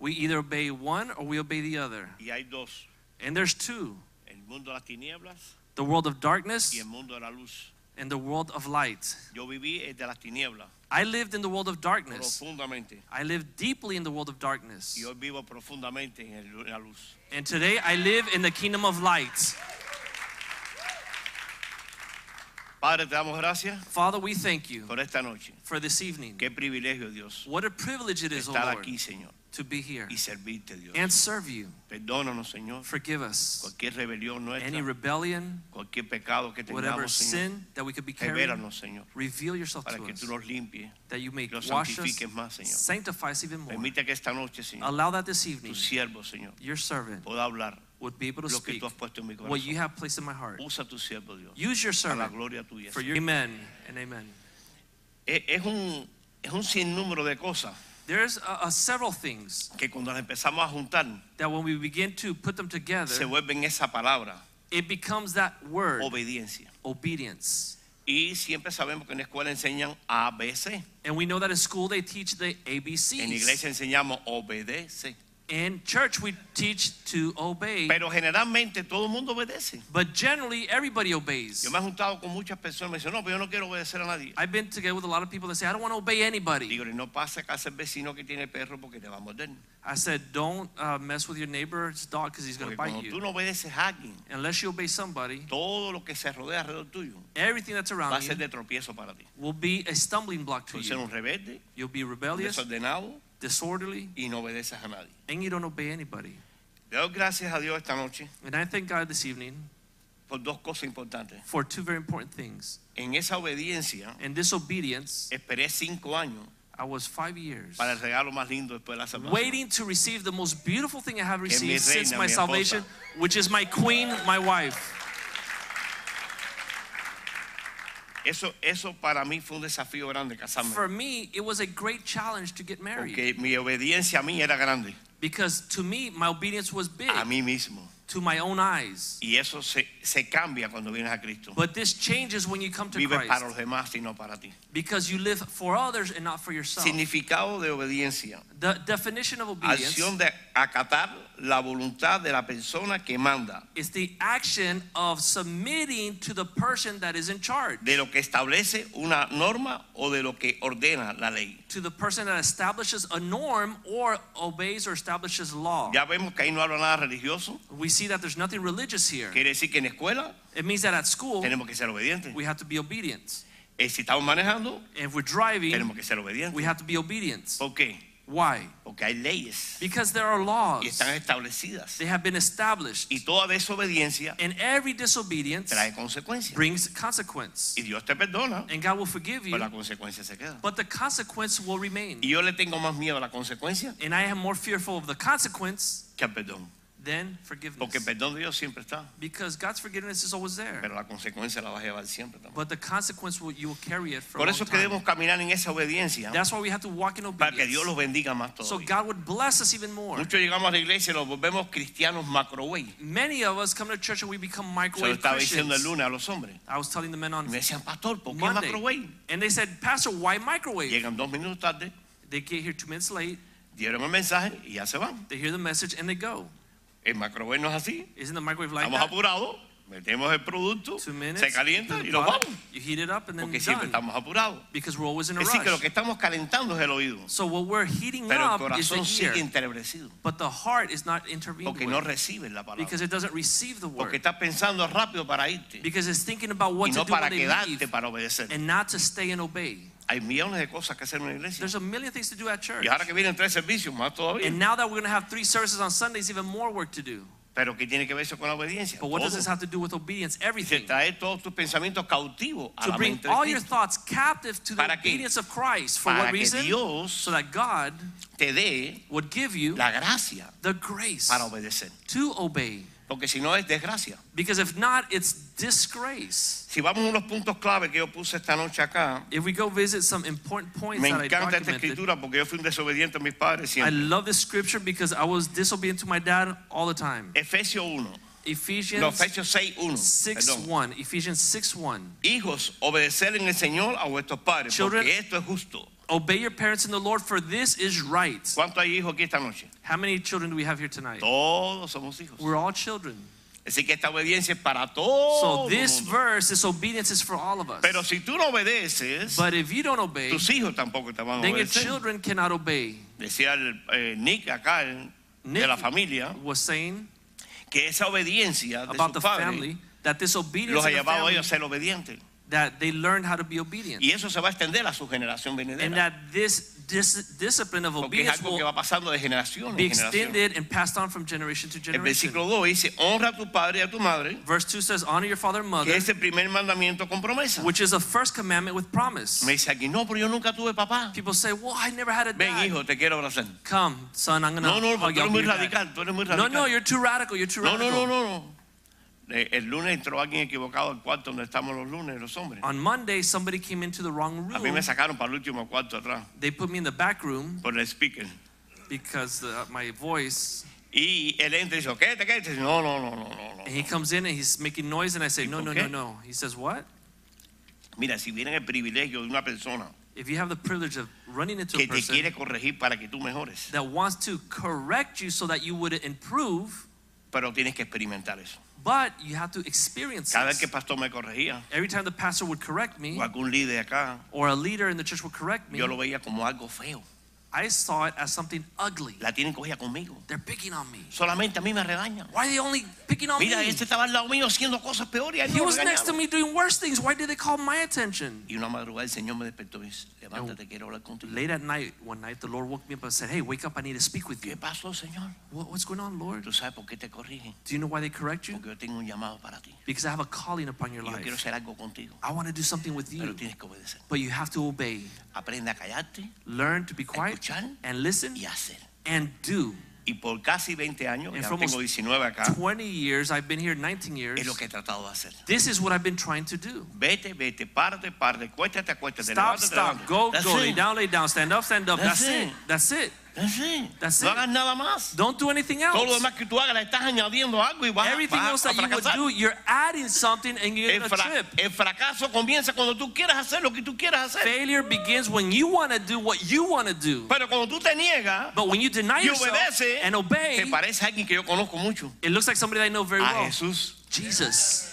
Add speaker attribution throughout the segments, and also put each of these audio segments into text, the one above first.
Speaker 1: We either obey one or we obey the other.
Speaker 2: Y hay dos,
Speaker 1: And there's two
Speaker 2: el mundo de las tinieblas
Speaker 1: the world of darkness
Speaker 2: y el mundo de la luz.
Speaker 1: and the world of light.
Speaker 2: Yo viví el de las tinieblas
Speaker 1: I lived in the world of darkness.
Speaker 2: profundamente
Speaker 1: I lived deeply in the world of darkness.
Speaker 2: y hoy vivo profundamente en, el- en la luz.
Speaker 1: And today I live in the kingdom of light.
Speaker 2: Padre, te damos gracias
Speaker 1: Father, we thank you
Speaker 2: por esta noche.
Speaker 1: for this evening.
Speaker 2: Qué privilegio, Dios,
Speaker 1: What a privilege it is, O
Speaker 2: estar
Speaker 1: Lord,
Speaker 2: aquí, Señor,
Speaker 1: to be here
Speaker 2: y servirte, Dios.
Speaker 1: and serve you.
Speaker 2: Perdónanos, Señor,
Speaker 1: Forgive us
Speaker 2: cualquier rebelión
Speaker 1: any
Speaker 2: nuestra,
Speaker 1: rebellion,
Speaker 2: cualquier pecado que
Speaker 1: whatever
Speaker 2: tengamos, Señor.
Speaker 1: sin that we could be carrying.
Speaker 2: Revélanos, Señor,
Speaker 1: Reveal yourself
Speaker 2: para
Speaker 1: to
Speaker 2: que
Speaker 1: us
Speaker 2: tú nos limpies.
Speaker 1: that you may
Speaker 2: los
Speaker 1: wash us,
Speaker 2: santifiques más, Señor.
Speaker 1: sanctify us even more.
Speaker 2: Permite que esta noche, Señor,
Speaker 1: Allow that this
Speaker 2: tu
Speaker 1: evening
Speaker 2: siervo, Señor,
Speaker 1: your servant
Speaker 2: pueda hablar
Speaker 1: would be able to
Speaker 2: lo que
Speaker 1: speak
Speaker 2: tú has puesto en mi
Speaker 1: what you
Speaker 2: corazón.
Speaker 1: have placed in my heart.
Speaker 2: Usa tu siervo, Dios.
Speaker 1: Use your
Speaker 2: a la
Speaker 1: servant
Speaker 2: gloria tuya.
Speaker 1: for
Speaker 2: Señor.
Speaker 1: your amen and amen.
Speaker 2: Es, es un, es un sinnúmero de cosas
Speaker 1: There's uh, uh, several things
Speaker 2: que cuando las empezamos a juntar
Speaker 1: that when we begin to put them
Speaker 2: se
Speaker 1: together,
Speaker 2: vuelven esa palabra,
Speaker 1: it becomes that word
Speaker 2: obediencia.
Speaker 1: obedience.
Speaker 2: Y siempre sabemos que en la escuela enseñan ABC.
Speaker 1: And we know that in school they teach the
Speaker 2: En la
Speaker 1: ABCs.
Speaker 2: iglesia enseñamos obedece.
Speaker 1: In church we teach to obey,
Speaker 2: Pero generalmente todo el mundo obedece.
Speaker 1: but generally everybody obeys.
Speaker 2: Yo me he juntado con muchas personas y me dicen, no, pero yo no quiero obedecer a nadie.
Speaker 1: I've been together with a lot of people that say, I don't want to obey anybody.
Speaker 2: Digo, no pasa que hace el vecino que tiene perro porque te va a morder.
Speaker 1: I said, don't uh, mess with your neighbor's dog because he's going
Speaker 2: Porque
Speaker 1: to
Speaker 2: cuando
Speaker 1: bite
Speaker 2: tú
Speaker 1: you.
Speaker 2: no obedeces a alguien,
Speaker 1: Unless you obey somebody,
Speaker 2: todo lo que se rodea alrededor tuyo
Speaker 1: everything that's
Speaker 2: va a
Speaker 1: around you
Speaker 2: ser de tropiezo para ti.
Speaker 1: will be a stumbling block to
Speaker 2: Tú eres
Speaker 1: you.
Speaker 2: un rebelde,
Speaker 1: You'll be rebellious,
Speaker 2: desordenado
Speaker 1: disorderly,
Speaker 2: y no obedeces a nadie.
Speaker 1: and you don't obey anybody.
Speaker 2: Le doy gracias a Dios esta noche
Speaker 1: And I thank God this evening
Speaker 2: por dos cosas importantes.
Speaker 1: for two very important things.
Speaker 2: En esa obediencia
Speaker 1: In disobedience,
Speaker 2: esperé cinco años
Speaker 1: I was five years
Speaker 2: para el regalo más lindo después de la salvación.
Speaker 1: waiting to receive the most beautiful thing I have
Speaker 2: es mi
Speaker 1: received since
Speaker 2: reina,
Speaker 1: my
Speaker 2: mi esposa.
Speaker 1: salvation, which is my queen, my wife.
Speaker 2: Eso, eso para mí fue un desafío grande casarme.
Speaker 1: For me, it was a great challenge to get married
Speaker 2: Porque mi obediencia a mí era grande,
Speaker 1: because to me, my obedience was big
Speaker 2: a mí mismo.
Speaker 1: to my own eyes.
Speaker 2: Y eso se, se cambia cuando vienes a Cristo.
Speaker 1: But this changes when you come to
Speaker 2: Vives para
Speaker 1: Christ
Speaker 2: los demás y no para ti.
Speaker 1: because you live for others and not for yourself.
Speaker 2: Significado de obediencia.
Speaker 1: The definition of obedience
Speaker 2: Acción de acatar la voluntad de la persona que manda.
Speaker 1: is the action of submitting to the person that is in charge,
Speaker 2: de lo que establece una norma o de lo que ordena la ley.
Speaker 1: to the person that establishes a norm or obeys or establishes law.
Speaker 2: Ya vemos que ahí no habla nada religioso.
Speaker 1: We see that there's nothing religious here.
Speaker 2: Quiere decir que en la escuela
Speaker 1: It means that at school,
Speaker 2: tenemos que ser obedientes.
Speaker 1: we have to be obedient.
Speaker 2: Eh, si estamos manejando,
Speaker 1: If we're driving,
Speaker 2: tenemos que Oh. ser
Speaker 1: we
Speaker 2: obedientes.
Speaker 1: have to be obedient.
Speaker 2: ¿Por qué?
Speaker 1: Why?
Speaker 2: Porque hay leyes
Speaker 1: Because there are
Speaker 2: y
Speaker 1: laws.
Speaker 2: están establecidas.
Speaker 1: They have been established.
Speaker 2: Y toda desobediencia
Speaker 1: And every disobedience
Speaker 2: trae consecuencias.
Speaker 1: brings consequence.
Speaker 2: Y Dios te perdona,
Speaker 1: And God will forgive
Speaker 2: pero la
Speaker 1: you,
Speaker 2: consecuencia se queda.
Speaker 1: but the consequence will remain.
Speaker 2: Y yo le tengo más miedo a la consecuencia
Speaker 1: And I am more fearful of the consequence
Speaker 2: que al perdón.
Speaker 1: then forgiveness.
Speaker 2: Porque el perdón de Dios siempre está,
Speaker 1: Because God's forgiveness is always there.
Speaker 2: pero la consecuencia la vas a llevar siempre también.
Speaker 1: But the consequence will, you will carry it for a
Speaker 2: Por
Speaker 1: long
Speaker 2: eso es que debemos
Speaker 1: time.
Speaker 2: caminar en esa obediencia
Speaker 1: That's why we have to walk in
Speaker 2: para que Dios
Speaker 1: obedience.
Speaker 2: los bendiga más todos.
Speaker 1: So God would bless us even more.
Speaker 2: Muchos llegamos a la iglesia y nos volvemos cristianos microwave.
Speaker 1: Many of us come to church and we become
Speaker 2: Se lo
Speaker 1: microwave
Speaker 2: estaba diciendo el
Speaker 1: Christians.
Speaker 2: lunes a los hombres.
Speaker 1: I was telling the men
Speaker 2: Y
Speaker 1: on
Speaker 2: me decían, pastor, ¿por qué
Speaker 1: Monday,
Speaker 2: microwave?
Speaker 1: and they said, Pastor, why microwave?
Speaker 2: Llegan dos minutos tarde,
Speaker 1: They get here two minutes late,
Speaker 2: dieron el mensaje y ya se van.
Speaker 1: they hear the message, and they go.
Speaker 2: El microwave no es así.
Speaker 1: Isn't the microwave like
Speaker 2: Estamos
Speaker 1: that?
Speaker 2: apurados, metemos el producto,
Speaker 1: Two minutes,
Speaker 2: se calienta
Speaker 1: you
Speaker 2: y
Speaker 1: heat
Speaker 2: nos
Speaker 1: it up,
Speaker 2: vamos.
Speaker 1: you heat it up, and then
Speaker 2: Porque siempre
Speaker 1: done.
Speaker 2: estamos apurados.
Speaker 1: Because we're always in a
Speaker 2: Es decir, que lo
Speaker 1: rush.
Speaker 2: que estamos calentando es el oído.
Speaker 1: So what we're heating
Speaker 2: Pero el
Speaker 1: up is
Speaker 2: corazón
Speaker 1: the
Speaker 2: sigue
Speaker 1: ear,
Speaker 2: entenebrecido.
Speaker 1: but the heart is not intervened
Speaker 2: Porque no
Speaker 1: with.
Speaker 2: recibe la palabra.
Speaker 1: Because it doesn't receive the
Speaker 2: Porque
Speaker 1: word.
Speaker 2: estás pensando rápido para irte.
Speaker 1: Because it's thinking about what
Speaker 2: Y
Speaker 1: to
Speaker 2: no
Speaker 1: do when
Speaker 2: para
Speaker 1: they
Speaker 2: quedarte,
Speaker 1: leave
Speaker 2: para obedecer.
Speaker 1: and not to stay and obey.
Speaker 2: Hay millones de cosas que hacer en una iglesia.
Speaker 1: There's a million things to do at church.
Speaker 2: Y ahora que vienen tres servicios, más todavía.
Speaker 1: And now that we're going to have three services on Sundays, even more work to do.
Speaker 2: Pero ¿qué tiene que ver eso con la obediencia?
Speaker 1: But what does
Speaker 2: Todo.
Speaker 1: this have to do with obedience?
Speaker 2: Dice,
Speaker 1: Everything.
Speaker 2: trae todos tus pensamientos cautivos a
Speaker 1: To
Speaker 2: la
Speaker 1: bring
Speaker 2: mente de
Speaker 1: all your
Speaker 2: Cristo,
Speaker 1: thoughts captive to the
Speaker 2: ¿Para qué?
Speaker 1: obedience of Christ. For
Speaker 2: para
Speaker 1: what
Speaker 2: que
Speaker 1: reason?
Speaker 2: Dios
Speaker 1: So that God
Speaker 2: te dé
Speaker 1: would give you
Speaker 2: la gracia
Speaker 1: the grace
Speaker 2: para obedecer.
Speaker 1: to obey.
Speaker 2: Porque si no es desgracia.
Speaker 1: Because if not, it's disgrace.
Speaker 2: Si vamos a unos puntos clave que yo puse esta noche acá,
Speaker 1: If we go visit some important points
Speaker 2: me
Speaker 1: that I
Speaker 2: encanta esta
Speaker 1: documented,
Speaker 2: escritura porque yo fui un desobediente a mis padres
Speaker 1: I
Speaker 2: siempre.
Speaker 1: love this scripture because I was disobedient to my dad all the time.
Speaker 2: Efesios 1, no,
Speaker 1: Ephesians
Speaker 2: Efesios 6, 1,
Speaker 1: 6
Speaker 2: perdón.
Speaker 1: 1. Ephesians 6 1.
Speaker 2: Hijos, obedecer en el Señor a vuestros padres,
Speaker 1: Children-
Speaker 2: porque esto es justo.
Speaker 1: Obey your parents in the Lord, for this is right.
Speaker 2: ¿Cuántos hay hijos aquí esta noche?
Speaker 1: How many children do we have here tonight?
Speaker 2: Todos somos hijos.
Speaker 1: We're all children.
Speaker 2: Así que esta obediencia es para todo
Speaker 1: So
Speaker 2: el
Speaker 1: this
Speaker 2: mundo.
Speaker 1: verse, this obedience is for all of us.
Speaker 2: Pero si tú no obedeces,
Speaker 1: But if you don't obey,
Speaker 2: tus hijos tampoco te van a
Speaker 1: then your
Speaker 2: obedecer.
Speaker 1: children cannot obey.
Speaker 2: Decía el, eh, Nick acá, el-
Speaker 1: Nick
Speaker 2: de la familia,
Speaker 1: was saying
Speaker 2: que esa obediencia de
Speaker 1: about the
Speaker 2: sus padres
Speaker 1: family that this
Speaker 2: los
Speaker 1: obedience
Speaker 2: ha
Speaker 1: in the
Speaker 2: llevado a
Speaker 1: family,
Speaker 2: ellos a ser obedientes.
Speaker 1: that they learned how to be obedient.
Speaker 2: Y eso se va a extender a su generación
Speaker 1: And
Speaker 2: venidera.
Speaker 1: that this dis- discipline of
Speaker 2: Porque es
Speaker 1: obedience
Speaker 2: algo que
Speaker 1: will
Speaker 2: va pasando de generación
Speaker 1: be
Speaker 2: en generación.
Speaker 1: extended and passed on from generation to
Speaker 2: El
Speaker 1: generation.
Speaker 2: versículo 2 dice, honra a tu padre y a tu madre,
Speaker 1: Verse 2 says, Honor your father and
Speaker 2: que
Speaker 1: mother,
Speaker 2: es el primer mandamiento con promesa.
Speaker 1: which is the first commandment with promise.
Speaker 2: Me dice aquí, no, pero yo nunca tuve papá.
Speaker 1: People say, Well, I never had a
Speaker 2: Ven,
Speaker 1: dad.
Speaker 2: hijo, te quiero abrazar.
Speaker 1: Come, son, I'm going to
Speaker 2: No, no,
Speaker 1: hug
Speaker 2: tú
Speaker 1: you. I'll
Speaker 2: eres
Speaker 1: be
Speaker 2: muy
Speaker 1: your dad.
Speaker 2: radical, tú eres muy
Speaker 1: No,
Speaker 2: radical.
Speaker 1: no, you're too radical. You're too
Speaker 2: No,
Speaker 1: radical.
Speaker 2: no, no, no, no. Eh, El lunes entró alguien equivocado al cuarto donde estamos los lunes, los hombres.
Speaker 1: On Monday, somebody came into the wrong
Speaker 2: A mí me
Speaker 1: room.
Speaker 2: sacaron para el último cuarto atrás,
Speaker 1: They put me in the back room
Speaker 2: por el speaker.
Speaker 1: because uh, my voice.
Speaker 2: Y él entra y dice, ¿qué te quedas? No, no, no, no, no, no.
Speaker 1: And he comes in and he's making noise, and I say,
Speaker 2: ¿Y
Speaker 1: No,
Speaker 2: por
Speaker 1: no,
Speaker 2: qué?
Speaker 1: no, no. He says, What?
Speaker 2: Mira, si viene el privilegio de una persona
Speaker 1: If you have the privilege of running into a
Speaker 2: que te
Speaker 1: person
Speaker 2: quiere corregir para que tú mejores,
Speaker 1: that wants to correct you so that you would improve,
Speaker 2: pero tienes que experimentar eso.
Speaker 1: but you have to experience
Speaker 2: Cada vez que el
Speaker 1: it.
Speaker 2: pastor me corregía,
Speaker 1: Every time the pastor would correct me
Speaker 2: o algún líder acá,
Speaker 1: or a leader in the church would correct me,
Speaker 2: yo lo veía como algo feo.
Speaker 1: I saw it as something ugly.
Speaker 2: La tienen cogida conmigo.
Speaker 1: They're picking on me.
Speaker 2: Solamente a mí me regañan.
Speaker 1: Why are they only picking on
Speaker 2: Mira,
Speaker 1: me?
Speaker 2: este estaba al lado mío haciendo cosas peores. y a él
Speaker 1: He
Speaker 2: no lo
Speaker 1: was next to
Speaker 2: regañaron.
Speaker 1: me doing worse things. Why did they call my attention?
Speaker 2: Y una madrugada el Señor me despertó y dice, levántate, quiero hablar contigo.
Speaker 1: Late at night, one night, the Lord woke me up and said, Hey, wake up, I need to speak with you.
Speaker 2: ¿Qué pasó, Señor?
Speaker 1: What, what's going on, Lord?
Speaker 2: Tú sabes por qué te corrigen.
Speaker 1: Do you know why they correct you?
Speaker 2: Porque yo tengo un llamado para ti.
Speaker 1: Because I have a calling upon your
Speaker 2: Y Yo quiero
Speaker 1: life.
Speaker 2: hacer algo contigo.
Speaker 1: I want to do something with
Speaker 2: Pero
Speaker 1: you,
Speaker 2: tienes que obedecer.
Speaker 1: but you have to obey.
Speaker 2: Aprende a callarte
Speaker 1: Learn to be quiet
Speaker 2: Escuchar.
Speaker 1: and listen
Speaker 2: y a hacer.
Speaker 1: and do.
Speaker 2: Y por casi 20 años, ya
Speaker 1: And for almost
Speaker 2: tengo 19 acá,
Speaker 1: 20 years, I've been here 19 years.
Speaker 2: Ah. es lo que he tratado de hacer.
Speaker 1: This is what I've been trying to do.
Speaker 2: Vete, vete, parte, parte, cuéstate, acuéstate,
Speaker 1: Stop,
Speaker 2: levántate,
Speaker 1: stop,
Speaker 2: levántate.
Speaker 1: go,
Speaker 2: That's
Speaker 1: go, lay
Speaker 2: it.
Speaker 1: down, lay down, stand up, stand up.
Speaker 2: That's
Speaker 1: That's
Speaker 2: it.
Speaker 1: it. That's it.
Speaker 2: That's it.
Speaker 1: That's
Speaker 2: no
Speaker 1: it.
Speaker 2: hagas nada más.
Speaker 1: Don't do anything else.
Speaker 2: Todo lo demás que tú hagas le estás añadiendo algo y vas, a-
Speaker 1: Everything
Speaker 2: vas
Speaker 1: else
Speaker 2: a
Speaker 1: that you would
Speaker 2: fracasar.
Speaker 1: do, you're adding something and you're
Speaker 2: El,
Speaker 1: gonna
Speaker 2: fra-
Speaker 1: trip.
Speaker 2: el fracaso comienza cuando tú quieras hacer lo que tú quieras hacer.
Speaker 1: Failure begins when you want to do what you want to do.
Speaker 2: Pero cuando tú te niegas
Speaker 1: But when you deny
Speaker 2: y
Speaker 1: yourself
Speaker 2: obedeces,
Speaker 1: and obey,
Speaker 2: te parece a alguien que Ah, yo conozco mucho.
Speaker 1: it looks like somebody that I know very
Speaker 2: A
Speaker 1: well.
Speaker 2: Jesús.
Speaker 1: Jesus.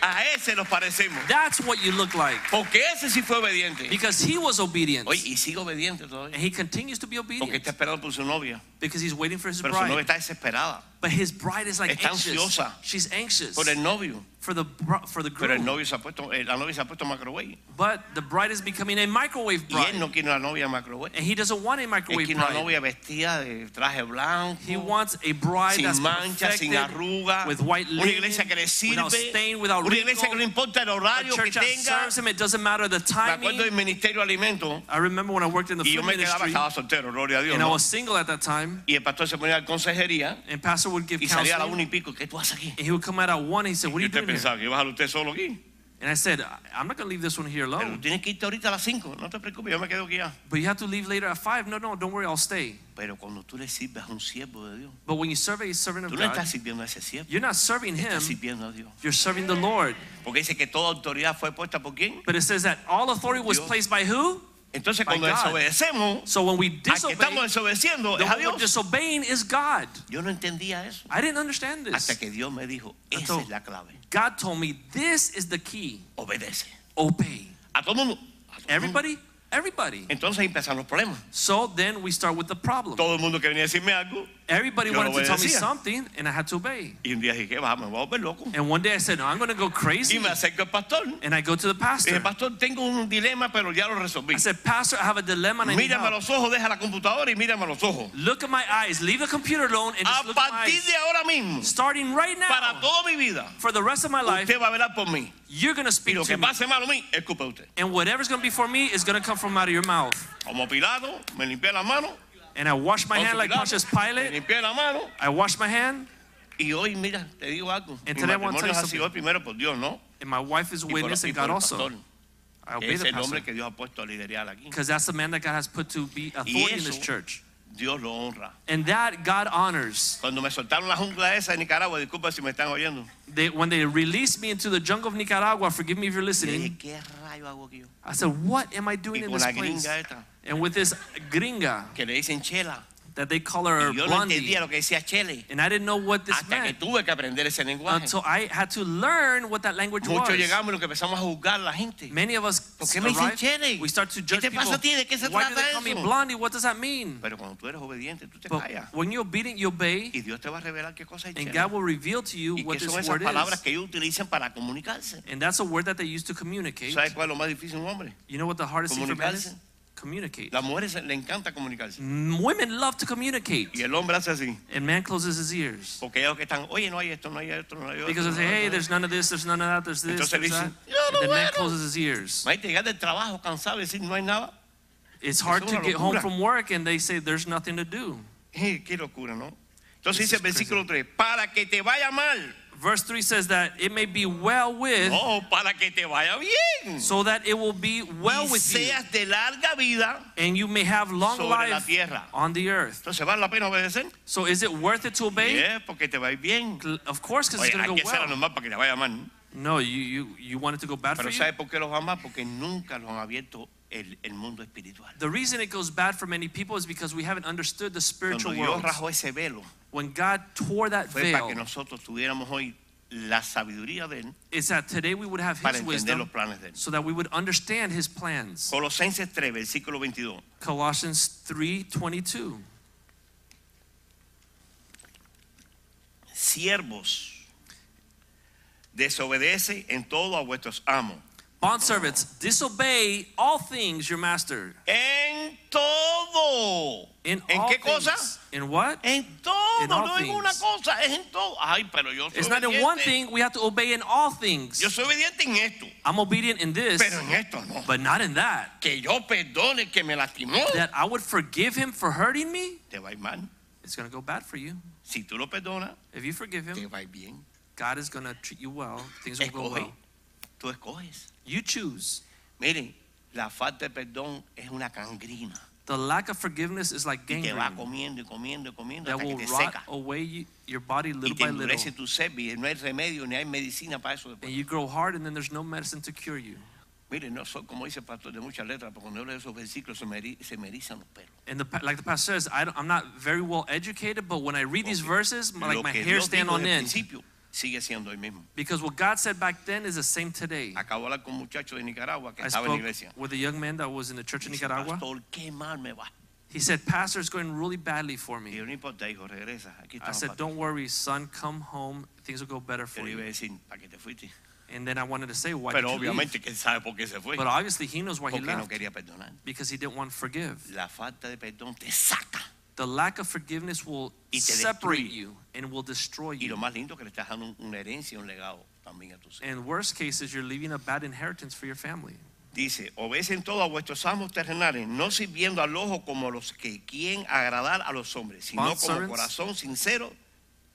Speaker 2: A ese nos parecemos.
Speaker 1: That's what you look like.
Speaker 2: Porque ese sí fue obediente.
Speaker 1: Because he was obedient.
Speaker 2: Oye, y sigue obediente todavía.
Speaker 1: And he continues to be
Speaker 2: Porque está
Speaker 1: obedient.
Speaker 2: esperando por su novia.
Speaker 1: Because he's waiting for his
Speaker 2: Pero su novia
Speaker 1: bride.
Speaker 2: está desesperada
Speaker 1: But his bride is like
Speaker 2: Está
Speaker 1: anxious.
Speaker 2: ansiosa.
Speaker 1: She's anxious
Speaker 2: por el novio.
Speaker 1: for the bro- for the
Speaker 2: Pero el
Speaker 1: groom.
Speaker 2: novio se ha puesto, eh, la novia se ha puesto microwave.
Speaker 1: But the bride is becoming a microwave
Speaker 2: Y él
Speaker 1: bride.
Speaker 2: no quiere una novia microwave.
Speaker 1: And he doesn't want a
Speaker 2: Él
Speaker 1: microwave
Speaker 2: quiere una
Speaker 1: bride.
Speaker 2: novia vestida de traje blanco.
Speaker 1: He wants a bride
Speaker 2: sin
Speaker 1: that's
Speaker 2: mancha, sin
Speaker 1: perfected,
Speaker 2: arruga,
Speaker 1: with white
Speaker 2: una
Speaker 1: linen,
Speaker 2: iglesia que le
Speaker 1: without
Speaker 2: sirve,
Speaker 1: stain, without
Speaker 2: una iglesia que no
Speaker 1: wrinkle,
Speaker 2: importa el
Speaker 1: a
Speaker 2: horario que
Speaker 1: church that
Speaker 2: tenga.
Speaker 1: serves him. It doesn't matter the
Speaker 2: Me acuerdo del
Speaker 1: timing.
Speaker 2: ministerio de alimentos
Speaker 1: I remember when I worked in the
Speaker 2: y yo
Speaker 1: film
Speaker 2: me quedaba,
Speaker 1: ministry,
Speaker 2: estaba soltero, gloria a Dios.
Speaker 1: and I
Speaker 2: ¿no?
Speaker 1: was single at that time.
Speaker 2: Y el pastor se ponía a la consejería
Speaker 1: And pastor would give
Speaker 2: y salía a la
Speaker 1: counseling,
Speaker 2: una y pico. ¿Qué tú haces aquí?
Speaker 1: and he would come out at one. And he said, "What are
Speaker 2: Y
Speaker 1: you
Speaker 2: usted
Speaker 1: doing here?"
Speaker 2: pensaba que ibas a usted solo aquí.
Speaker 1: And I said, "I- "I'm not gonna leave this one here
Speaker 2: Pero
Speaker 1: alone,
Speaker 2: tienes que irte ahorita a las cinco. No te preocupes, yo me quedo aquí ya.
Speaker 1: but you have to leave later at five. No, no, don't worry, I'll stay."
Speaker 2: Pero cuando tú le sirves a un siervo de Dios,
Speaker 1: But when you serve a servant
Speaker 2: tú
Speaker 1: of
Speaker 2: no estás
Speaker 1: God,
Speaker 2: sirviendo a ese siervo,
Speaker 1: you're not serving
Speaker 2: estás
Speaker 1: him;
Speaker 2: sirviendo a Dios.
Speaker 1: you're serving the Lord.
Speaker 2: Porque dice que toda autoridad fue puesta por quién.
Speaker 1: But it says that all authority was
Speaker 2: Dios.
Speaker 1: placed by who?
Speaker 2: Entonces
Speaker 1: By
Speaker 2: cuando
Speaker 1: God.
Speaker 2: desobedecemos,
Speaker 1: So when we
Speaker 2: a que
Speaker 1: disobey,
Speaker 2: estamos desobedeciendo
Speaker 1: the
Speaker 2: es a
Speaker 1: one we're
Speaker 2: Dios.
Speaker 1: disobeying is God.
Speaker 2: Yo no entendía eso.
Speaker 1: I didn't understand this.
Speaker 2: Hasta que Dios me dijo, esa
Speaker 1: Hasta-
Speaker 2: es la clave.
Speaker 1: God told me this is the key.
Speaker 2: Obedece.
Speaker 1: Obey.
Speaker 2: A todo el mundo. A todo el mundo.
Speaker 1: Everybody, everybody.
Speaker 2: Entonces ahí empezaron los problemas.
Speaker 1: So then we start with the problem.
Speaker 2: Todo el mundo que venía a decirme algo,
Speaker 1: Everybody
Speaker 2: Yo
Speaker 1: wanted to tell me
Speaker 2: obedecía.
Speaker 1: something, and I had to obey.
Speaker 2: Y un día dije, que va, me voy a volver loco.
Speaker 1: And one day I said, no, I'm going to go
Speaker 2: Y
Speaker 1: crazy.
Speaker 2: me acerco al pastor. Le
Speaker 1: And I go to the
Speaker 2: dije,
Speaker 1: pastor.
Speaker 2: pastor, tengo un dilema, pero ya lo resolví.
Speaker 1: I said, Pastor, I have a dilemma and I need
Speaker 2: Mírame a
Speaker 1: help.
Speaker 2: los ojos, deja la computadora y mírame a los ojos.
Speaker 1: Look at my eyes. Leave the computer alone and
Speaker 2: A
Speaker 1: just look at my
Speaker 2: partir
Speaker 1: eyes.
Speaker 2: de ahora mismo,
Speaker 1: Starting right
Speaker 2: para
Speaker 1: now,
Speaker 2: toda mi vida,
Speaker 1: for the rest of my life,
Speaker 2: usted va a velar por mí.
Speaker 1: you're going to
Speaker 2: Y
Speaker 1: speak
Speaker 2: lo
Speaker 1: to
Speaker 2: que
Speaker 1: me.
Speaker 2: pase malo a mí, es culpa de usted.
Speaker 1: And whatever's going to be for me is going to come from out of your mouth.
Speaker 2: Como Pilato, me limpié la mano.
Speaker 1: And I wash my
Speaker 2: como
Speaker 1: hand like
Speaker 2: Pilato,
Speaker 1: Pontius
Speaker 2: me
Speaker 1: Pilate.
Speaker 2: limpié la mano.
Speaker 1: I wash my hand,
Speaker 2: Y hoy, mira, te digo algo. Mi
Speaker 1: And today I want to tell
Speaker 2: matrimonio
Speaker 1: you
Speaker 2: ha sido primero por Dios, ¿no?
Speaker 1: and my wife is
Speaker 2: Y por,
Speaker 1: witness,
Speaker 2: y
Speaker 1: and
Speaker 2: por
Speaker 1: God
Speaker 2: el
Speaker 1: also.
Speaker 2: pastor.
Speaker 1: I
Speaker 2: que
Speaker 1: obey
Speaker 2: es
Speaker 1: the
Speaker 2: el
Speaker 1: pastor.
Speaker 2: hombre que Dios ha puesto a liderar aquí.
Speaker 1: Because that's the man that God has put to be authority in this
Speaker 2: eso-
Speaker 1: church.
Speaker 2: Dios lo honra.
Speaker 1: And that God honors.
Speaker 2: Cuando me soltaron la jungla esa de Nicaragua, disculpa si me están oyendo.
Speaker 1: They, when they released me into the jungle of Nicaragua, forgive me if you're
Speaker 2: Yo dije,
Speaker 1: listening,
Speaker 2: ¿qué rayo hago aquí yo?
Speaker 1: I said, What am I doing
Speaker 2: Y
Speaker 1: in
Speaker 2: con
Speaker 1: this
Speaker 2: la
Speaker 1: place?
Speaker 2: gringa esta,
Speaker 1: And with this gringa
Speaker 2: que le dicen chela.
Speaker 1: that they call her
Speaker 2: Y yo no
Speaker 1: blondie,
Speaker 2: entendía lo que decía chele.
Speaker 1: and I didn't know what this
Speaker 2: Hasta que
Speaker 1: meant
Speaker 2: tuve que aprender ese lenguaje.
Speaker 1: until I had to learn what that language
Speaker 2: Muchos
Speaker 1: was.
Speaker 2: llegamos y lo que empezamos a juzgar a la gente.
Speaker 1: Many of us
Speaker 2: ¿Por qué me dicen
Speaker 1: arrive,
Speaker 2: chele?
Speaker 1: we start to
Speaker 2: ¿Qué
Speaker 1: judge
Speaker 2: te
Speaker 1: people.
Speaker 2: pasa a ti? ¿De qué se
Speaker 1: Why do
Speaker 2: trata
Speaker 1: they call me
Speaker 2: eso?"
Speaker 1: blondie? What does that mean?
Speaker 2: Pero cuando tú eres obediente, tú te
Speaker 1: But
Speaker 2: callas.
Speaker 1: when you're obedient, you obey,
Speaker 2: Y Dios te va a revelar qué cosa es
Speaker 1: and
Speaker 2: chela.
Speaker 1: God will reveal to you
Speaker 2: Y
Speaker 1: what
Speaker 2: qué son
Speaker 1: this
Speaker 2: esas
Speaker 1: word
Speaker 2: palabras
Speaker 1: is.
Speaker 2: que ellos utilizan para comunicarse.
Speaker 1: And that's a word that they use to communicate.
Speaker 2: ¿Sabes cuál es lo más difícil de un hombre?
Speaker 1: You know what the hardest thing for men is?
Speaker 2: Comunicarse.
Speaker 1: Communicate.
Speaker 2: Las mujeres le encanta comunicarse.
Speaker 1: Mm, Women love to communicate.
Speaker 2: Y el hombre hace así.
Speaker 1: And man closes his ears.
Speaker 2: Porque ellos que están, oye, no hay esto, no hay esto, no hay
Speaker 1: Because
Speaker 2: esto.
Speaker 1: they say, hey,
Speaker 2: no hay
Speaker 1: there's none of this, there's none of that, there's this,
Speaker 2: Entonces
Speaker 1: there's that.
Speaker 2: dicen, "Yo no
Speaker 1: And the man
Speaker 2: puedo."
Speaker 1: closes his ears.
Speaker 2: Imagínate llegar del trabajo cansado y decir, no hay nada.
Speaker 1: It's hard
Speaker 2: es
Speaker 1: to
Speaker 2: una
Speaker 1: get home
Speaker 2: locura.
Speaker 1: from work and they say, there's nothing to do.
Speaker 2: Eh, Qué locura, ¿no? Entonces
Speaker 1: This
Speaker 2: dice
Speaker 1: is
Speaker 2: el versículo 3, para que te vaya mal.
Speaker 1: Verse 3 says that it may be well with,
Speaker 2: No, para que te vaya bien.
Speaker 1: so that it will be well
Speaker 2: y
Speaker 1: with you,
Speaker 2: seas de larga vida.
Speaker 1: and you may have long
Speaker 2: sobre la
Speaker 1: life
Speaker 2: tierra.
Speaker 1: on the earth.
Speaker 2: Entonces, ¿vale la pena obedecer?
Speaker 1: So is it worth it to obey?
Speaker 2: Yes, porque te va a ir bien.
Speaker 1: Cl- Of course, because
Speaker 2: Oye,
Speaker 1: it's going
Speaker 2: hay
Speaker 1: to
Speaker 2: que
Speaker 1: go
Speaker 2: ser
Speaker 1: well.
Speaker 2: anormal para que te vaya mal.
Speaker 1: No, you, you, you want it to go bad for
Speaker 2: Pero
Speaker 1: you?
Speaker 2: ¿sabes por qué los va mal? Porque nunca los han abierto el, el mundo espiritual.
Speaker 1: The reason it goes bad for many people is because we haven't understood the
Speaker 2: Cuando
Speaker 1: spiritual
Speaker 2: Dios
Speaker 1: world.
Speaker 2: rajó ese velo,
Speaker 1: When God tore that
Speaker 2: fue para
Speaker 1: veil,
Speaker 2: que nosotros tuviéramos hoy la sabiduría de Él
Speaker 1: is that today we would have
Speaker 2: para
Speaker 1: his
Speaker 2: entender los
Speaker 1: wisdom
Speaker 2: planes de Él.
Speaker 1: so that we would understand his plans.
Speaker 2: Colosenses 3, versículo 22.
Speaker 1: Colossians 3:22.
Speaker 2: Siervos, desobedece en todo a vuestros amos.
Speaker 1: Bondservants, disobey all things your master.
Speaker 2: En todo.
Speaker 1: In
Speaker 2: ¿En
Speaker 1: all
Speaker 2: qué cosa?
Speaker 1: things. In what?
Speaker 2: En todo.
Speaker 1: In all
Speaker 2: no en
Speaker 1: things.
Speaker 2: una cosa, es en todo. Ay, pero yo soy
Speaker 1: It's not in
Speaker 2: obediente.
Speaker 1: one thing, we have to obey in all things.
Speaker 2: Yo soy obediente en esto,
Speaker 1: I'm obedient in this,
Speaker 2: pero en esto no.
Speaker 1: but not in that.
Speaker 2: Que yo perdone el que me lastimó.
Speaker 1: That I would forgive him for hurting me,
Speaker 2: Te va a ir mal.
Speaker 1: it's going to go bad for you.
Speaker 2: Si tú lo perdonas,
Speaker 1: If you forgive
Speaker 2: te
Speaker 1: him,
Speaker 2: va a ir bien.
Speaker 1: God is going to treat you well. Things will go
Speaker 2: Escoge.
Speaker 1: well.
Speaker 2: Tú escoges.
Speaker 1: You choose.
Speaker 2: Miren, la falta de perdón es una cangrina.
Speaker 1: The lack of forgiveness is like
Speaker 2: Y te va
Speaker 1: gangrene.
Speaker 2: comiendo y comiendo y comiendo
Speaker 1: that
Speaker 2: hasta que
Speaker 1: will
Speaker 2: te
Speaker 1: rot
Speaker 2: seca.
Speaker 1: away you- your body
Speaker 2: Y
Speaker 1: little
Speaker 2: te
Speaker 1: by little.
Speaker 2: endurece tu ser y no hay remedio ni hay medicina para eso
Speaker 1: And
Speaker 2: después.
Speaker 1: you grow hard, and then there's no medicine to cure you.
Speaker 2: Miren, no soy como dice el pastor de muchas letras, porque cuando yo leo esos versículos se me, eri- se me erizan los pelos.
Speaker 1: And the, pa- like the pastor says, I don't, I'm not very well educated, but when I read these
Speaker 2: Ok.
Speaker 1: verses, my, like
Speaker 2: Lo
Speaker 1: my
Speaker 2: que
Speaker 1: hair
Speaker 2: Dios
Speaker 1: stand
Speaker 2: dijo
Speaker 1: on
Speaker 2: desde el
Speaker 1: end.
Speaker 2: principio sigue siendo el mismo.
Speaker 1: Because what God said back then is the same today.
Speaker 2: Acabo de hablar con un muchacho de Nicaragua que
Speaker 1: Mm. I
Speaker 2: estaba en la
Speaker 1: spoke
Speaker 2: iglesia.
Speaker 1: with a young man that was in the church in
Speaker 2: Dice,
Speaker 1: Nicaragua.
Speaker 2: Pastor, qué mal me va.
Speaker 1: He said, Pastor, it's going really badly for
Speaker 2: Y yo
Speaker 1: me.
Speaker 2: no importa, hijo, regresa. Aquí
Speaker 1: Mm. I
Speaker 2: estamos. pastor".
Speaker 1: said, Don't worry, son, come home. Things will go better
Speaker 2: Yo
Speaker 1: for
Speaker 2: le iba a
Speaker 1: you.
Speaker 2: decir, ¿para qué te fuiste?
Speaker 1: And then I wanted to say, Why did
Speaker 2: Pero
Speaker 1: you leave?
Speaker 2: obviamente que él sabe por qué se fue.
Speaker 1: But obviously, he knows why he
Speaker 2: Porque no
Speaker 1: left.
Speaker 2: quería perdonar.
Speaker 1: Because he didn't want to forgive.
Speaker 2: La falta de perdón te saca.
Speaker 1: The lack of forgiveness will
Speaker 2: Y te
Speaker 1: separate
Speaker 2: destruye.
Speaker 1: you and will destroy
Speaker 2: Y lo
Speaker 1: you.
Speaker 2: más lindo es que le estás dando un- una herencia, un legado también a tus hijos.
Speaker 1: And worst case is you're leaving a bad inheritance for your family.
Speaker 2: Dice, obedecen todo a vuestros amos terrenales, no sirviendo al ojo como los que quieren agradar a los hombres, sino como
Speaker 1: Bondservants.
Speaker 2: corazón sincero,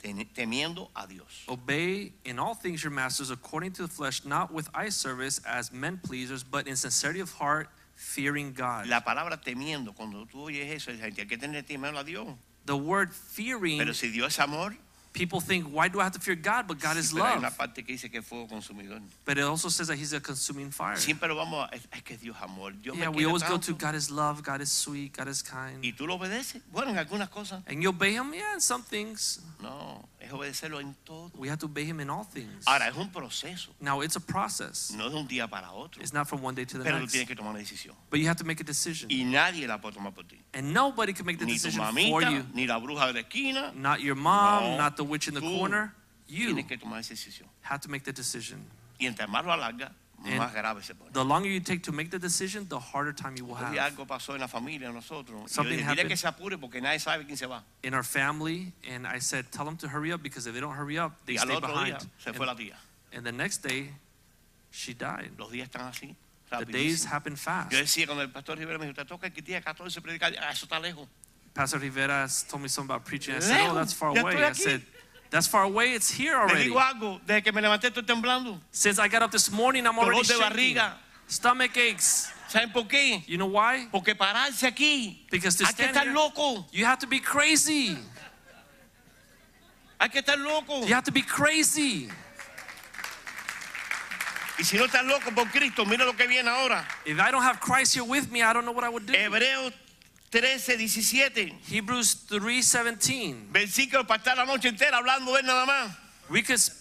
Speaker 2: ten- temiendo a Dios.
Speaker 1: Obey in all things your masters according to the flesh, not with eye service as men pleasers, but in sincerity of heart, fearing God.
Speaker 2: La palabra temiendo, cuando tú oyes eso, dices, "Ay, hay que tener temiendo a Dios.
Speaker 1: The word fearing,
Speaker 2: Pero si Dios es amor,
Speaker 1: people think, why do I have to fear God? But God
Speaker 2: sí,
Speaker 1: is
Speaker 2: pero hay una
Speaker 1: love.
Speaker 2: parte que dice que es fuego consumidor.
Speaker 1: But it also says that He's a consuming fire.
Speaker 2: Siempre lo vamos a, es, es que Dios es amor. Dios me
Speaker 1: Yeah, we
Speaker 2: quiere
Speaker 1: always go to
Speaker 2: tanto.
Speaker 1: God is love, God is sweet, God is kind.
Speaker 2: Y tú lo obedeces. Bueno, en algunas cosas.
Speaker 1: And you obey Him, yeah, in some things.
Speaker 2: No, es obedecerlo en todo.
Speaker 1: We have to obey Him in all things.
Speaker 2: Ahora, es un proceso,
Speaker 1: Now, it's a process.
Speaker 2: no de un día para otro.
Speaker 1: It's not from one day to the
Speaker 2: Pero tú
Speaker 1: next.
Speaker 2: tienes que tomar una decisión.
Speaker 1: But you have to make a decision.
Speaker 2: Y nadie la puede tomar por ti.
Speaker 1: And nobody can make the
Speaker 2: ni tu
Speaker 1: decision for you.
Speaker 2: mamita, ni la bruja de la esquina.
Speaker 1: Not your mom,
Speaker 2: No.
Speaker 1: not the witch in the
Speaker 2: Tú.
Speaker 1: corner. You
Speaker 2: Tienes que tomar esa decisión.
Speaker 1: have to make the decision.
Speaker 2: Y entre más lo alarga,
Speaker 1: And-
Speaker 2: más grave se pone.
Speaker 1: The longer you take to make the decision, the harder time you will
Speaker 2: Y
Speaker 1: have
Speaker 2: algo pasó en la familia, en nosotros. Y yo
Speaker 1: Something
Speaker 2: dije, dile
Speaker 1: happened.
Speaker 2: que se apure porque nadie sabe quién se va.
Speaker 1: in our family. And I said, tell them to hurry up because if they don't hurry up, they
Speaker 2: Y al
Speaker 1: stay
Speaker 2: otro
Speaker 1: behind.
Speaker 2: día se
Speaker 1: And-
Speaker 2: fue la tía.
Speaker 1: And the next day, she died.
Speaker 2: Los días están así.
Speaker 1: The days
Speaker 2: rapidísimo.
Speaker 1: happen fast.
Speaker 2: Yo decía cuando el pastor Rivera me dijo, te toca el día 14 predicar, ah, eso está lejos.
Speaker 1: Pastor Rivera told me something about preaching. I said,
Speaker 2: Lejos,
Speaker 1: oh, that's far
Speaker 2: ya
Speaker 1: away.
Speaker 2: estoy
Speaker 1: I
Speaker 2: aquí. "Ah,
Speaker 1: said, that's far away. It's here
Speaker 2: Te
Speaker 1: already.
Speaker 2: digo algo, desde que me levanté estoy temblando.
Speaker 1: Since I got up this morning, I'm
Speaker 2: Dolor
Speaker 1: already
Speaker 2: de
Speaker 1: shaking.
Speaker 2: barriga.
Speaker 1: Stomach aches.
Speaker 2: ¿Saben por qué?
Speaker 1: You know why?
Speaker 2: Porque pararse aquí,
Speaker 1: Because to
Speaker 2: hay que
Speaker 1: stand
Speaker 2: estar
Speaker 1: here,
Speaker 2: loco,
Speaker 1: you have to be crazy.
Speaker 2: hay que estar loco.
Speaker 1: You have to be crazy.
Speaker 2: Y si no estás loco por Cristo, mira lo que viene ahora.
Speaker 1: If I don't have Christ here with me, I don't know what I would do.
Speaker 2: Eh, Hebreos 13, 17.
Speaker 1: Hebrews 3:17.
Speaker 2: Versículo para estar la noche entera hablando de él nada más.
Speaker 1: We could s-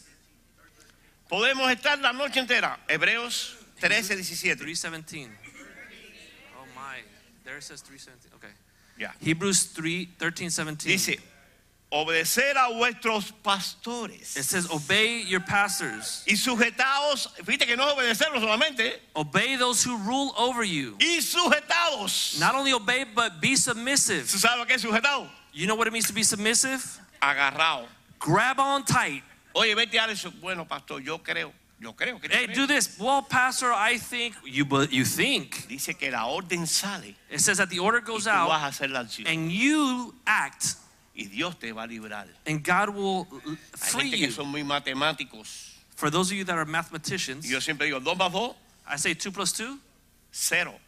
Speaker 2: Podemos estar la noche entera. Hebreos 13, 17.
Speaker 1: 3:17. Oh my. There it says 3:17. Okay.
Speaker 2: Ya.
Speaker 1: Hebrews 3, 13, 17.
Speaker 2: Dice, obedecer a vuestros pastores.
Speaker 1: It says, Obey your pastors,
Speaker 2: y sujetados, fíjate que no es obedecerlo solamente, ¿eh?
Speaker 1: obey those who rule over you.
Speaker 2: y sujetados.
Speaker 1: Not only obey, but be
Speaker 2: ¿Tú
Speaker 1: submissive.
Speaker 2: sabes lo que es sujetado?
Speaker 1: You know what it means to be submissive?
Speaker 2: Agarrado.
Speaker 1: Grab on tight.
Speaker 2: Oye, vete a eso. Bueno, pastor, yo creo, yo creo que.
Speaker 1: Hey, do this. Well, Pastor, I think you, but you think.
Speaker 2: Dice que la orden sale,
Speaker 1: It says that the order
Speaker 2: y
Speaker 1: goes
Speaker 2: tú vas
Speaker 1: out
Speaker 2: a hacer la acción
Speaker 1: and you act,
Speaker 2: y Dios te va a librar.
Speaker 1: and God will l-
Speaker 2: Hay
Speaker 1: free
Speaker 2: gente que
Speaker 1: you.
Speaker 2: son muy matemáticos.
Speaker 1: For those of you that are
Speaker 2: Y
Speaker 1: mathematicians,
Speaker 2: yo siempre digo, dos más dos,
Speaker 1: I say two plus two,
Speaker 2: cero,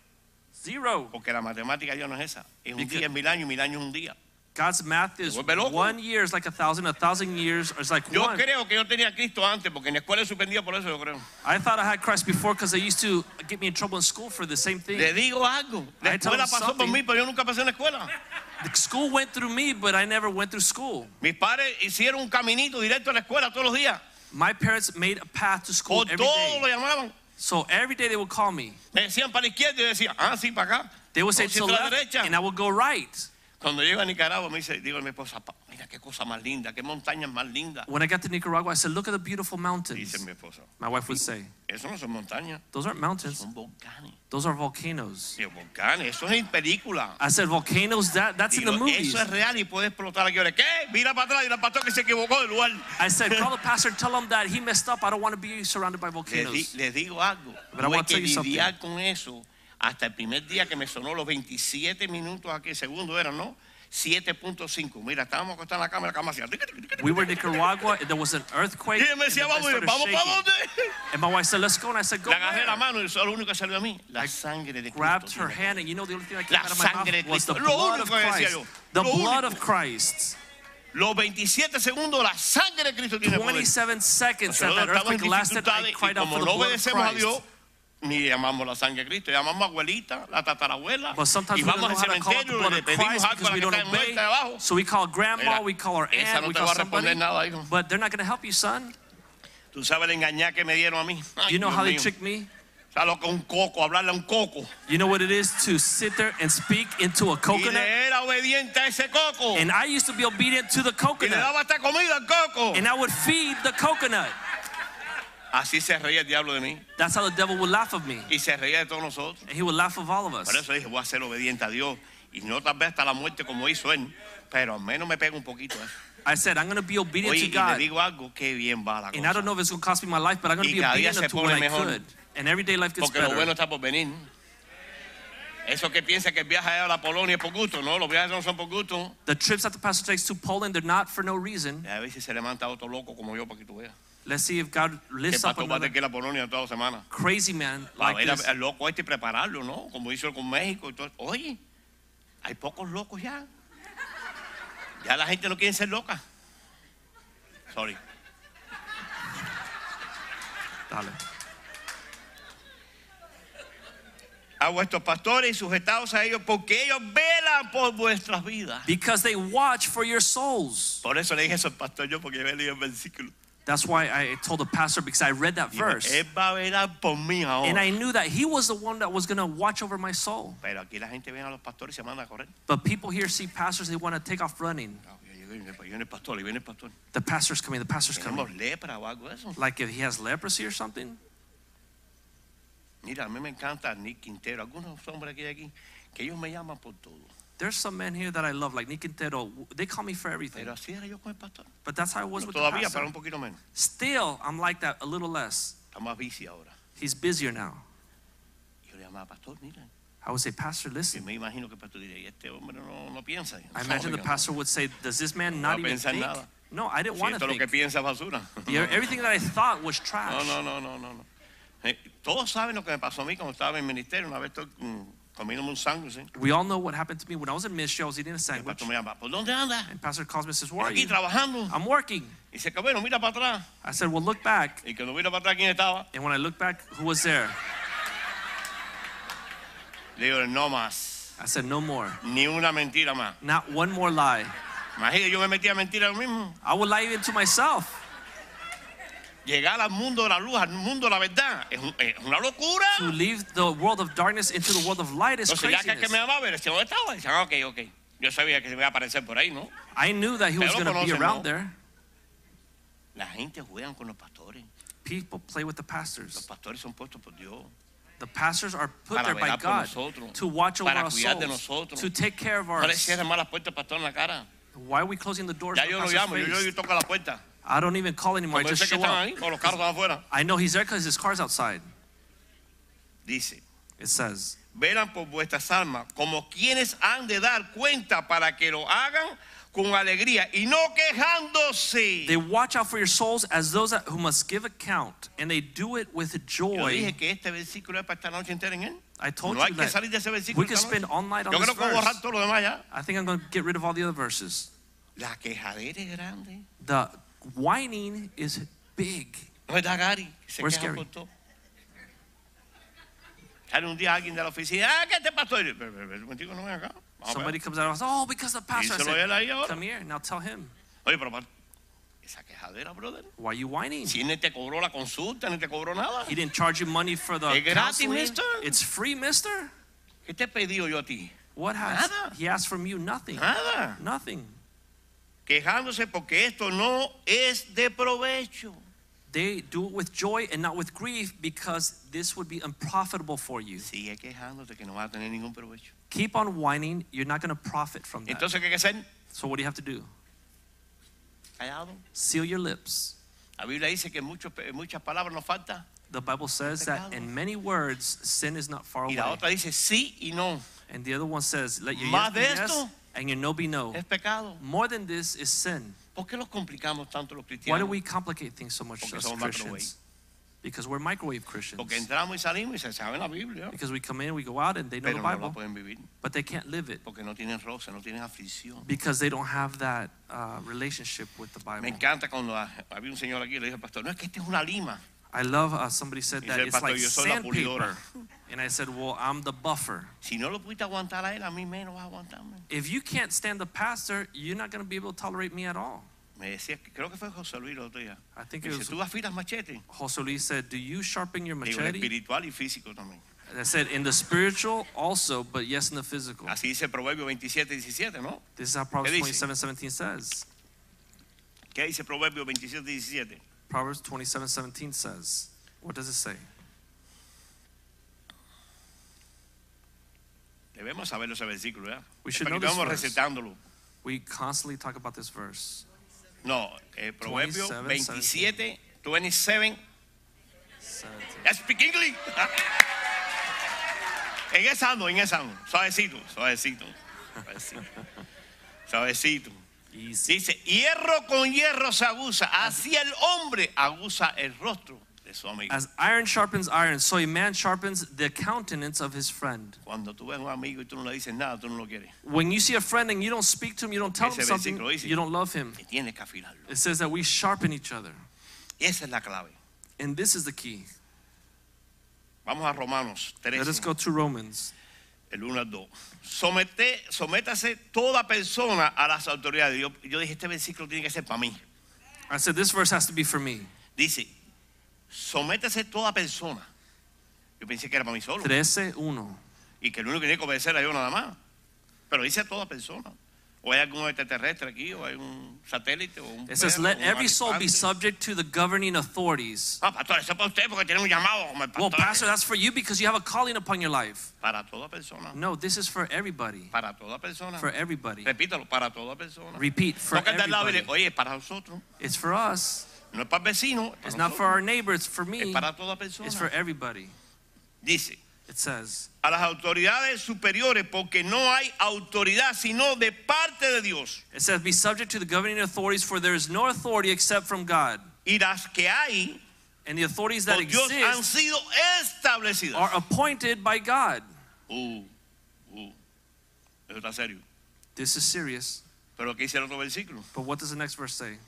Speaker 1: zero.
Speaker 2: porque la matemática Dios no es esa. Es un
Speaker 1: Because-
Speaker 2: día es mil años, y mil años es un día.
Speaker 1: God's math is
Speaker 2: vuelve loco.
Speaker 1: one year is like a thousand, a thousand years is like
Speaker 2: Yo
Speaker 1: one.
Speaker 2: creo que yo tenía a Cristo antes, porque en la escuela suspendía por eso, yo creo.
Speaker 1: I thought I had Christ before because they used to get me in trouble in school for the same thing.
Speaker 2: Le digo algo. La
Speaker 1: I told
Speaker 2: escuela
Speaker 1: him
Speaker 2: pasó por
Speaker 1: something.
Speaker 2: mí, pero yo nunca pasé en la escuela.
Speaker 1: The school went through me, but I never went through school.
Speaker 2: Mis padres hicieron un caminito directo a la escuela todos los días.
Speaker 1: My parents made a path to school
Speaker 2: Por
Speaker 1: every
Speaker 2: todo lo
Speaker 1: day.
Speaker 2: llamaban.
Speaker 1: So every day they would call me.
Speaker 2: Me decían para la izquierda y yo decía, ah, sí, para acá.
Speaker 1: They would say
Speaker 2: No, si
Speaker 1: to
Speaker 2: es la
Speaker 1: left,
Speaker 2: derecha.
Speaker 1: and I would go right.
Speaker 2: Cuando llego a Nicaragua me dice, digo a mi esposa, "Pa, mira qué cosa más linda, qué montañas más lindas.
Speaker 1: When I got to Nicaragua, I said, "Look at the beautiful
Speaker 2: Dice
Speaker 1: mountains."
Speaker 2: mi esposa,
Speaker 1: My wife would say,
Speaker 2: eso no son montañas,
Speaker 1: "Those aren't mountains.
Speaker 2: son volcanes.
Speaker 1: Those are volcanoes."
Speaker 2: Digo, volcanes, eso es en película.
Speaker 1: I said, "Volcanoes? That that's in the
Speaker 2: Digo,
Speaker 1: movies."
Speaker 2: eso es real y puede explotar aquí ahora. ¿Qué? Mira para atrás, mira el pastor que se equivocó del lugar.
Speaker 1: I said, "Call the pastor, tell him that he messed up. I don't want to be surrounded by
Speaker 2: Les, di-
Speaker 1: volcanoes."
Speaker 2: les digo algo.
Speaker 1: But I wanna
Speaker 2: Tuve que
Speaker 1: tell you something.
Speaker 2: lidiar con eso hasta el primer día que me sonó los 27 minutos aquí, segundo era, ¿no? 7.5. Mira, estábamos acostados en la cama, la cama hacía. tic, tic, tic, tic.
Speaker 1: We were in Nicaragua, and there was an earthquake.
Speaker 2: Y él me
Speaker 1: and the
Speaker 2: decía,
Speaker 1: place
Speaker 2: vamos, y yo,
Speaker 1: started
Speaker 2: vamos para
Speaker 1: shaking.
Speaker 2: dónde?
Speaker 1: And my wife said, let's go. And I said, go
Speaker 2: Le agarré la
Speaker 1: where?
Speaker 2: mano y eso es lo único que salió a mí. La
Speaker 1: I
Speaker 2: sangre de
Speaker 1: Grabbed
Speaker 2: Cristo.
Speaker 1: her
Speaker 2: dime.
Speaker 1: hand, and you know the only thing I came
Speaker 2: La
Speaker 1: out of my
Speaker 2: sangre de
Speaker 1: mouth was the
Speaker 2: Cristo. Lo
Speaker 1: blood of
Speaker 2: único que decía
Speaker 1: Christ.
Speaker 2: yo.
Speaker 1: The
Speaker 2: Lo
Speaker 1: blood
Speaker 2: único.
Speaker 1: of Christ.
Speaker 2: Los 27 segundos, la sangre de Cristo tiene poder.
Speaker 1: 27 seconds that
Speaker 2: Nosotros
Speaker 1: that
Speaker 2: estamos en
Speaker 1: earthquake lasted, I
Speaker 2: dificultades y
Speaker 1: cried out
Speaker 2: como
Speaker 1: for the
Speaker 2: no
Speaker 1: blood of
Speaker 2: obedecemos a Dios,
Speaker 1: Christ.
Speaker 2: ni llamamos la sangre de Cristo, llamamos a abuelita, la tatarabuela,
Speaker 1: But sometimes
Speaker 2: y
Speaker 1: we don't
Speaker 2: vamos
Speaker 1: know
Speaker 2: al
Speaker 1: how to call out
Speaker 2: cementerio
Speaker 1: the
Speaker 2: y
Speaker 1: blood
Speaker 2: le
Speaker 1: of
Speaker 2: pedimos
Speaker 1: Christ
Speaker 2: algo a la
Speaker 1: because we
Speaker 2: que
Speaker 1: don't
Speaker 2: está muerta de
Speaker 1: obey.
Speaker 2: abajo.
Speaker 1: So we call grandma,
Speaker 2: Mira,
Speaker 1: we call our
Speaker 2: esa
Speaker 1: aunt,
Speaker 2: no
Speaker 1: we
Speaker 2: te
Speaker 1: call
Speaker 2: va a responder
Speaker 1: somebody.
Speaker 2: nada, hijo.
Speaker 1: But they're not going to help you, son.
Speaker 2: Tú sabes la engañar que me dieron a mí. Ay,
Speaker 1: You know
Speaker 2: Dios
Speaker 1: how they
Speaker 2: mío.
Speaker 1: tricked me?
Speaker 2: ¿Sabes lo que es un coco? Hablarle a un coco.
Speaker 1: You know what it is to sit there and speak into
Speaker 2: Y
Speaker 1: a coconut?
Speaker 2: le era obediente a ese coco.
Speaker 1: And I used to be obedient to the
Speaker 2: Y le
Speaker 1: coconut.
Speaker 2: daba hasta comida al coco.
Speaker 1: And I would feed the coconut.
Speaker 2: Así se reía el diablo de mí.
Speaker 1: That's how the devil would laugh of me.
Speaker 2: Y se reía de todos nosotros.
Speaker 1: And he would laugh of all of
Speaker 2: Por
Speaker 1: us.
Speaker 2: eso dije, voy a ser obediente a Dios. Y no tal vez hasta la muerte como hizo él. Pero al menos me pega un poquito eso.
Speaker 1: I said, I'm going to be obedient
Speaker 2: Oye,
Speaker 1: to
Speaker 2: y le
Speaker 1: God.
Speaker 2: digo algo, qué bien va la
Speaker 1: And I don't
Speaker 2: cosa.
Speaker 1: know if it's going to cost me my life, but I'm going
Speaker 2: Y
Speaker 1: to be
Speaker 2: cada día
Speaker 1: obedient
Speaker 2: se
Speaker 1: to what I
Speaker 2: pone mejor.
Speaker 1: could. And everyday life gets
Speaker 2: Porque lo bueno
Speaker 1: better.
Speaker 2: está por venir. Eso que piensa que el viaje a la Polonia es por gusto, no, los viajes no son por gusto.
Speaker 1: The trips that the pastor takes to Poland, they're not for no reason.
Speaker 2: Y a ver si se levanta otro loco como yo para que tú veas.
Speaker 1: Let's see if God
Speaker 2: Que
Speaker 1: lifts up
Speaker 2: pastor va de
Speaker 1: another
Speaker 2: aquí a la Polonia toda la semana.
Speaker 1: crazy man
Speaker 2: Para
Speaker 1: like
Speaker 2: ver
Speaker 1: this.
Speaker 2: al loco este y prepararlo, ¿no? Como hizo él con México. y todo. Oye, hay pocos locos ya. Ya la gente no quiere ser loca. Sorry.
Speaker 1: Dale.
Speaker 2: A vuestros pastores y sujetados a ellos porque ellos velan por vuestras vidas.
Speaker 1: Because they watch for your souls.
Speaker 2: Por eso le dije eso al pastor yo, porque yo leí el versículo.
Speaker 1: That's why I told the pastor because I read that
Speaker 2: Digo,
Speaker 1: verse.
Speaker 2: Él va a velar por mí
Speaker 1: And
Speaker 2: ahora.
Speaker 1: I knew that he was the one that was going to watch over my soul.
Speaker 2: Pero aquí la gente viene a los pastores y se manda a correr.
Speaker 1: But people here see pastors, they want to take off running.
Speaker 2: Ah, Yo digo, "Ahí viene el pastor, ahí viene el pastor.
Speaker 1: The pastor's coming, the pastor's coming.
Speaker 2: Pues Tenemos lepra o algo de eso.
Speaker 1: Like if he has leprosy or something.
Speaker 2: Mira, a mí me encanta Nick Quintero, algunos hombres aquí de aquí, que ellos me llaman por todo.
Speaker 1: There's some men here that I love, like Nick Quintero. They call me for everything.
Speaker 2: Pero así era yo con el pastor.
Speaker 1: But that's how I was
Speaker 2: No,
Speaker 1: with the
Speaker 2: todavía, pero
Speaker 1: pastor.
Speaker 2: un poquito menos.
Speaker 1: Still, I'm like that a little less.
Speaker 2: Está más bici ahora.
Speaker 1: He's busier now.
Speaker 2: Yo le llamaba pastor, mira.
Speaker 1: I would say, Pastor,
Speaker 2: Y
Speaker 1: listen.
Speaker 2: me imagino que el pastor diría, "Y este hombre no, no piensa.
Speaker 1: I imagine the pastor would say, Does this man not
Speaker 2: voy a
Speaker 1: even
Speaker 2: pensar
Speaker 1: think?
Speaker 2: nada.
Speaker 1: No, I didn't want
Speaker 2: Siento
Speaker 1: to
Speaker 2: lo que
Speaker 1: think.
Speaker 2: piensa es basura.
Speaker 1: The- Everything that I thought was trash.
Speaker 2: No, no, no, no, no. no. Eh, todos saben lo que me pasó a mí cuando estaba en el ministerio. Una vez estoy mm, comiéndome un sándwich. ¿eh?
Speaker 1: We all know what happened to me when I was in ministry. I was eating a
Speaker 2: El
Speaker 1: sandwich,
Speaker 2: pastor me llama, ¿por dónde andas?
Speaker 1: and Pastor calls me and says, "Where are
Speaker 2: Aquí
Speaker 1: you?"
Speaker 2: trabajando.
Speaker 1: I'm working.
Speaker 2: Y dice, bueno, mira para atrás.
Speaker 1: I said, "Well, look back."
Speaker 2: Y que no mira para atrás, ¿quién estaba?
Speaker 1: And when I look back, who was there?
Speaker 2: Le digo, no más.
Speaker 1: I said, "No more.
Speaker 2: Ni una mentira más.
Speaker 1: Not one more lie."
Speaker 2: Imagínate, yo me metía a mentira yo mismo.
Speaker 1: I would lie even to myself.
Speaker 2: Llegar al mundo de la luz, al mundo de la verdad, es, un- es una locura.
Speaker 1: To leave the world of darkness into the world of light is
Speaker 2: Entonces, ya que el que me
Speaker 1: craziness.
Speaker 2: amaba, le decía, ¿dónde estaba? Y decía, ok, ok. Yo sabía que se me iba a aparecer por ahí, ¿no?
Speaker 1: I knew that he was
Speaker 2: Pero
Speaker 1: going to be
Speaker 2: conocen,
Speaker 1: around
Speaker 2: ¿no?
Speaker 1: there.
Speaker 2: La gente juega con los pastores.
Speaker 1: People play with the
Speaker 2: Los
Speaker 1: pastors.
Speaker 2: pastores son puestos por Dios.
Speaker 1: The pastors are put
Speaker 2: Para
Speaker 1: there by
Speaker 2: velar por
Speaker 1: God
Speaker 2: nosotros,
Speaker 1: to watch over
Speaker 2: para
Speaker 1: our
Speaker 2: cuidar de
Speaker 1: souls,
Speaker 2: nosotros.
Speaker 1: to take care of
Speaker 2: No le
Speaker 1: ours.
Speaker 2: cierres más la puerta al pastor en la cara.
Speaker 1: Why are we closing the doors?
Speaker 2: Ya
Speaker 1: to the
Speaker 2: yo lo
Speaker 1: pastor's
Speaker 2: llamo, yo, yo,
Speaker 1: face?
Speaker 2: yo toco la puerta.
Speaker 1: I don't even call anymore. I
Speaker 2: Como yo
Speaker 1: just
Speaker 2: sé que
Speaker 1: show
Speaker 2: están
Speaker 1: up.
Speaker 2: ahí, o los carros están afuera.
Speaker 1: I know he's there because his car's outside.
Speaker 2: Dice,
Speaker 1: It says.
Speaker 2: velan por vuestras almas como quienes han de dar cuenta para que lo hagan con alegría y no
Speaker 1: They
Speaker 2: quejándose.
Speaker 1: watch out for your souls as those that, who must give account, and they do it with
Speaker 2: Yo
Speaker 1: joy.
Speaker 2: dije que este versículo es para esta noche entera en él.
Speaker 1: I told
Speaker 2: No hay
Speaker 1: you
Speaker 2: que
Speaker 1: that
Speaker 2: salir de ese
Speaker 1: we
Speaker 2: versículo.
Speaker 1: can
Speaker 2: esta noche.
Speaker 1: spend all night on
Speaker 2: Yo
Speaker 1: this
Speaker 2: creo que voy a borrar
Speaker 1: verse.
Speaker 2: todo lo demás ya.
Speaker 1: I think I'm going to get rid of all the other verses.
Speaker 2: La quejadera es grande.
Speaker 1: The whining is big.
Speaker 2: No es Gary, se
Speaker 1: Where's
Speaker 2: queja
Speaker 1: Gary?
Speaker 2: por todo. Sale un día alguien de la oficina, ah, que este pastor. Y yo, Pero, pero, pero, un momentico, no ven acá. Vamos a
Speaker 1: Somebody
Speaker 2: ver.
Speaker 1: comes out and says, "Oh, because the pastor." I
Speaker 2: Díselo
Speaker 1: said,
Speaker 2: a él ahí ahora.
Speaker 1: Come here now. Tell him
Speaker 2: Oye, pero pa- esa quejadera, brother.
Speaker 1: why you whining.
Speaker 2: Si ni te cobró la consulta, ni te cobró nada.
Speaker 1: He didn't charge you money for the
Speaker 2: Es gratis,
Speaker 1: counseling.
Speaker 2: mister.
Speaker 1: It's free, Mister.
Speaker 2: ¿Qué te he pedido yo a ti?
Speaker 1: What has
Speaker 2: Nada.
Speaker 1: he asked from you? Nothing.
Speaker 2: Nada.
Speaker 1: Nothing.
Speaker 2: Quejándose porque esto no es de provecho.
Speaker 1: They do it with joy and not with grief because this would be unprofitable for you.
Speaker 2: Sigue quejándote que no vas a tener ningún provecho.
Speaker 1: Keep on whining, you're not going to profit from that.
Speaker 2: Entonces, ¿qué hay que hacer?
Speaker 1: So, what do you have to do?
Speaker 2: Callado.
Speaker 1: Seal your lips.
Speaker 2: La Biblia dice que muchos pe- muchas palabras nos faltan.
Speaker 1: The Bible says that in many words, sin is not far
Speaker 2: Y
Speaker 1: away.
Speaker 2: la otra dice sí y no.
Speaker 1: And the other one says, let your yes
Speaker 2: Más
Speaker 1: be
Speaker 2: de
Speaker 1: yes
Speaker 2: esto
Speaker 1: and your no be no.
Speaker 2: Es pecado.
Speaker 1: More than this is sin.
Speaker 2: ¿Por qué los complicamos tanto los
Speaker 1: Why do
Speaker 2: cristianos?
Speaker 1: we complicate things so much
Speaker 2: Porque
Speaker 1: as
Speaker 2: somos
Speaker 1: Christians? Because we're microwave
Speaker 2: Porque
Speaker 1: Christians.
Speaker 2: entramos y salimos y se saben la Biblia,
Speaker 1: Because we come in, we go out, and they know
Speaker 2: pero
Speaker 1: the
Speaker 2: no la
Speaker 1: Bible,
Speaker 2: pueden vivir
Speaker 1: but they can't live it
Speaker 2: porque no tienen roce, no tienen aflicción.
Speaker 1: because they don't have that uh, relationship with the
Speaker 2: Me
Speaker 1: Bible.
Speaker 2: encanta cuando ah, había un señor aquí y le dije al pastor, no es que esta es una lima.
Speaker 1: I love uh, somebody said
Speaker 2: Dice
Speaker 1: that
Speaker 2: el
Speaker 1: it's
Speaker 2: pastor,
Speaker 1: like
Speaker 2: yo soy la pulidora.
Speaker 1: sandpaper. And I said, well, I'm the buffer.
Speaker 2: Si no lo pudiste aguantar a él, a mí menos vas a aguantarme.
Speaker 1: If you can't stand the pastor, you're not going to be able to tolerate me at all.
Speaker 2: Me decía, que- creo que fue José Luis el otro día.
Speaker 1: I think
Speaker 2: Me dice,
Speaker 1: it was
Speaker 2: ¿tú afilas machete?
Speaker 1: José Luis said, do you sharpen your
Speaker 2: Digo, en
Speaker 1: machete?
Speaker 2: espiritual y físico también.
Speaker 1: And I said, in the spiritual also, but yes, in the physical.
Speaker 2: Así dice Proverbio 27, 17, ¿no?
Speaker 1: This is how Proverbs
Speaker 2: dice?
Speaker 1: 27, 17 says.
Speaker 2: ¿Qué dice Proverbio 27, 17?
Speaker 1: Proverbs 27, 17 says. What does it say?
Speaker 2: Debemos saber ese versículo, ¿verdad?
Speaker 1: We
Speaker 2: Es
Speaker 1: should
Speaker 2: para
Speaker 1: know
Speaker 2: que
Speaker 1: this
Speaker 2: vamos
Speaker 1: verse.
Speaker 2: recetándolo.
Speaker 1: We constantly talk about this verse.
Speaker 2: No, eh, Proverbio
Speaker 1: 27,
Speaker 2: 27, 27,
Speaker 1: 17.
Speaker 2: I speak English. en esa ando, en esa ando. Suavecito, suavecito. Suavecito. suavecito.
Speaker 1: Easy.
Speaker 2: Dice, hierro con hierro se aguza, así el hombre aguza el rostro de su amigo.
Speaker 1: As iron sharpens iron, so a man sharpens the countenance of his friend.
Speaker 2: Cuando tú ves a un amigo y tú no le dices nada, tú no lo quieres.
Speaker 1: When you see a friend and you don't speak to him, you don't tell
Speaker 2: Ese
Speaker 1: him something,
Speaker 2: versículo dice-
Speaker 1: you don't love him.
Speaker 2: Te tienes que afilarlo.
Speaker 1: It says that we sharpen each other.
Speaker 2: Esa es la clave.
Speaker 1: And this is the key.
Speaker 2: Vamos a Romanos
Speaker 1: Let us
Speaker 2: 13,
Speaker 1: go to Romans.
Speaker 2: el 1 al 2. Somete, sométase toda persona a las autoridades. Yo, yo dije, este versículo tiene que ser para mí.
Speaker 1: I said, this verse has to be for me.
Speaker 2: Dice, sométase toda persona. Yo pensé que era para mí solo.
Speaker 1: 13.1.
Speaker 2: Y que el único que tiene que obedecer a Dios nada más. Pero dice a toda persona. O hay algún extraterrestre aquí, o hay un satélite, o un.
Speaker 1: It says,
Speaker 2: perro,
Speaker 1: let
Speaker 2: un
Speaker 1: every soul be
Speaker 2: elefante.
Speaker 1: subject to the governing authorities.
Speaker 2: Ah, pastor, eso es para usted porque tiene un llamado como el
Speaker 1: Well,
Speaker 2: pastor.
Speaker 1: Pastor, that's for you because you have a calling upon your life.
Speaker 2: para toda persona.
Speaker 1: No, this is for everybody.
Speaker 2: Para toda persona.
Speaker 1: For everybody.
Speaker 2: Repítalo, para toda persona.
Speaker 1: Repeat, for
Speaker 2: no que al de al lado y le,
Speaker 1: everybody.
Speaker 2: oye, es para nosotros.
Speaker 1: It's for us.
Speaker 2: No es para el vecino. es para
Speaker 1: It's not for
Speaker 2: nosotros.
Speaker 1: our neighbor. It's for
Speaker 2: es
Speaker 1: me.
Speaker 2: para toda persona.
Speaker 1: It's for everybody.
Speaker 2: Dice,
Speaker 1: It says,
Speaker 2: a las autoridades superiores porque no hay autoridad sino de parte de Dios.
Speaker 1: it says, be subject to the governing authorities, for there is no authority except from God.
Speaker 2: Y las que hay
Speaker 1: And the authorities that
Speaker 2: por Dios han
Speaker 1: exist
Speaker 2: sido establecidas.
Speaker 1: are appointed by God.
Speaker 2: Uh, uh, eso está serio.
Speaker 1: This is serious.
Speaker 2: Pero ¿qué dice el otro versículo?
Speaker 1: But what does the next verse say?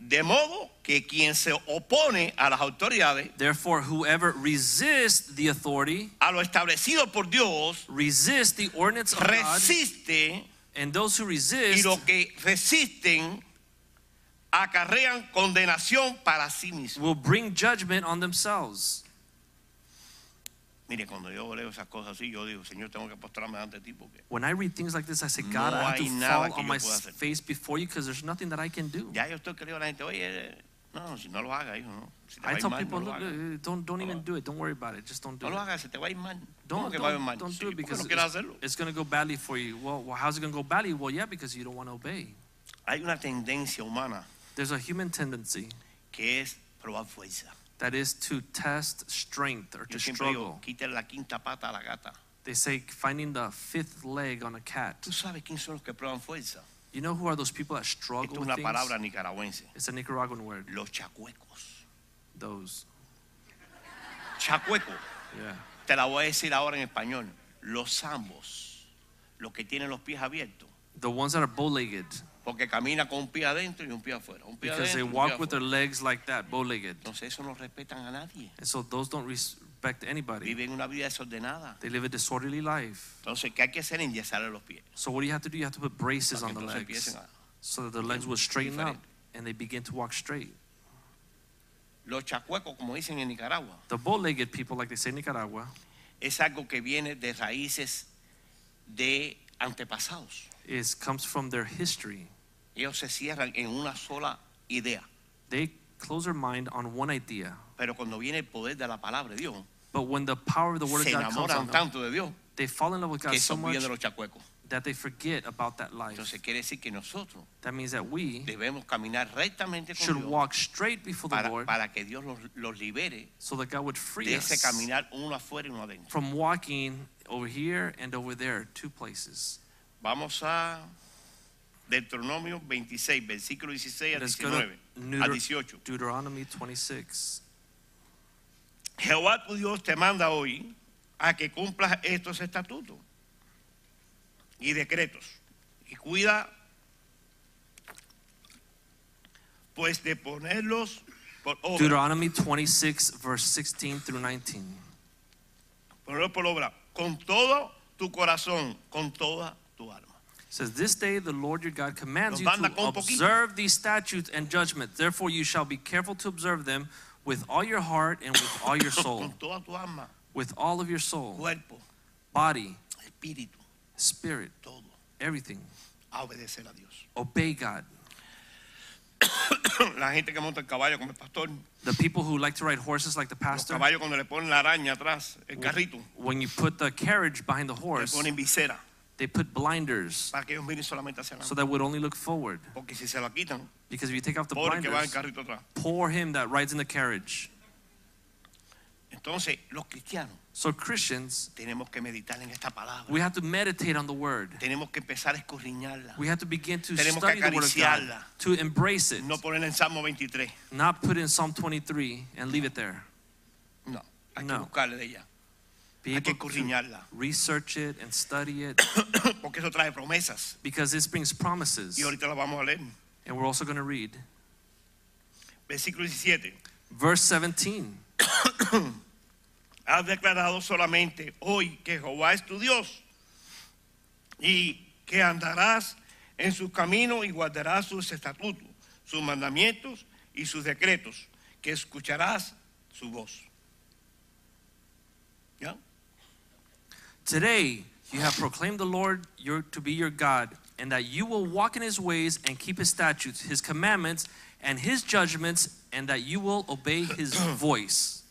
Speaker 2: De modo que quien se opone a las autoridades,
Speaker 1: Therefore, whoever resists the authority,
Speaker 2: a lo establecido por Dios,
Speaker 1: resists the ordinance of God,
Speaker 2: resiste
Speaker 1: and those who
Speaker 2: y
Speaker 1: resist
Speaker 2: los que resisten acarrean condenación para sí mismos.
Speaker 1: will bring judgment on themselves.
Speaker 2: Mire, cuando yo leo esas cosas así, yo digo, Señor, tengo que postrarme ante ti porque
Speaker 1: When I read things like this, I say, God,
Speaker 2: No
Speaker 1: I have to
Speaker 2: hay nada
Speaker 1: fall
Speaker 2: que
Speaker 1: on
Speaker 2: yo
Speaker 1: my
Speaker 2: pueda hacer."
Speaker 1: face before you because there's nothing that I can do.
Speaker 2: ya yo estoy creyendo a la gente, oye, eh, no, si no lo hagas, hijo, no. Si te va a
Speaker 1: I
Speaker 2: ir
Speaker 1: tell
Speaker 2: mal,
Speaker 1: people,
Speaker 2: no lo
Speaker 1: look,
Speaker 2: hagas.
Speaker 1: uh, don't, don't even
Speaker 2: hagas.
Speaker 1: do it. Don't worry about it. Just don't do
Speaker 2: No
Speaker 1: it.
Speaker 2: lo hagas, se te va a ir mal. ¿Cómo
Speaker 1: Don't,
Speaker 2: que va a ir
Speaker 1: don't,
Speaker 2: mal?
Speaker 1: don't
Speaker 2: Sí,
Speaker 1: do it
Speaker 2: ¿por qué
Speaker 1: because
Speaker 2: no quieres
Speaker 1: it's,
Speaker 2: hacerlo?
Speaker 1: it's going to go badly for you. Well, well how's it going to go badly? Well, yeah, because you don't want to obey.
Speaker 2: Hay una tendencia humana
Speaker 1: There's a human tendency
Speaker 2: que es probar fuerza.
Speaker 1: that is to test strength or
Speaker 2: Yo
Speaker 1: to
Speaker 2: siempre digo,
Speaker 1: struggle.
Speaker 2: quítale la quinta pata a la gata.
Speaker 1: They say finding the fifth leg on a cat.
Speaker 2: Tú sabes quiénes son los que prueban fuerza.
Speaker 1: You know who are those people that
Speaker 2: Esto
Speaker 1: struggle
Speaker 2: es
Speaker 1: with
Speaker 2: una
Speaker 1: things?
Speaker 2: palabra nicaragüense.
Speaker 1: It's a Nicaraguan word.
Speaker 2: Los chacuecos.
Speaker 1: Those.
Speaker 2: Chacueco.
Speaker 1: Yeah.
Speaker 2: Te la voy a decir ahora en español. Los zambos, los que tienen los pies abiertos,
Speaker 1: The ones that are bow-legged
Speaker 2: porque camina con un pie adentro y un pie afuera. Un pie
Speaker 1: because
Speaker 2: adentro,
Speaker 1: they
Speaker 2: y un pie
Speaker 1: walk with their
Speaker 2: afuera.
Speaker 1: legs like that, bow-legged.
Speaker 2: Entonces eso no respetan a nadie.
Speaker 1: And so those don't respect anybody.
Speaker 2: Viven una vida desordenada.
Speaker 1: They live a disorderly life.
Speaker 2: Entonces, ¿qué hay que hacer? Enyesarle los pies.
Speaker 1: So what do you have to do? You have to put braces
Speaker 2: Para
Speaker 1: on
Speaker 2: que
Speaker 1: the
Speaker 2: entonces
Speaker 1: legs
Speaker 2: empiecen a-
Speaker 1: so that the legs will straighten up and they begin to walk straight.
Speaker 2: Los chacuecos, como dicen en Nicaragua,
Speaker 1: The bow-legged people, like they say in Nicaragua,
Speaker 2: es algo que viene de raíces de antepasados.
Speaker 1: is comes from their history.
Speaker 2: Ellos se cierran en una sola idea.
Speaker 1: They close their mind on one idea,
Speaker 2: Pero cuando viene el poder de la palabra de Dios,
Speaker 1: but when the power of the word
Speaker 2: se
Speaker 1: of God comes on
Speaker 2: enamoran
Speaker 1: them,
Speaker 2: tanto de Dios
Speaker 1: they fall in love with God
Speaker 2: que se
Speaker 1: so
Speaker 2: olvidan
Speaker 1: much
Speaker 2: de los chacuecos.
Speaker 1: that they forget about that life.
Speaker 2: Entonces quiere decir que nosotros
Speaker 1: That means that we
Speaker 2: debemos caminar rectamente con
Speaker 1: should
Speaker 2: Dios
Speaker 1: walk straight before the
Speaker 2: para,
Speaker 1: Lord
Speaker 2: para que Dios los, los libere
Speaker 1: so that God would free
Speaker 2: de ese
Speaker 1: us
Speaker 2: caminar uno afuera y uno adentro.
Speaker 1: from walking over here and over there, two places.
Speaker 2: Vamos a Deuteronomio 26, versículo 16 a
Speaker 1: Let's go to
Speaker 2: 19, a
Speaker 1: Neuter-
Speaker 2: 18.
Speaker 1: Deuteronomy 26.
Speaker 2: Jehová tu Dios te manda hoy a que cumplas estos estatutos y decretos y cuida pues de ponerlos por obra.
Speaker 1: Deuteronomy 26, verse 16 through 19.
Speaker 2: Ponerlo por obra con todo tu corazón, con toda tu alma.
Speaker 1: It says, This day the Lord your God commands
Speaker 2: Nos
Speaker 1: you
Speaker 2: manda
Speaker 1: to
Speaker 2: con poquito.
Speaker 1: observe these statutes and judgments. Therefore, you shall be careful to observe them with all your heart and with all your soul,
Speaker 2: Con toda tu alma,
Speaker 1: with all of your soul,
Speaker 2: cuerpo,
Speaker 1: body,
Speaker 2: espíritu,
Speaker 1: spirit,
Speaker 2: todo,
Speaker 1: everything.
Speaker 2: a obedecer a Dios.
Speaker 1: Obey God.
Speaker 2: La gente que monta el caballo como el pastor,
Speaker 1: The people who like to ride horses, like the
Speaker 2: los
Speaker 1: pastor,
Speaker 2: caballos cuando le ponen la araña atrás, el carrito,
Speaker 1: when you put the carriage behind the
Speaker 2: le
Speaker 1: horse,
Speaker 2: ponen visera
Speaker 1: they put blinders
Speaker 2: para que ellos miren solamente hacia
Speaker 1: so
Speaker 2: adelante.
Speaker 1: that would only look forward.
Speaker 2: Porque si se la quitan,
Speaker 1: Because if you take off the
Speaker 2: pobre que va el
Speaker 1: blinders,
Speaker 2: carrito atrás.
Speaker 1: poor him that rides in the carriage.
Speaker 2: Entonces, los cristianos
Speaker 1: So Christians,
Speaker 2: tenemos que meditar en esta palabra.
Speaker 1: we have to meditate on the word.
Speaker 2: Tenemos que empezar a escurriñarla.
Speaker 1: We have to begin to
Speaker 2: Tenemos que
Speaker 1: study the word of God,
Speaker 2: acariciarla.
Speaker 1: to embrace it,
Speaker 2: No ponerla en Salmo 23.
Speaker 1: not put in Psalm 23 and leave it there.
Speaker 2: No, hay que
Speaker 1: No.
Speaker 2: buscarle de ella.
Speaker 1: Be
Speaker 2: Hay que
Speaker 1: able to
Speaker 2: escudriñarla.
Speaker 1: research it and study it
Speaker 2: Porque eso trae promesas.
Speaker 1: because this brings promises.
Speaker 2: Y ahorita las vamos a leer.
Speaker 1: And we're also going to read
Speaker 2: Versículo 17.
Speaker 1: verse 17.
Speaker 2: has declarado solamente hoy que Jehová es tu Dios y que andarás en sus caminos y guardarás sus estatutos, sus mandamientos y sus decretos, que escucharás su voz. ¿Ya?
Speaker 1: Today you have proclaimed the Lord your, to be your God, and that you will walk in his ways and keep his statutes, his commandments, and his judgments, and that you will obey his voice.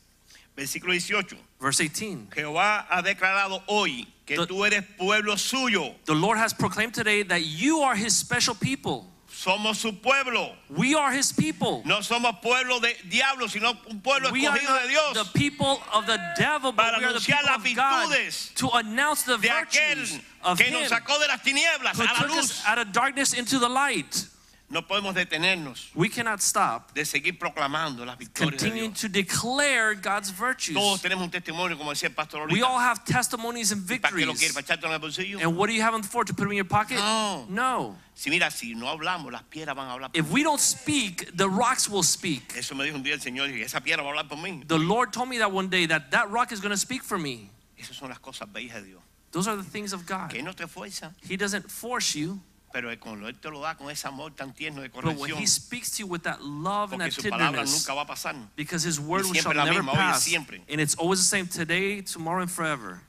Speaker 2: Versículo 18.
Speaker 1: Verse 18
Speaker 2: Jehová ha declarado hoy que
Speaker 1: Do-
Speaker 2: tú eres pueblo suyo,
Speaker 1: The Lord has proclaimed today that you are his special people.
Speaker 2: somos su pueblo.
Speaker 1: We are his people.
Speaker 2: No somos pueblo de diablo, sino un pueblo
Speaker 1: We are
Speaker 2: escogido de
Speaker 1: not the
Speaker 2: Dios.
Speaker 1: people of the devil, but
Speaker 2: Para
Speaker 1: we are the
Speaker 2: anunciar
Speaker 1: people
Speaker 2: las
Speaker 1: of God
Speaker 2: virtudes
Speaker 1: to announce the
Speaker 2: De
Speaker 1: virtues
Speaker 2: aquel
Speaker 1: of
Speaker 2: que nos
Speaker 1: Him
Speaker 2: sacó de las tinieblas
Speaker 1: who
Speaker 2: a la
Speaker 1: took
Speaker 2: luz.
Speaker 1: us out of darkness into the light.
Speaker 2: No podemos detenernos
Speaker 1: We cannot stop
Speaker 2: de seguir proclamando las victorias de
Speaker 1: continuing
Speaker 2: Dios.
Speaker 1: to declare God's
Speaker 2: Todos
Speaker 1: virtues.
Speaker 2: tenemos un testimonio, como decía el pastor
Speaker 1: We
Speaker 2: ahorita.
Speaker 1: all have testimonies and
Speaker 2: ¿Para qué lo quieres?
Speaker 1: victories.
Speaker 2: ¿Para echártelo en el bolsillo?
Speaker 1: And what do you have them for? To put them in your pocket?
Speaker 2: No.
Speaker 1: No.
Speaker 2: Si mira, si no hablamos, las piedras van a hablar. por
Speaker 1: If we don't speak, the rocks will speak.
Speaker 2: Eso me dijo un día el Señor, y esa piedra va a hablar por mí.
Speaker 1: The Lord told me that one day that that rock is going to speak for me.
Speaker 2: Esas son las cosas bellas de Dios.
Speaker 1: Those are the things of God.
Speaker 2: Que Él no te fuerza,
Speaker 1: He doesn't force you,
Speaker 2: pero Él con Él te lo da con ese amor tan tierno de
Speaker 1: but when
Speaker 2: corrección.
Speaker 1: He speaks to you with that love and
Speaker 2: Porque
Speaker 1: that
Speaker 2: su palabra
Speaker 1: tenderness,
Speaker 2: nunca va a pasar.
Speaker 1: because His word
Speaker 2: siempre
Speaker 1: shall
Speaker 2: la
Speaker 1: never
Speaker 2: misma, hoy y
Speaker 1: pass,
Speaker 2: siempre.
Speaker 1: and it's always the same today, tomorrow, and forever.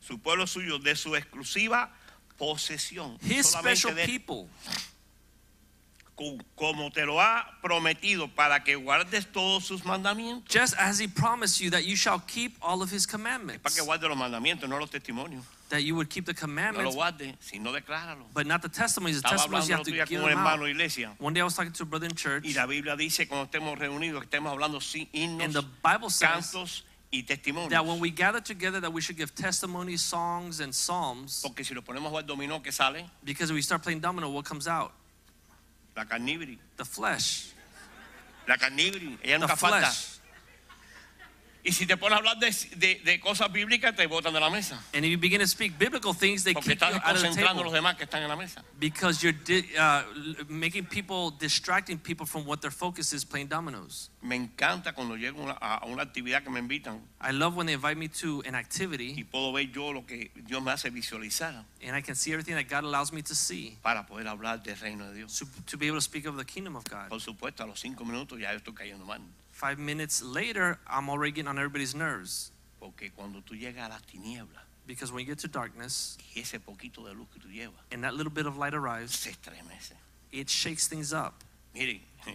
Speaker 2: Su pueblo suyo de su exclusiva posesión.
Speaker 1: His special
Speaker 2: solamente de Él,
Speaker 1: people,
Speaker 2: cu- como te lo ha prometido para que guardes todos sus mandamientos.
Speaker 1: just as He promised you that you shall keep all of His
Speaker 2: Para que
Speaker 1: commandments,
Speaker 2: guarde los mandamientos, no los testimonios.
Speaker 1: that you would keep the
Speaker 2: No lo
Speaker 1: commandments,
Speaker 2: guarde, sino decláralo.
Speaker 1: but not the testimonies. The
Speaker 2: Estaba
Speaker 1: testimonies you
Speaker 2: hablando
Speaker 1: have
Speaker 2: otro
Speaker 1: to
Speaker 2: día
Speaker 1: give
Speaker 2: con un
Speaker 1: them
Speaker 2: hermano
Speaker 1: out.
Speaker 2: de iglesia.
Speaker 1: One day I was talking to a brother in
Speaker 2: Y
Speaker 1: church,
Speaker 2: la Biblia dice cuando estemos reunidos que estemos hablando sin
Speaker 1: and the
Speaker 2: himnos,
Speaker 1: Bible says
Speaker 2: cantos y
Speaker 1: that when
Speaker 2: testimonios.
Speaker 1: we gather together, that we should give testimonies, songs, and psalms,
Speaker 2: Porque si lo ponemos a jugar dominó, que sale?
Speaker 1: because if we start playing domino, what comes out?
Speaker 2: La carnívori.
Speaker 1: The flesh.
Speaker 2: La carnívori. Ella
Speaker 1: The
Speaker 2: nunca falta.
Speaker 1: flesh.
Speaker 2: Y si te pones a hablar de, de- de cosas bíblicas, te botan de la mesa.
Speaker 1: And if you begin to speak biblical things, they
Speaker 2: Porque
Speaker 1: keep you
Speaker 2: estás
Speaker 1: out of the
Speaker 2: concentrando a los
Speaker 1: table
Speaker 2: demás que están en la mesa.
Speaker 1: because you're di- uh, l- making people, distracting people from what their focus is, playing dominoes.
Speaker 2: Me encanta cuando llego una- a a una actividad que me invitan
Speaker 1: I love when they invite me to an
Speaker 2: y
Speaker 1: activity
Speaker 2: puedo ver yo lo que Dios me hace visualizar
Speaker 1: and I can see everything that God allows me to see
Speaker 2: para poder hablar del reino de Dios.
Speaker 1: so, to be able to speak of the kingdom of God.
Speaker 2: Por supuesto, a los cinco minutos ya yo estoy cayendo mal.
Speaker 1: Five minutes later, I'm already getting on everybody's nerves
Speaker 2: Porque cuando tú llegas a las tinieblas
Speaker 1: because when you get to darkness
Speaker 2: y ese poquito de luz que tú llevas,
Speaker 1: and that little bit of light arrives,
Speaker 2: se estremece.
Speaker 1: it shakes things up.
Speaker 2: Miren,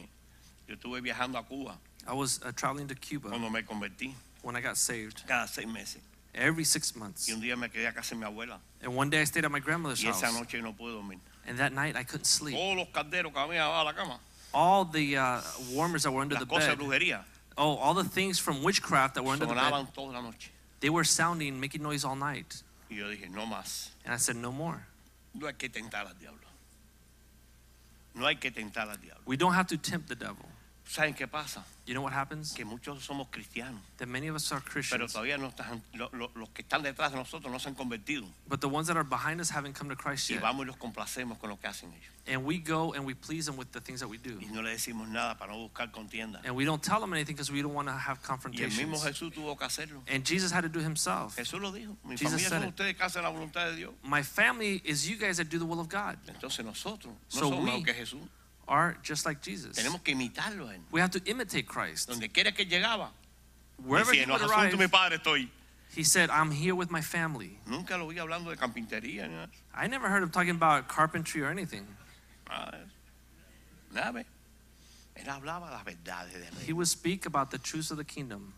Speaker 2: yo estuve viajando a Cuba
Speaker 1: I was uh, traveling to Cuba
Speaker 2: cuando me convertí,
Speaker 1: when I got saved
Speaker 2: cada seis meses.
Speaker 1: every six months.
Speaker 2: Y un día me quedé a casa de mi abuela
Speaker 1: And one day I stayed at my grandmother's
Speaker 2: y esa
Speaker 1: house.
Speaker 2: noche no pude dormir.
Speaker 1: And that night I couldn't sleep.
Speaker 2: Todos los calderos que había abajo de la cama,
Speaker 1: All the uh, warmers that were under
Speaker 2: las
Speaker 1: the
Speaker 2: cosas de
Speaker 1: bed,
Speaker 2: brujería,
Speaker 1: oh, all the things from witchcraft that were under the bed,
Speaker 2: sonaban toda la noche.
Speaker 1: they were sounding, making noise all night.
Speaker 2: Y yo dije, no más,
Speaker 1: And I said, no more.
Speaker 2: no hay que tentar al diablo. No hay que tentar al diablo.
Speaker 1: We don't have to tempt the devil.
Speaker 2: ¿Saben qué pasa?
Speaker 1: You know what happens?
Speaker 2: Que muchos somos cristianos,
Speaker 1: That many of us are
Speaker 2: pero
Speaker 1: Christians,
Speaker 2: todavía no están, lo- lo- los que están detrás de nosotros no se han convertido.
Speaker 1: but the ones that are behind us haven't come to Christ
Speaker 2: Y
Speaker 1: yet.
Speaker 2: vamos y los complacemos con lo que hacen ellos.
Speaker 1: And we go and we please them with the things that we do.
Speaker 2: Y no le decimos nada para no buscar contienda.
Speaker 1: And we don't tell them anything because we don't want to have
Speaker 2: Y el mismo
Speaker 1: confrontations.
Speaker 2: Jesús tuvo que hacerlo.
Speaker 1: And Jesus had to do himself.
Speaker 2: Jesús lo dijo. Mi
Speaker 1: Jesus
Speaker 2: familia
Speaker 1: said
Speaker 2: son
Speaker 1: it.
Speaker 2: ustedes que hacen la voluntad de Dios.
Speaker 1: My family is you guys that do the will of God,
Speaker 2: Entonces nosotros no
Speaker 1: So
Speaker 2: somos
Speaker 1: we-
Speaker 2: más que Jesús.
Speaker 1: are just like Jesus.
Speaker 2: Tenemos que imitarlo a él.
Speaker 1: We have to imitate Christ.
Speaker 2: Donde quiera que llegaba.
Speaker 1: Wherever
Speaker 2: decía,
Speaker 1: he
Speaker 2: "En
Speaker 1: would
Speaker 2: los asuntos de mi
Speaker 1: arrive,
Speaker 2: padre estoy.
Speaker 1: he said, I'm here with my family.
Speaker 2: Nunca lo vi hablando de carpintería, ni nada.
Speaker 1: I never heard him talking about carpentry or anything.
Speaker 2: Nada, de eso. Nada, ve. Él hablaba las verdades de
Speaker 1: He
Speaker 2: rey.
Speaker 1: would speak about the truths of the kingdom.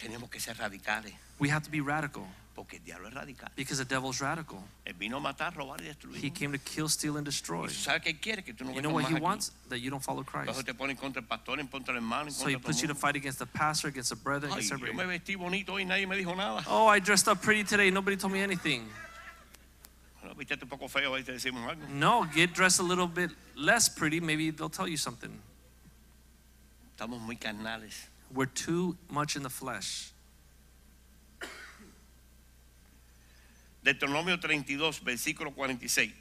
Speaker 2: Tenemos que ser radicales,
Speaker 1: We have to be radical
Speaker 2: porque el diablo es radical.
Speaker 1: because the devil's radical.
Speaker 2: Él vino a matar, robar y
Speaker 1: He
Speaker 2: destruir.
Speaker 1: came to kill, steal, and destroy.
Speaker 2: Y sabe que él quiere que tú no
Speaker 1: You
Speaker 2: vengas
Speaker 1: know what
Speaker 2: más
Speaker 1: he
Speaker 2: aquí.
Speaker 1: wants? That you don't follow
Speaker 2: Entonces
Speaker 1: Christ.
Speaker 2: te ponen contra el pastor, en contra el hermano, en
Speaker 1: So he
Speaker 2: contra
Speaker 1: puts you
Speaker 2: todo el
Speaker 1: to
Speaker 2: mundo.
Speaker 1: fight against the pastor, against the brethren,
Speaker 2: Ay,
Speaker 1: against
Speaker 2: yo me
Speaker 1: everybody.
Speaker 2: vestí bonito hoy, nadie me dijo nada.
Speaker 1: Oh, I dressed up pretty today. Nobody told me anything.
Speaker 2: Bueno, viste un poco feo, ahí te decimos algo.
Speaker 1: No, get dressed a little bit less pretty. Maybe they'll tell you something.
Speaker 2: Estamos muy carnales.
Speaker 1: We're too much in the flesh.
Speaker 2: Deuteronomio 32, versículo 46.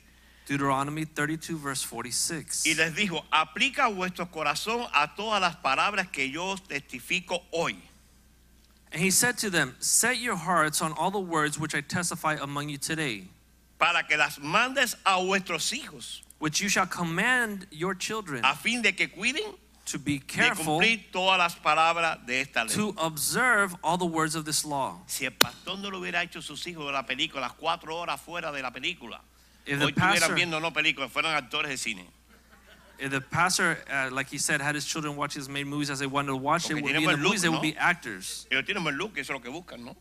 Speaker 1: Deuteronomy 32, verse 46.
Speaker 2: Y les dijo, aplica vuestro corazón a todas las palabras que yo os testifico hoy.
Speaker 1: And he said to them, Set your hearts on all the words which I testify among you today,
Speaker 2: para que las mandes a vuestros hijos,
Speaker 1: which you shall command your children
Speaker 2: a fin de que cuiden
Speaker 1: to be
Speaker 2: de
Speaker 1: careful
Speaker 2: cumplir todas las palabras de esta ley.
Speaker 1: to observe all the words of this law.
Speaker 2: Si el pastor no lo hubiera hecho a sus hijos de la película, las cuatro horas fuera de la película,
Speaker 1: If
Speaker 2: hoy
Speaker 1: the
Speaker 2: estuvieran
Speaker 1: pastor,
Speaker 2: viendo no películas, fueran actores de cine.
Speaker 1: if Eh, the pastor uh, like he said, had his children watch his made movies as they wanted to watch, they
Speaker 2: Porque
Speaker 1: would be
Speaker 2: tienen
Speaker 1: in the
Speaker 2: buen look,
Speaker 1: movies, they
Speaker 2: ¿no?
Speaker 1: would be actors.
Speaker 2: Ellos tienen buen look, eso es lo que buscan, ¿no?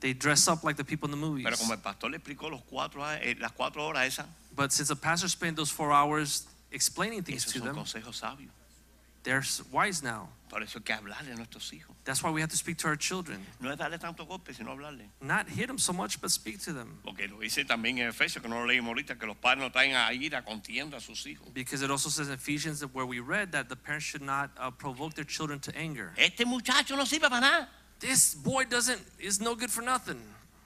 Speaker 1: They dress up like the people in the movies.
Speaker 2: Pero como el pastor le explicó los cuatro, eh, las cuatro horas esas,
Speaker 1: But since the pastor spent those four hours explaining things
Speaker 2: esos
Speaker 1: to
Speaker 2: son
Speaker 1: them,
Speaker 2: consejos sabios.
Speaker 1: they're s- wise now.
Speaker 2: Por eso hay que hablarle a nuestros hijos.
Speaker 1: That's why we have to speak to our children.
Speaker 2: No es darle tanto golpe, sino hablarle.
Speaker 1: Not hit them so much, but speak to them.
Speaker 2: Porque lo dice también en Efesios, que no lo leímos ahorita, que los padres no traen a ir a contienda a sus hijos.
Speaker 1: Because it also says in Ephesians that where we read that the parents should not uh, provoke their children to anger.
Speaker 2: Este muchacho no sirve para nada.
Speaker 1: This boy doesn't is no good for nothing.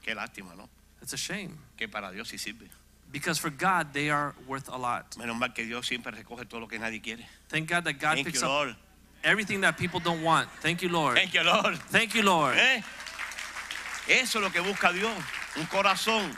Speaker 2: Qué lástima, ¿no?
Speaker 1: It's a shame
Speaker 2: Que para Dios sí sirve.
Speaker 1: because for God they are worth a lot.
Speaker 2: Menos mal que Dios siempre recoge todo lo que nadie quiere.
Speaker 1: Thank God that God
Speaker 2: Thank
Speaker 1: picks
Speaker 2: you,
Speaker 1: up
Speaker 2: Lord.
Speaker 1: everything that people don't want. Thank you, Lord.
Speaker 2: Thank you, Lord.
Speaker 1: Thank you, Lord.
Speaker 2: ¿Eh? Eso es lo que busca Dios, un corazón.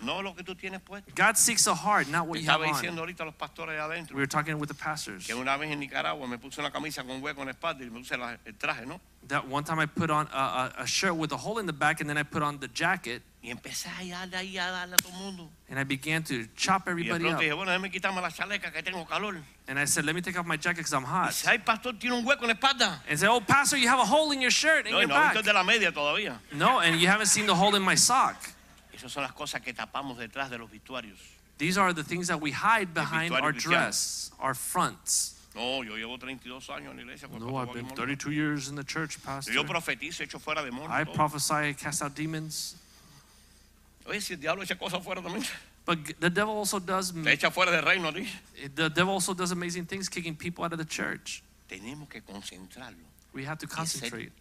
Speaker 2: No lo que tú tienes puesto.
Speaker 1: God seeks a heart, not what you have
Speaker 2: Estaba
Speaker 1: on.
Speaker 2: diciendo ahorita a los pastores de adentro
Speaker 1: We were talking with the pastors.
Speaker 2: que una vez en Nicaragua me puse una camisa con hueco en la espalda y me puse la- el traje, ¿no?
Speaker 1: That one time I put on a, a, a shirt with a hole in the back, and then I put on the jacket,
Speaker 2: Y empecé a darle ahí a darle a todo el mundo.
Speaker 1: and I began to chop
Speaker 2: Y de
Speaker 1: everybody
Speaker 2: pronto
Speaker 1: up.
Speaker 2: dije, bueno, déjame quitarme la chaleca que tengo calor.
Speaker 1: And I said, "Let me take off my jacket because I'm
Speaker 2: Y
Speaker 1: hot."
Speaker 2: dice, ay, pastor, tiene un hueco en la espalda.
Speaker 1: And said, "Oh, pastor, you have a hole in your shirt and
Speaker 2: No, y
Speaker 1: your
Speaker 2: no,
Speaker 1: back."
Speaker 2: esto es de la media todavía.
Speaker 1: No, and you haven't seen the hole in my sock.
Speaker 2: Esas son las cosas que tapamos detrás de los vestuarios.
Speaker 1: These are the things that we hide behind
Speaker 2: vestuario
Speaker 1: our
Speaker 2: cristiano.
Speaker 1: dress, our fronts.
Speaker 2: No, yo llevo 32 años en la iglesia. con el
Speaker 1: No,
Speaker 2: pastor
Speaker 1: I've been
Speaker 2: Joaquín
Speaker 1: 32 years in the church,
Speaker 2: Molina.
Speaker 1: pastor.
Speaker 2: Yo Oh. profetizo, hecho fuera demonios.
Speaker 1: I
Speaker 2: todo.
Speaker 1: prophesy, cast out demons.
Speaker 2: Oye, si el diablo echa cosas fuera también,
Speaker 1: But g- the devil also does. m-
Speaker 2: te echa fuera del reino a ti.
Speaker 1: The devil also does amazing things, kicking people out of the church.
Speaker 2: Tenemos que concentrarlo,
Speaker 1: We have to concentrate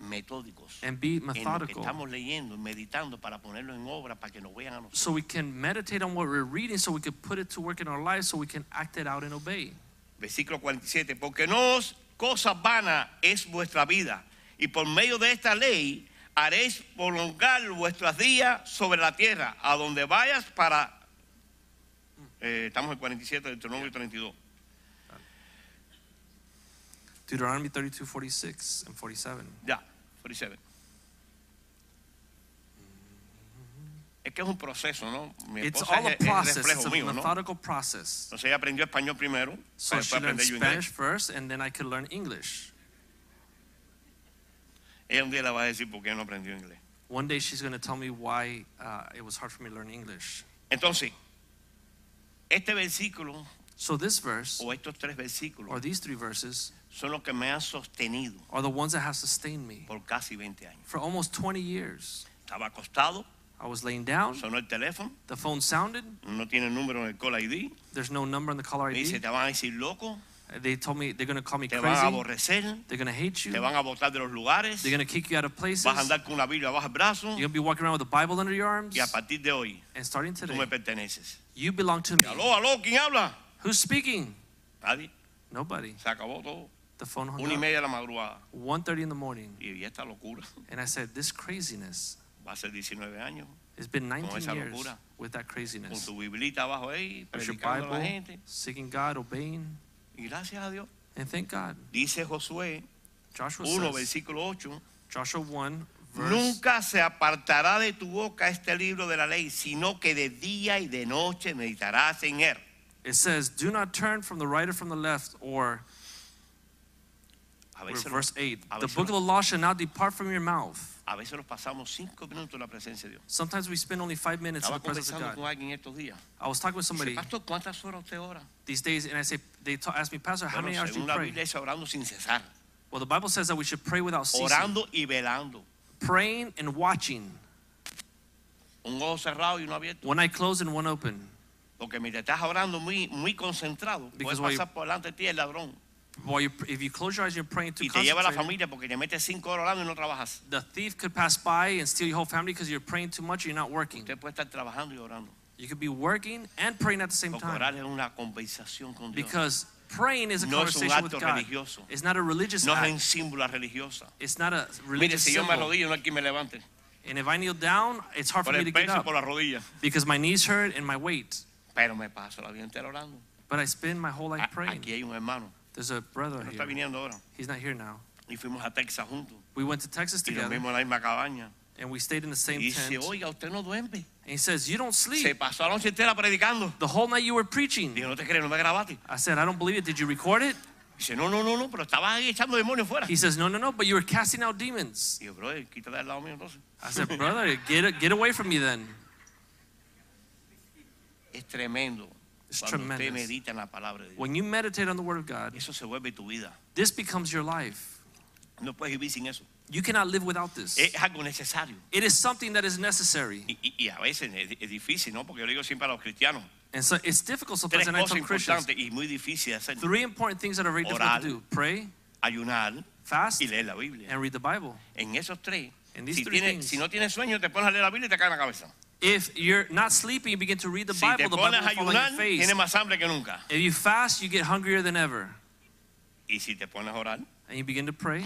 Speaker 2: metódicos,
Speaker 1: and be
Speaker 2: en lo que
Speaker 1: methodical.
Speaker 2: estamos leyendo y meditando para ponerlo en obra, para que nos vean a nosotros.
Speaker 1: so we can meditate on what we're reading so we can put it to work in our lives so we can act it out and obey
Speaker 2: Versículo 47, porque no os- cosa vana es vuestra vida, y por medio de esta ley haréis prolongar vuestros días sobre la tierra, a donde vayas para... eh, estamos en 47, Deuteronomio 32.
Speaker 1: deuteronomy 32 46 and 47
Speaker 2: Ya, 47. Es que es un proceso, ¿no? Mi
Speaker 1: it's
Speaker 2: esposa
Speaker 1: all a
Speaker 2: es- es
Speaker 1: process it's
Speaker 2: reflejo
Speaker 1: a
Speaker 2: mío, ¿no?
Speaker 1: methodical process
Speaker 2: Entonces ella aprendió español primero,
Speaker 1: so
Speaker 2: para
Speaker 1: she
Speaker 2: después
Speaker 1: learned
Speaker 2: aprender yo inglés.
Speaker 1: spanish first and then i could learn english
Speaker 2: Ella un día le va a decir por qué no aprendió inglés.
Speaker 1: one day she's going to tell me why uh, it was hard for me to learn english
Speaker 2: Entonces, este versículo
Speaker 1: so this verse
Speaker 2: o estos tres
Speaker 1: or
Speaker 2: versículos
Speaker 1: these three verses
Speaker 2: son los que me han sostenido
Speaker 1: are the ones that have sustained me
Speaker 2: por casi 20 años.
Speaker 1: for almost 20 years
Speaker 2: Estaba acostado,
Speaker 1: i was laying down
Speaker 2: sonó el teléfono,
Speaker 1: the phone sounded
Speaker 2: no tiene número en el call ID,
Speaker 1: there's no number on the caller
Speaker 2: me dice,
Speaker 1: id
Speaker 2: te van a decir loco,
Speaker 1: they told me they're going to call me
Speaker 2: te van a
Speaker 1: crazy
Speaker 2: aborrecer,
Speaker 1: They're gonna hate you.
Speaker 2: te van a botar de los lugares,
Speaker 1: They're gonna kick you out of places.
Speaker 2: vas a
Speaker 1: You're
Speaker 2: andar con una Biblia bajo el brazo
Speaker 1: gonna be walking around with a Bible under your arms.
Speaker 2: y a partir de hoy
Speaker 1: And starting
Speaker 2: tú
Speaker 1: today,
Speaker 2: me perteneces.
Speaker 1: you belong to me.
Speaker 2: Aló, aló, ¿quién habla?
Speaker 1: Who's speaking?
Speaker 2: Nadie,
Speaker 1: Nobody.
Speaker 2: se acabó todo.
Speaker 1: The phone hung
Speaker 2: Una y
Speaker 1: up.
Speaker 2: media de la madrugada.
Speaker 1: 1.30 in the morning.
Speaker 2: Y esta locura,
Speaker 1: And I said, this craziness.
Speaker 2: va a ser 19 años,
Speaker 1: It's been 19
Speaker 2: esa
Speaker 1: years
Speaker 2: locura.
Speaker 1: with that
Speaker 2: con
Speaker 1: craziness.
Speaker 2: tu biblita abajo ahí,
Speaker 1: With your
Speaker 2: predicando a la
Speaker 1: Bible,
Speaker 2: gente.
Speaker 1: seeking God, obeying,
Speaker 2: Y gracias a Dios.
Speaker 1: and thank God.
Speaker 2: Dice Josué
Speaker 1: Joshua
Speaker 2: 1,
Speaker 1: says,
Speaker 2: versículo 8.
Speaker 1: Joshua 1, verse,
Speaker 2: Nunca se apartará de tu boca este libro de la ley, sino que de día y de noche meditarás en él.
Speaker 1: it says, do not turn from the right or from the left, or,
Speaker 2: A
Speaker 1: or
Speaker 2: veces,
Speaker 1: verse 8,
Speaker 2: a
Speaker 1: the
Speaker 2: veces
Speaker 1: book of
Speaker 2: no.
Speaker 1: the law shall not depart from your mouth.
Speaker 2: a veces nos pasamos cinco minutos en la presencia de Dios.
Speaker 1: Sometimes we spend only five minutes in the
Speaker 2: Estaba
Speaker 1: presence of
Speaker 2: conversando
Speaker 1: God.
Speaker 2: con alguien estos días.
Speaker 1: I was talking with
Speaker 2: Dice,
Speaker 1: somebody
Speaker 2: Pastor, ¿cuántas horas usted ora?
Speaker 1: these days, and I say, they ta- ask me, Pastor, how
Speaker 2: Bueno,
Speaker 1: many hours do
Speaker 2: Ah,
Speaker 1: you
Speaker 2: según la
Speaker 1: pray?
Speaker 2: Biblia dice orando sin cesar.
Speaker 1: Well, the Bible says that we should pray without ceasing,
Speaker 2: Orando y velando.
Speaker 1: praying and watching,
Speaker 2: Un ojo cerrado y uno abierto.
Speaker 1: one eye closed and one open.
Speaker 2: Porque mientras estás orando muy, muy concentrado, puedes
Speaker 1: Because why-
Speaker 2: pasar por delante de ti el ladrón.
Speaker 1: While you, if you close your eyes, you're praying to
Speaker 2: Y te lleva la
Speaker 1: concentrate.
Speaker 2: familia porque te metes cinco horas orando y no trabajas.
Speaker 1: The thief could pass by and steal your whole family because you're praying too much. You're not working.
Speaker 2: Usted puede estar trabajando y orando.
Speaker 1: You could be working and praying at the same
Speaker 2: Porque
Speaker 1: time
Speaker 2: orar es una conversación con Dios.
Speaker 1: because praying is a
Speaker 2: No es un
Speaker 1: conversation with
Speaker 2: acto
Speaker 1: God.
Speaker 2: religioso.
Speaker 1: It's not a religious
Speaker 2: No es
Speaker 1: act.
Speaker 2: en símbolo religiosa.
Speaker 1: It's not a
Speaker 2: Mire,
Speaker 1: religious
Speaker 2: si yo me
Speaker 1: symbol.
Speaker 2: arrodillo, no hay quien me levante.
Speaker 1: And if I kneel down, it's hard
Speaker 2: por
Speaker 1: for me
Speaker 2: el
Speaker 1: to get
Speaker 2: peso y
Speaker 1: up
Speaker 2: por las rodillas.
Speaker 1: because my knees hurt and my weight.
Speaker 2: Pero me paso la vida entera orando.
Speaker 1: But I spend my whole life
Speaker 2: A-
Speaker 1: praying.
Speaker 2: Aquí hay un hermano,
Speaker 1: There's a brother
Speaker 2: no está
Speaker 1: here.
Speaker 2: viniendo ahora.
Speaker 1: He's not here now.
Speaker 2: Y fuimos a Texas juntos.
Speaker 1: We went to Texas
Speaker 2: Y lo
Speaker 1: together
Speaker 2: mismo en la misma cabaña.
Speaker 1: and we stayed in the
Speaker 2: Y
Speaker 1: same
Speaker 2: dice,
Speaker 1: tent. And
Speaker 2: oiga, usted no duerme.
Speaker 1: he says, You don't
Speaker 2: Se
Speaker 1: sleep.
Speaker 2: pasó la noche entera predicando.
Speaker 1: The whole night you were preaching.
Speaker 2: Digo, no te crees, no me grabaste.
Speaker 1: I said, I don't believe it. Did you record it?
Speaker 2: Dice, no, no, no, no, pero estabas ahí echando demonios fuera.
Speaker 1: He says, No, no, no, but you were casting out demons.
Speaker 2: Digo, bro, eh, quítate del lado mío entonces.
Speaker 1: I said, Brother, get, get away from me then.
Speaker 2: Es tremendo.
Speaker 1: It's
Speaker 2: Cuando usted
Speaker 1: tremendous.
Speaker 2: medita en la palabra de Dios.
Speaker 1: When you meditate on the Word of God,
Speaker 2: Eso se vuelve tu vida.
Speaker 1: this becomes your life.
Speaker 2: No puedes vivir sin eso.
Speaker 1: You cannot live without this.
Speaker 2: Es algo necesario.
Speaker 1: It is something that is necessary.
Speaker 2: Y, y- y a veces es, es difícil, ¿no? Porque yo le digo siempre a los cristianos.
Speaker 1: And so it's difficult sometimes
Speaker 2: Tres
Speaker 1: and I
Speaker 2: cosas
Speaker 1: tell Pues Christians.
Speaker 2: importantes y muy difíciles de hacer.
Speaker 1: Three important things that are very difficult to
Speaker 2: Orar.
Speaker 1: do. Pray,
Speaker 2: Ayunar
Speaker 1: fast,
Speaker 2: y leer la Biblia.
Speaker 1: and read the Bible.
Speaker 2: En esos tres,
Speaker 1: And these
Speaker 2: si,
Speaker 1: three
Speaker 2: tienes-
Speaker 1: things.
Speaker 2: si no tienes sueño, te pones a leer la Biblia y te cae en la cabeza.
Speaker 1: If you're not sleeping, you begin to read the
Speaker 2: Si
Speaker 1: Bible,
Speaker 2: te
Speaker 1: the Bible
Speaker 2: pones
Speaker 1: will
Speaker 2: a
Speaker 1: fall on
Speaker 2: ayunar,
Speaker 1: your face.
Speaker 2: tienes más hambre que nunca.
Speaker 1: If you fast, you get hungrier than ever.
Speaker 2: Y si te pones a orar,
Speaker 1: And you begin to pray,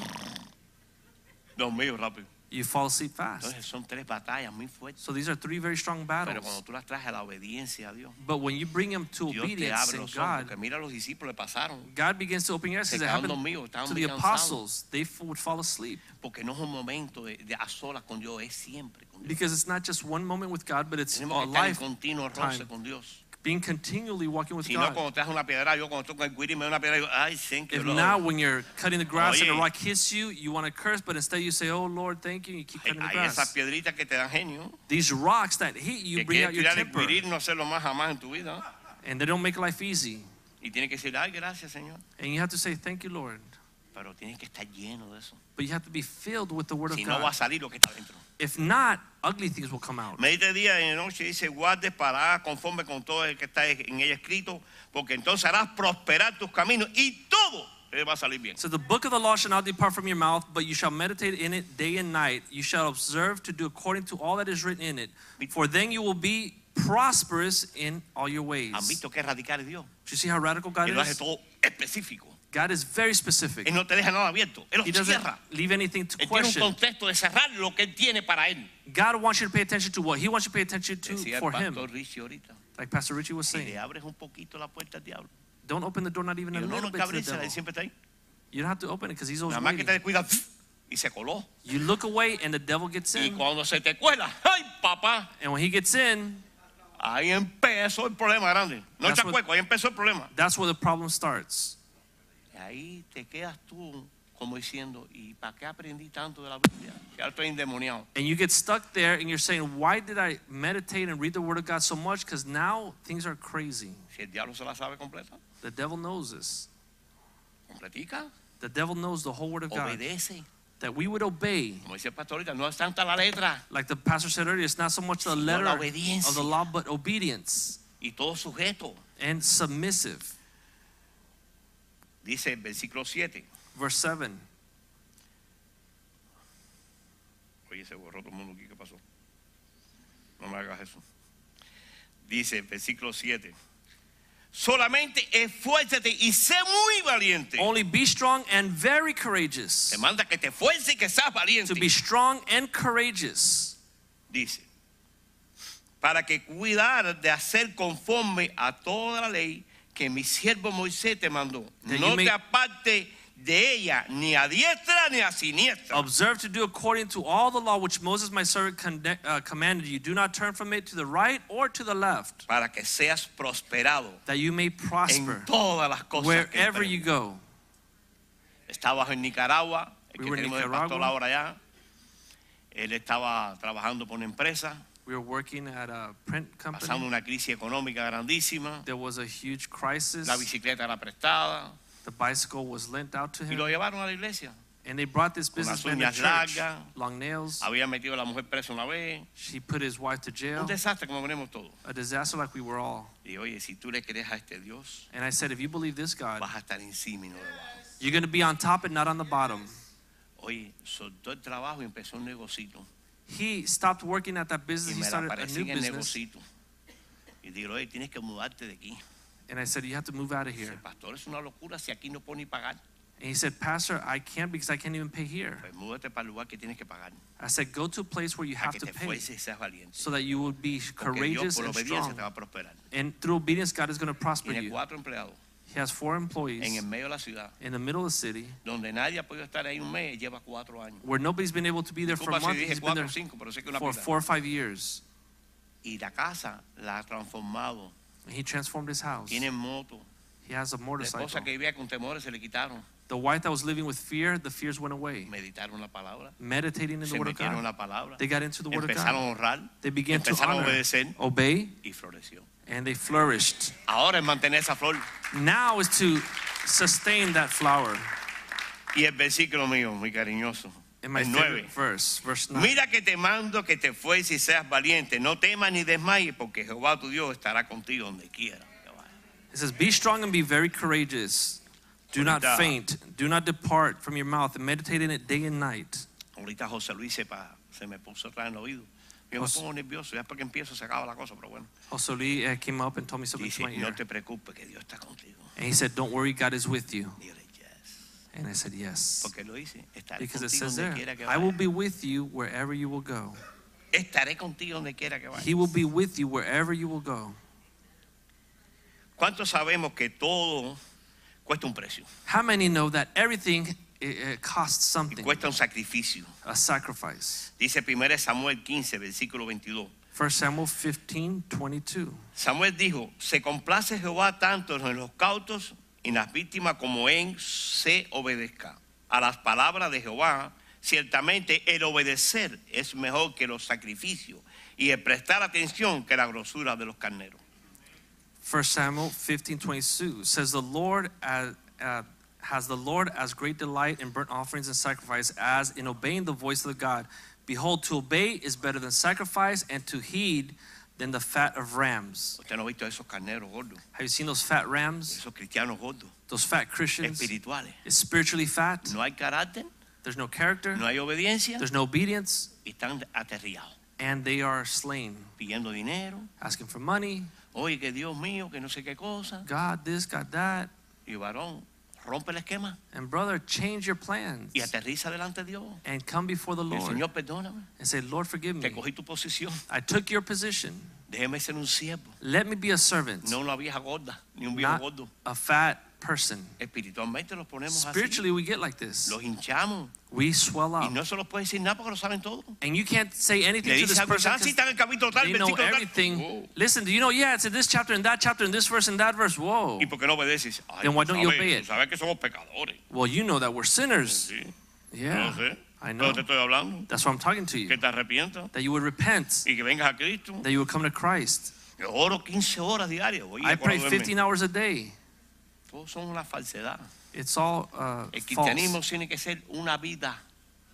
Speaker 2: dormido rápido.
Speaker 1: you fall asleep fast.
Speaker 2: Entonces son tres batallas muy fuertes.
Speaker 1: So these are three very strong
Speaker 2: Pero
Speaker 1: battles.
Speaker 2: cuando tú las traes a la obediencia a Dios,
Speaker 1: But when you bring them to
Speaker 2: Dios te
Speaker 1: obedience
Speaker 2: abre
Speaker 1: in
Speaker 2: los ojos. Porque
Speaker 1: God,
Speaker 2: mira, los discípulos le pasaron.
Speaker 1: God begins to open your eyes.
Speaker 2: Se
Speaker 1: As it
Speaker 2: quedaron
Speaker 1: happened
Speaker 2: dormidos, estaban
Speaker 1: to
Speaker 2: muy
Speaker 1: the
Speaker 2: cansados.
Speaker 1: apostles, they f- would fall asleep.
Speaker 2: Porque no es un momento de, de a solas con Dios, es siempre con Dios.
Speaker 1: Because it's not just one moment with God, but it's a
Speaker 2: Tenemos que estar en
Speaker 1: life
Speaker 2: continuo roce
Speaker 1: time.
Speaker 2: con Dios.
Speaker 1: Being continually walking with
Speaker 2: Si no,
Speaker 1: God.
Speaker 2: cuando traes una piedra, yo cuando estoy con el guiri me da una piedra y digo, ay, thank you,
Speaker 1: If
Speaker 2: Lord.
Speaker 1: not, when you're cutting the grass and
Speaker 2: Oye.
Speaker 1: a rock hits you, you want to curse, but instead you say, Oh Lord, thank you, and you keep
Speaker 2: Hay,
Speaker 1: cutting the
Speaker 2: hay esas
Speaker 1: grass.
Speaker 2: piedritas que te dan genio.
Speaker 1: These rocks that hit you
Speaker 2: Que
Speaker 1: bring out
Speaker 2: quieres
Speaker 1: your
Speaker 2: tirar el
Speaker 1: temper,
Speaker 2: guiri y no hacerlo más jamás en tu vida.
Speaker 1: and they don't make life easy.
Speaker 2: Y tienes que decir, ay, gracias, Señor.
Speaker 1: And you have to say, Thank you, Lord.
Speaker 2: Pero tienes que estar lleno de eso.
Speaker 1: But you have to be filled with the Word
Speaker 2: Si
Speaker 1: of
Speaker 2: no, va a
Speaker 1: God.
Speaker 2: salir lo que está dentro.
Speaker 1: If not, ugly things will come out.
Speaker 2: Medite día y de noche dice, guardes para hagas conforme con todo el que está en ella escrito, porque entonces harás prosperar tus caminos y todo te va a salir bien.
Speaker 1: So the book of the law shall not depart from your mouth, but you shall meditate in it day and night. You shall observe to do according to all that is written in it. For then you will be prosperous in all your ways.
Speaker 2: ¿Han visto que radical es Dios?
Speaker 1: Do you see how radical God
Speaker 2: Él lo hace
Speaker 1: is?
Speaker 2: todo específico.
Speaker 1: God is very specific.
Speaker 2: Él no te deja nada abierto. Él
Speaker 1: He
Speaker 2: lo
Speaker 1: doesn't
Speaker 2: cierra.
Speaker 1: leave anything to
Speaker 2: Él tiene un
Speaker 1: question.
Speaker 2: contexto de cerrar lo que él tiene para él.
Speaker 1: God wants you to pay attention to what He wants you to pay attention to
Speaker 2: Decía el
Speaker 1: for Him.
Speaker 2: pastor Richie ahorita.
Speaker 1: Like Pastor Richie was
Speaker 2: Si
Speaker 1: saying,
Speaker 2: le abres un poquito la puerta al diablo.
Speaker 1: don't open the door not even
Speaker 2: Y
Speaker 1: a
Speaker 2: yo, no, no,
Speaker 1: little bit to the
Speaker 2: cabrísela,
Speaker 1: devil.
Speaker 2: él siempre está ahí.
Speaker 1: Pues You don't have to open it because He's
Speaker 2: Nada
Speaker 1: always
Speaker 2: más que te
Speaker 1: waiting.
Speaker 2: descuidas y se coló.
Speaker 1: You look away and the devil gets
Speaker 2: Y
Speaker 1: in.
Speaker 2: cuando se te cuela, ¡ay, papá!
Speaker 1: And when he gets in,
Speaker 2: Ahí empezó el problema grande. No
Speaker 1: That's
Speaker 2: está
Speaker 1: what-
Speaker 2: cueco, ahí empezó el problema.
Speaker 1: that's where the problem starts.
Speaker 2: Y ahí te quedas tú como diciendo, ¿y para qué aprendí tanto de la Biblia? Que ahora estoy endemoniado.
Speaker 1: And you get stuck there and you're saying, why did I meditate and read the Word of God so much? Because now things are crazy.
Speaker 2: Si el diablo se la sabe completa,
Speaker 1: The devil knows this.
Speaker 2: completica,
Speaker 1: The devil knows the whole Word of God.
Speaker 2: obedece.
Speaker 1: That we would obey.
Speaker 2: Como dice el pastor ahorita, no es tanta la letra
Speaker 1: Like the pastor said earlier, it's not so much the
Speaker 2: Sino
Speaker 1: letter
Speaker 2: la
Speaker 1: of the
Speaker 2: obediencia.
Speaker 1: law, but obedience
Speaker 2: y todo sujeto.
Speaker 1: and submissive.
Speaker 2: Dice el versículo 7.
Speaker 1: Verse 7.
Speaker 2: Oye, se borró todo el mundo aquí, ¿qué pasó? No me hagas eso. Dice el versículo 7. Solamente esfuérzate y sé muy valiente.
Speaker 1: Only be strong and very courageous.
Speaker 2: Te manda que te esfuerces y que seas valiente.
Speaker 1: To be strong and courageous.
Speaker 2: dice, para que cuidar de hacer conforme a toda la ley que mi siervo Moisés te mandó.
Speaker 1: That you
Speaker 2: No
Speaker 1: may-
Speaker 2: te aparte de ella, ni a diestra ni a siniestra.
Speaker 1: Observe to do according to all the law which Moses my servant conde- uh, commanded you. Do not turn from it to the right or to the left,
Speaker 2: Para que seas prosperado
Speaker 1: that you may prosper
Speaker 2: en todas las cosas. que
Speaker 1: wherever you
Speaker 2: emprendas.
Speaker 1: go.
Speaker 2: Estabas en Nicaragua, el
Speaker 1: We
Speaker 2: que
Speaker 1: were in
Speaker 2: tenemos de
Speaker 1: Nicaragua.
Speaker 2: pastor ahora allá. Él estaba trabajando por una empresa,
Speaker 1: We were working at a print
Speaker 2: pasando
Speaker 1: company.
Speaker 2: una crisis económica grandísima.
Speaker 1: There was a huge
Speaker 2: La
Speaker 1: crisis.
Speaker 2: bicicleta era prestada
Speaker 1: The bicycle was lent out to
Speaker 2: y lo
Speaker 1: him,
Speaker 2: llevaron a la iglesia.
Speaker 1: and they brought this
Speaker 2: las
Speaker 1: businessman to
Speaker 2: uñas
Speaker 1: church.
Speaker 2: largas.
Speaker 1: Long nails.
Speaker 2: Había metido a la mujer presa una vez.
Speaker 1: She put his wife to
Speaker 2: Un
Speaker 1: jail.
Speaker 2: desastre como venimos todos.
Speaker 1: A disaster like we were all.
Speaker 2: Y oye, si tú le crees a este Dios,
Speaker 1: And I said, if you believe this God,
Speaker 2: vas a estar encima y no debajo.
Speaker 1: you're going to be on top and not on the bottom.
Speaker 2: Oye, soltó el trabajo y empezó un negocito.
Speaker 1: He stopped working at that
Speaker 2: Y
Speaker 1: business. He
Speaker 2: me la
Speaker 1: started a
Speaker 2: aparecí
Speaker 1: new
Speaker 2: en el
Speaker 1: business.
Speaker 2: negocito. Y digo, oye, tienes que mudarte de aquí.
Speaker 1: And I said, You have to move out of
Speaker 2: Dice,
Speaker 1: here.
Speaker 2: pastor, es una locura si aquí no pone ni pagar.
Speaker 1: And he said, Pastor, I can't because I can't even pay here.
Speaker 2: Pues múdate para el lugar que tienes que pagar.
Speaker 1: I said, Go to a place where you
Speaker 2: A
Speaker 1: have
Speaker 2: que
Speaker 1: to
Speaker 2: te
Speaker 1: pay
Speaker 2: fuerces y seas valiente.
Speaker 1: so that you will be
Speaker 2: Porque Dios
Speaker 1: courageous
Speaker 2: por
Speaker 1: and
Speaker 2: obediencia te va
Speaker 1: strong.
Speaker 2: a prosperar.
Speaker 1: And through obedience, God is going to prosper
Speaker 2: Tiene
Speaker 1: you.
Speaker 2: cuatro empleados
Speaker 1: He has four
Speaker 2: en el
Speaker 1: employees
Speaker 2: medio de la ciudad,
Speaker 1: in the middle of the city
Speaker 2: donde nadie ha podido estar ahí un mes, lleva cuatro años.
Speaker 1: where nobody's been able to be there for a
Speaker 2: Disculpa si
Speaker 1: month.
Speaker 2: dije
Speaker 1: He's been
Speaker 2: cuatro o
Speaker 1: there
Speaker 2: cinco, pero sé que una
Speaker 1: for
Speaker 2: pila.
Speaker 1: four or five years.
Speaker 2: Y la casa la ha transformado.
Speaker 1: And he transformed his house.
Speaker 2: Tiene moto.
Speaker 1: He has a
Speaker 2: La esposa
Speaker 1: motorcycle.
Speaker 2: que vivía con temores se le quitaron.
Speaker 1: The wife that was living with fear, the fears went away.
Speaker 2: Meditaron la palabra.
Speaker 1: Meditating in
Speaker 2: Se
Speaker 1: the Word of
Speaker 2: metieron en
Speaker 1: God,
Speaker 2: la palabra.
Speaker 1: they got into the Word of
Speaker 2: Empezaron a
Speaker 1: God.
Speaker 2: honrar
Speaker 1: They began to
Speaker 2: empezaron a
Speaker 1: honor,
Speaker 2: obedecer.
Speaker 1: obey,
Speaker 2: y floreció.
Speaker 1: and they flourished.
Speaker 2: Ahora es mantener esa flor.
Speaker 1: Now is to sustain that flower.
Speaker 2: Y el versículo mío, muy cariñoso.
Speaker 1: In my
Speaker 2: el
Speaker 1: favorite
Speaker 2: 9.
Speaker 1: verse, verse 9.
Speaker 2: Mira que te mando que te fues y seas valiente. No temas ni desmayes, porque Jehová tu Dios estará contigo donde quiera. que vayas.
Speaker 1: It says, Be strong and be very courageous. Do not
Speaker 2: Ahorita-
Speaker 1: faint. Do not depart from your mouth and meditate in it day and night.
Speaker 2: Ahorita José Luis se, pa- se me puso atrás en el oído. Yo me
Speaker 1: José-
Speaker 2: pongo nervioso, ya para que empiezo se acaba la cosa, pero bueno.
Speaker 1: Also, Lee uh, came up and told me something to
Speaker 2: Dice,
Speaker 1: my ear.
Speaker 2: no te preocupes, que Dios está contigo.
Speaker 1: And he said, Don't worry, God is with you.
Speaker 2: Y yo le dije, "Yes".
Speaker 1: And I said, Yes.
Speaker 2: Porque lo dice, estaré
Speaker 1: Because it
Speaker 2: contigo
Speaker 1: says
Speaker 2: donde
Speaker 1: there,
Speaker 2: quiera que
Speaker 1: I will
Speaker 2: vayas.
Speaker 1: be with you wherever you will go.
Speaker 2: Estaré contigo donde quiera que vayas.
Speaker 1: He will be with you wherever you will go.
Speaker 2: ¿Cuántos sabemos que todo cuesta un precio?
Speaker 1: How many know that everything it, it costs
Speaker 2: Y
Speaker 1: something,
Speaker 2: cuesta un sacrificio.
Speaker 1: a sacrifice?
Speaker 2: Dice 1 Samuel 15, versículo 22.
Speaker 1: 1 Samuel 15, 22.
Speaker 2: Samuel dijo, se complace Jehová tanto en los cautos y en las víctimas como en se obedezca. A las palabras de Jehová, ciertamente el obedecer es mejor que los sacrificios y el prestar atención que la grosura de los carneros.
Speaker 1: 1 Samuel 15, 22 says, The Lord as, uh, has the Lord as great delight in burnt offerings and sacrifice as in obeying the voice of God. Behold, to obey is better than sacrifice, and to heed than the fat of rams.
Speaker 2: Usted no ha visto esos carneros gordos,
Speaker 1: Have you seen those fat rams?
Speaker 2: esos cristianos gordos,
Speaker 1: Those fat Christians?
Speaker 2: espirituales.
Speaker 1: It's spiritually fat.
Speaker 2: No hay carácter,
Speaker 1: There's no character.
Speaker 2: no hay obediencia
Speaker 1: There's no obedience.
Speaker 2: y están aterriados,
Speaker 1: and they are slain,
Speaker 2: pidiendo dinero.
Speaker 1: asking for money,
Speaker 2: Oye, que Dios mío, que no sé qué cosa.
Speaker 1: God this, God that.
Speaker 2: Y varón, rompe el esquema
Speaker 1: And brother, change your plans
Speaker 2: y aterriza delante de Dios.
Speaker 1: and come before the
Speaker 2: Y El
Speaker 1: Lord
Speaker 2: Señor, perdóname.
Speaker 1: and say, Lord, forgive
Speaker 2: Te
Speaker 1: me.
Speaker 2: cogí tu posición.
Speaker 1: I took your position.
Speaker 2: Déjeme ser un siervo.
Speaker 1: Let me be a servant,
Speaker 2: No una vieja gorda, ni un viejo
Speaker 1: not
Speaker 2: gordo.
Speaker 1: a fat person.
Speaker 2: Espiritualmente los ponemos así.
Speaker 1: Spiritually, Ah. we get like this.
Speaker 2: Los hinchamos.
Speaker 1: We swell
Speaker 2: Y
Speaker 1: up.
Speaker 2: no se los puede decir nada porque lo saben todo.
Speaker 1: And you can't say
Speaker 2: Le
Speaker 1: anything to
Speaker 2: dices
Speaker 1: this
Speaker 2: a
Speaker 1: person
Speaker 2: ah, sí,
Speaker 1: 'cause
Speaker 2: está en el capítulo tal,
Speaker 1: they know
Speaker 2: versículo tal.
Speaker 1: everything.
Speaker 2: Oh.
Speaker 1: Listen, do you know? Yeah, it's in this chapter, in that chapter, in this verse, in that verse. Whoa.
Speaker 2: ¿Y por qué no obedeces? Ay,
Speaker 1: Then why
Speaker 2: tú
Speaker 1: don't you
Speaker 2: sabes,
Speaker 1: obey
Speaker 2: tú
Speaker 1: it?
Speaker 2: sabes que somos pecadores.
Speaker 1: Well, you know that we're sinners.
Speaker 2: Sí, no
Speaker 1: Yeah,
Speaker 2: sé.
Speaker 1: I
Speaker 2: Pero
Speaker 1: know.
Speaker 2: te estoy hablando.
Speaker 1: That's why I'm talking to
Speaker 2: Que
Speaker 1: you.
Speaker 2: te arrepientas
Speaker 1: That you would repent.
Speaker 2: y que vengas a Cristo.
Speaker 1: that you would come to Christ.
Speaker 2: Yo oro 15 horas diarias. Oye,
Speaker 1: I pray
Speaker 2: cuando duerme.
Speaker 1: 15 hours a day.
Speaker 2: Todo son una falsedad.
Speaker 1: It's all uh,
Speaker 2: El cristianismo
Speaker 1: false.
Speaker 2: tiene que ser una vida.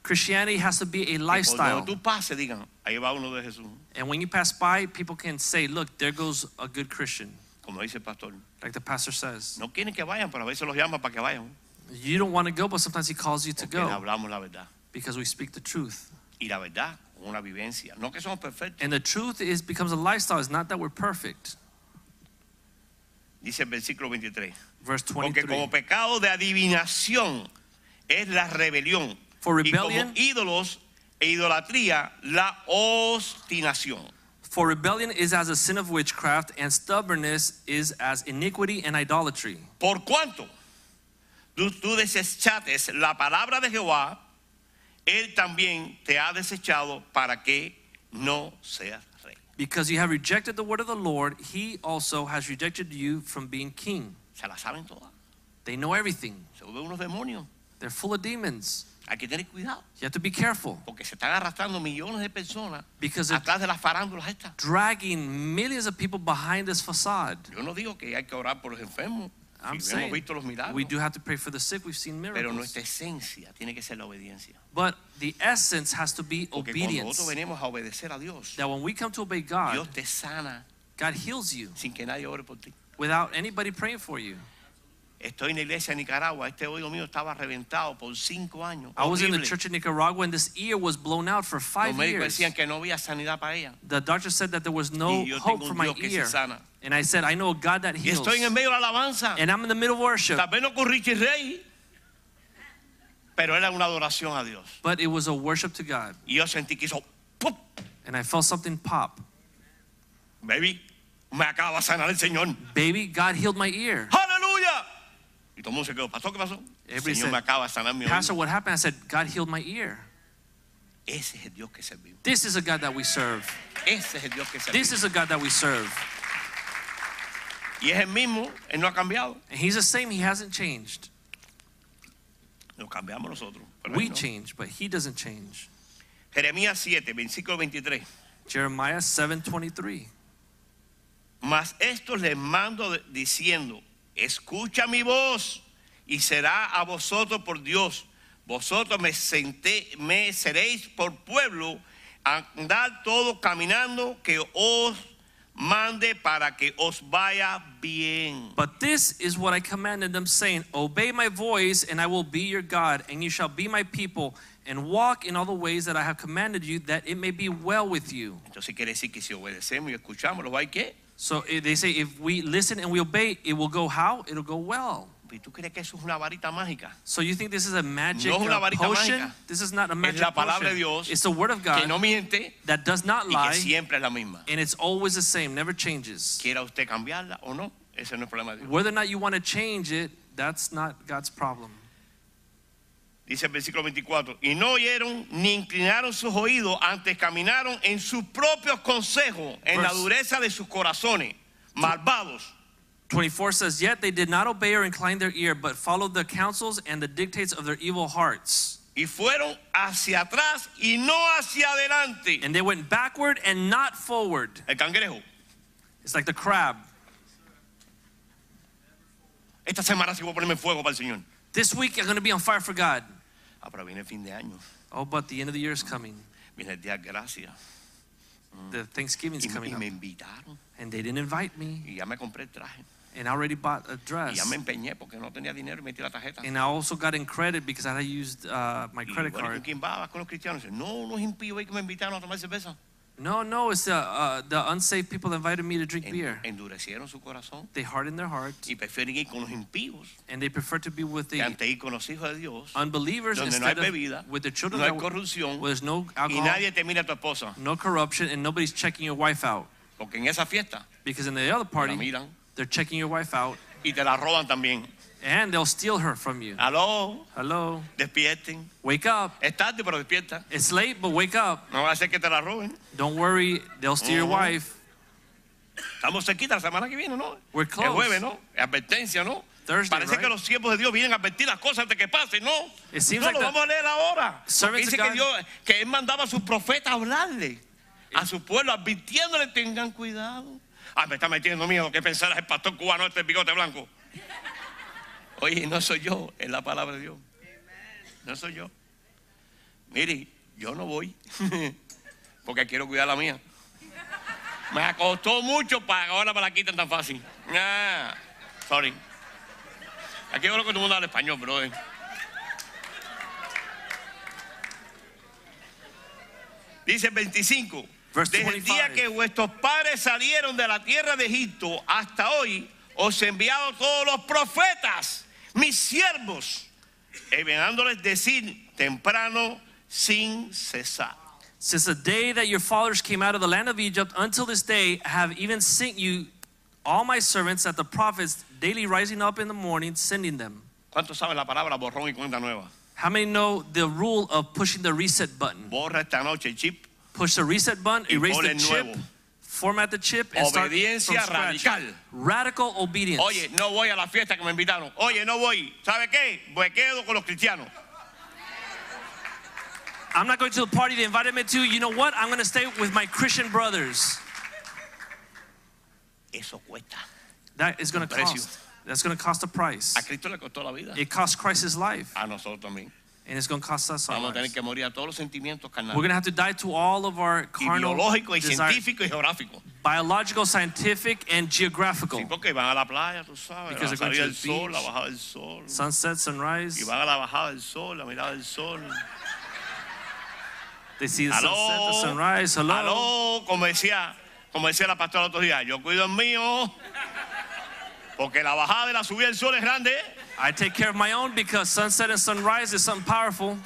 Speaker 1: Christianity has to be a
Speaker 2: Que Cuando
Speaker 1: lifestyle.
Speaker 2: tú pases, digan, ahí va uno de Jesús.
Speaker 1: And when you pass by, people can say, look, there goes a good Christian,
Speaker 2: Como dice el pastor.
Speaker 1: like the pastor says.
Speaker 2: No quieren que vayan, pero a veces los llama para que vayan.
Speaker 1: You don't want to go, but sometimes he calls you to
Speaker 2: Porque le
Speaker 1: go
Speaker 2: hablamos la verdad.
Speaker 1: because we speak the truth.
Speaker 2: Y la verdad, una vivencia. No que somos perfectos.
Speaker 1: And the truth is becomes a lifestyle. It's not that we're perfect.
Speaker 2: Dice el versículo 23.
Speaker 1: Verse
Speaker 2: Porque como
Speaker 1: 23.
Speaker 2: pecado de adivinación es la rebelión.
Speaker 1: For
Speaker 2: Y como
Speaker 1: rebellion,
Speaker 2: ídolos e idolatría, la obstinación.
Speaker 1: for rebellion is as a sin of witchcraft, and stubbornness is as iniquity and idolatry.
Speaker 2: Por cuanto tú, tú desechates la palabra de Jehová, Él también te ha desechado para que no seas rey.
Speaker 1: Because you have rejected the word of the Lord, he also has rejected you from being king.
Speaker 2: Se la saben todas.
Speaker 1: They know everything.
Speaker 2: Se vuelven unos demonios.
Speaker 1: They're full of demons.
Speaker 2: Hay que tener cuidado.
Speaker 1: You have to be careful
Speaker 2: Porque se están arrastrando millones de personas
Speaker 1: because they're
Speaker 2: atrás de las farándulas estas.
Speaker 1: dragging millions of people behind this facade.
Speaker 2: Yo no digo que hay que orar por los enfermos.
Speaker 1: I'm
Speaker 2: si hemos
Speaker 1: saying
Speaker 2: visto los milagros.
Speaker 1: we do have to pray for the sick. We've seen
Speaker 2: Pero
Speaker 1: miracles.
Speaker 2: nuestra esencia tiene que ser la obediencia.
Speaker 1: But the essence has to be
Speaker 2: Porque cuando nosotros
Speaker 1: obedience.
Speaker 2: venimos a obedecer a Dios,
Speaker 1: That when we come to obey God,
Speaker 2: Dios te sana
Speaker 1: God heals you
Speaker 2: sin que nadie ore por ti.
Speaker 1: without anybody praying for you.
Speaker 2: Estoy en la iglesia de Nicaragua. Este oído mío estaba reventado por cinco años.
Speaker 1: I was in the
Speaker 2: Horrible.
Speaker 1: church in Nicaragua and this ear was blown out for
Speaker 2: Los
Speaker 1: five
Speaker 2: médicos
Speaker 1: years.
Speaker 2: decían que no había sanidad para ella.
Speaker 1: The doctor said that there was no
Speaker 2: Y yo
Speaker 1: hope
Speaker 2: tengo
Speaker 1: for
Speaker 2: un
Speaker 1: my
Speaker 2: Dios que se
Speaker 1: ear.
Speaker 2: sana.
Speaker 1: And I said, I know a God that
Speaker 2: Y
Speaker 1: heals.
Speaker 2: estoy en el medio de la alabanza.
Speaker 1: And I'm in the middle of worship.
Speaker 2: Tal vez no con Richie Rey, pero era una adoración a Dios.
Speaker 1: but it was a worship to God.
Speaker 2: Y yo sentí que hizo, ¡pum!
Speaker 1: And I felt something pop.
Speaker 2: baby, me acaba de sanar el Señor.
Speaker 1: Baby, God healed my ear.
Speaker 2: ¡Aleluya! Y todo el mundo se quedó, ¿pasó qué pasó? El
Speaker 1: Everybody
Speaker 2: Señor
Speaker 1: said,
Speaker 2: me acaba de sanar mi
Speaker 1: Pastor,
Speaker 2: oído.
Speaker 1: what happened? I said, God healed my ear.
Speaker 2: Ese es el Dios que servimos.
Speaker 1: This is a God that we serve.
Speaker 2: Ese es el Dios que servimos.
Speaker 1: This is a God that we serve.
Speaker 2: Y es el mismo, Él no ha cambiado.
Speaker 1: And He's the same. He hasn't changed.
Speaker 2: Lo cambiamos nosotros. pero Él
Speaker 1: We
Speaker 2: no.
Speaker 1: change, but He doesn't change.
Speaker 2: Jeremías 7, versículo 23.
Speaker 1: Jeremiah 7:23.
Speaker 2: Mas estos les mando de- diciendo, escucha mi voz y será a vosotros por Dios. Vosotros me, senté, me seréis por pueblo, andad todos caminando que os mande para que os vaya bien.
Speaker 1: But this is what I commanded them, saying, Obey my voice, and I will be your God, and you shall be my people, and walk in all the ways that I have commanded you, that it may be well with you.
Speaker 2: Entonces quiere decir que si obedecemos y escuchamos, ¿lo va a ir qué?
Speaker 1: So eh, they say, if we listen and we obey, it will go how? It'll go well.
Speaker 2: ¿Y tú crees que eso es una varita mágica?
Speaker 1: So you think this is a magic
Speaker 2: No es una
Speaker 1: uh,
Speaker 2: varita
Speaker 1: potion?
Speaker 2: mágica.
Speaker 1: This is not a magic
Speaker 2: la palabra de
Speaker 1: potion.
Speaker 2: Dios
Speaker 1: it's the word of God
Speaker 2: Que no miente
Speaker 1: that does not
Speaker 2: y que
Speaker 1: lie,
Speaker 2: siempre es la misma.
Speaker 1: and it's always the same, never changes.
Speaker 2: Quiera usted cambiarla o no, ese no es problema de Dios.
Speaker 1: Whether or not you want to change it, that's not God's problem.
Speaker 2: Dice el versículo 24, y no oyeron ni inclinaron sus oídos, antes caminaron en sus propios consejos, en la
Speaker 1: Verse-
Speaker 2: dureza de sus corazones, malvados.
Speaker 1: 24 says, Yet they did not obey or incline their ear, but followed the counsels and the dictates of their evil hearts.
Speaker 2: Y fueron hacia atrás y no hacia adelante.
Speaker 1: And they went backward and not forward.
Speaker 2: El cangrejo.
Speaker 1: It's like the crab.
Speaker 2: Esta semana sí voy a ponerme en fuego para el Señor.
Speaker 1: This week, I'm going to be on fire for God.
Speaker 2: Ah, pero viene el fin de año.
Speaker 1: Oh, but the end of the year is coming.
Speaker 2: Viene el día de gracia.
Speaker 1: The Thanksgiving's
Speaker 2: Y,
Speaker 1: coming
Speaker 2: y
Speaker 1: up.
Speaker 2: me invitaron.
Speaker 1: And they didn't invite me.
Speaker 2: Y ya me compré el traje.
Speaker 1: And I already bought a
Speaker 2: Y
Speaker 1: dress.
Speaker 2: ya me empeñé porque no tenía dinero y metí la tarjeta.
Speaker 1: And I also got in credit because I had used uh, my
Speaker 2: Y
Speaker 1: credit
Speaker 2: bueno, ¿con
Speaker 1: card.
Speaker 2: quién vas? ¿Vas con los cristianos? Dice, No, unos impíos ahí que me invitaron a tomar cerveza.
Speaker 1: No, no, it's the, uh, the unsafe people that invited me to drink
Speaker 2: En-
Speaker 1: beer.
Speaker 2: endurecieron su corazón.
Speaker 1: They hardened their heart
Speaker 2: y prefieren ir con los impíos
Speaker 1: and they prefer to be with
Speaker 2: que
Speaker 1: the
Speaker 2: antes ir con los hijos de Dios.
Speaker 1: unbelievers
Speaker 2: Donde no hay
Speaker 1: instead
Speaker 2: bebida,
Speaker 1: of with the children
Speaker 2: no hay
Speaker 1: that w-
Speaker 2: corrupción
Speaker 1: where there's no
Speaker 2: y
Speaker 1: alcohol,
Speaker 2: nadie te mira a tu esposa,
Speaker 1: no corruption, and nobody's checking your wife out.
Speaker 2: porque en esa fiesta
Speaker 1: Because in the other
Speaker 2: te la
Speaker 1: party,
Speaker 2: miran
Speaker 1: they're checking your wife out
Speaker 2: y te la roban también.
Speaker 1: and they'll steal her from you.
Speaker 2: Aló,
Speaker 1: Hello,
Speaker 2: despierten.
Speaker 1: wake up.
Speaker 2: Es tarde, pero despierta.
Speaker 1: It's late, but wake up.
Speaker 2: No va a ser que te la roben.
Speaker 1: Don't worry, they'll steal your
Speaker 2: Mhm.
Speaker 1: wife.
Speaker 2: Estamos cerquita la semana que viene, ¿no?
Speaker 1: We're close.
Speaker 2: El jueves, ¿no? Advertencia, ¿no?
Speaker 1: Thursday,
Speaker 2: Parece
Speaker 1: right?
Speaker 2: que los siervos de Dios vienen a advertir las cosas antes que pasen, ¿no?
Speaker 1: It seems
Speaker 2: no
Speaker 1: like
Speaker 2: lo
Speaker 1: the
Speaker 2: vamos a leer ahora. Porque
Speaker 1: servants
Speaker 2: dice
Speaker 1: of
Speaker 2: que
Speaker 1: God-
Speaker 2: Dios, que él mandaba a sus profetas a hablarle a su pueblo, advirtiéndole tengan cuidado. Ah, me está metiendo miedo. ¿Qué pensarás el pastor cubano este bigote blanco? Oye, no soy yo, es la palabra de Dios. No soy yo. Mire, yo no voy porque quiero cuidar la mía. Me costó mucho para ahora me la quitan tan fácil. Ah, sorry. Aquí yo creo que todo el mundo habla español, eh. brother. Dice el 25.
Speaker 1: Verse
Speaker 2: Desde el día
Speaker 1: 25.
Speaker 2: que vuestros padres salieron de la tierra de Egipto hasta hoy, os he enviado todos los profetas, mis siervos, enviándoles decir temprano sin cesar.
Speaker 1: Since the day that your fathers came out of the land of Egypt until this day, I have even sent you all my servants that the prophets daily rising up in the morning, sending them.
Speaker 2: ¿Cuántos saben la palabra borrón y cuenta nueva?
Speaker 1: How many know the rule of pushing the reset button?
Speaker 2: Borra esta noche el chip.
Speaker 1: Push the reset button,
Speaker 2: Y
Speaker 1: erase the
Speaker 2: ponle
Speaker 1: chip,
Speaker 2: nuevo.
Speaker 1: format the chip, and start from
Speaker 2: Obediencia
Speaker 1: scratch.
Speaker 2: radical.
Speaker 1: Radical obedience.
Speaker 2: Oye, no voy a la fiesta que me invitaron. Oye, no voy. ¿Sabe qué? Me quedo con los cristianos.
Speaker 1: I'm not going to the party they invited me to. You know what? I'm going to stay with my Christian brothers.
Speaker 2: Eso cuesta.
Speaker 1: That is going to
Speaker 2: Precio.
Speaker 1: cost. That's going to cost a price.
Speaker 2: A Cristo le costó la vida.
Speaker 1: It cost Christ his life,
Speaker 2: A nosotros también.
Speaker 1: and it's going to cost us our
Speaker 2: Vamos a tener
Speaker 1: lives.
Speaker 2: que morir a todos los sentimientos
Speaker 1: We're going
Speaker 2: carnales.
Speaker 1: to have to die to all of our
Speaker 2: Y
Speaker 1: carnal
Speaker 2: biológico, y
Speaker 1: desires,
Speaker 2: científico, y geográfico.
Speaker 1: biological, scientific, and geographical.
Speaker 2: Sí, porque van a la playa, tú sabes.
Speaker 1: Because
Speaker 2: La salida
Speaker 1: they're going to
Speaker 2: del
Speaker 1: the
Speaker 2: sol, la
Speaker 1: beach.
Speaker 2: bajada del sol.
Speaker 1: Sunset, sunrise.
Speaker 2: Y van a la bajada del sol, la mirada del sol.
Speaker 1: They see the
Speaker 2: Aló.
Speaker 1: sunset, the sunrise. Hello.
Speaker 2: Ah, Aló, como decía, como decía la pastora el otro día, yo cuido el mío. Porque la bajada y la subida del sol es grande. ¿eh?
Speaker 1: I take care of my own because sunset and sunrise is something powerful.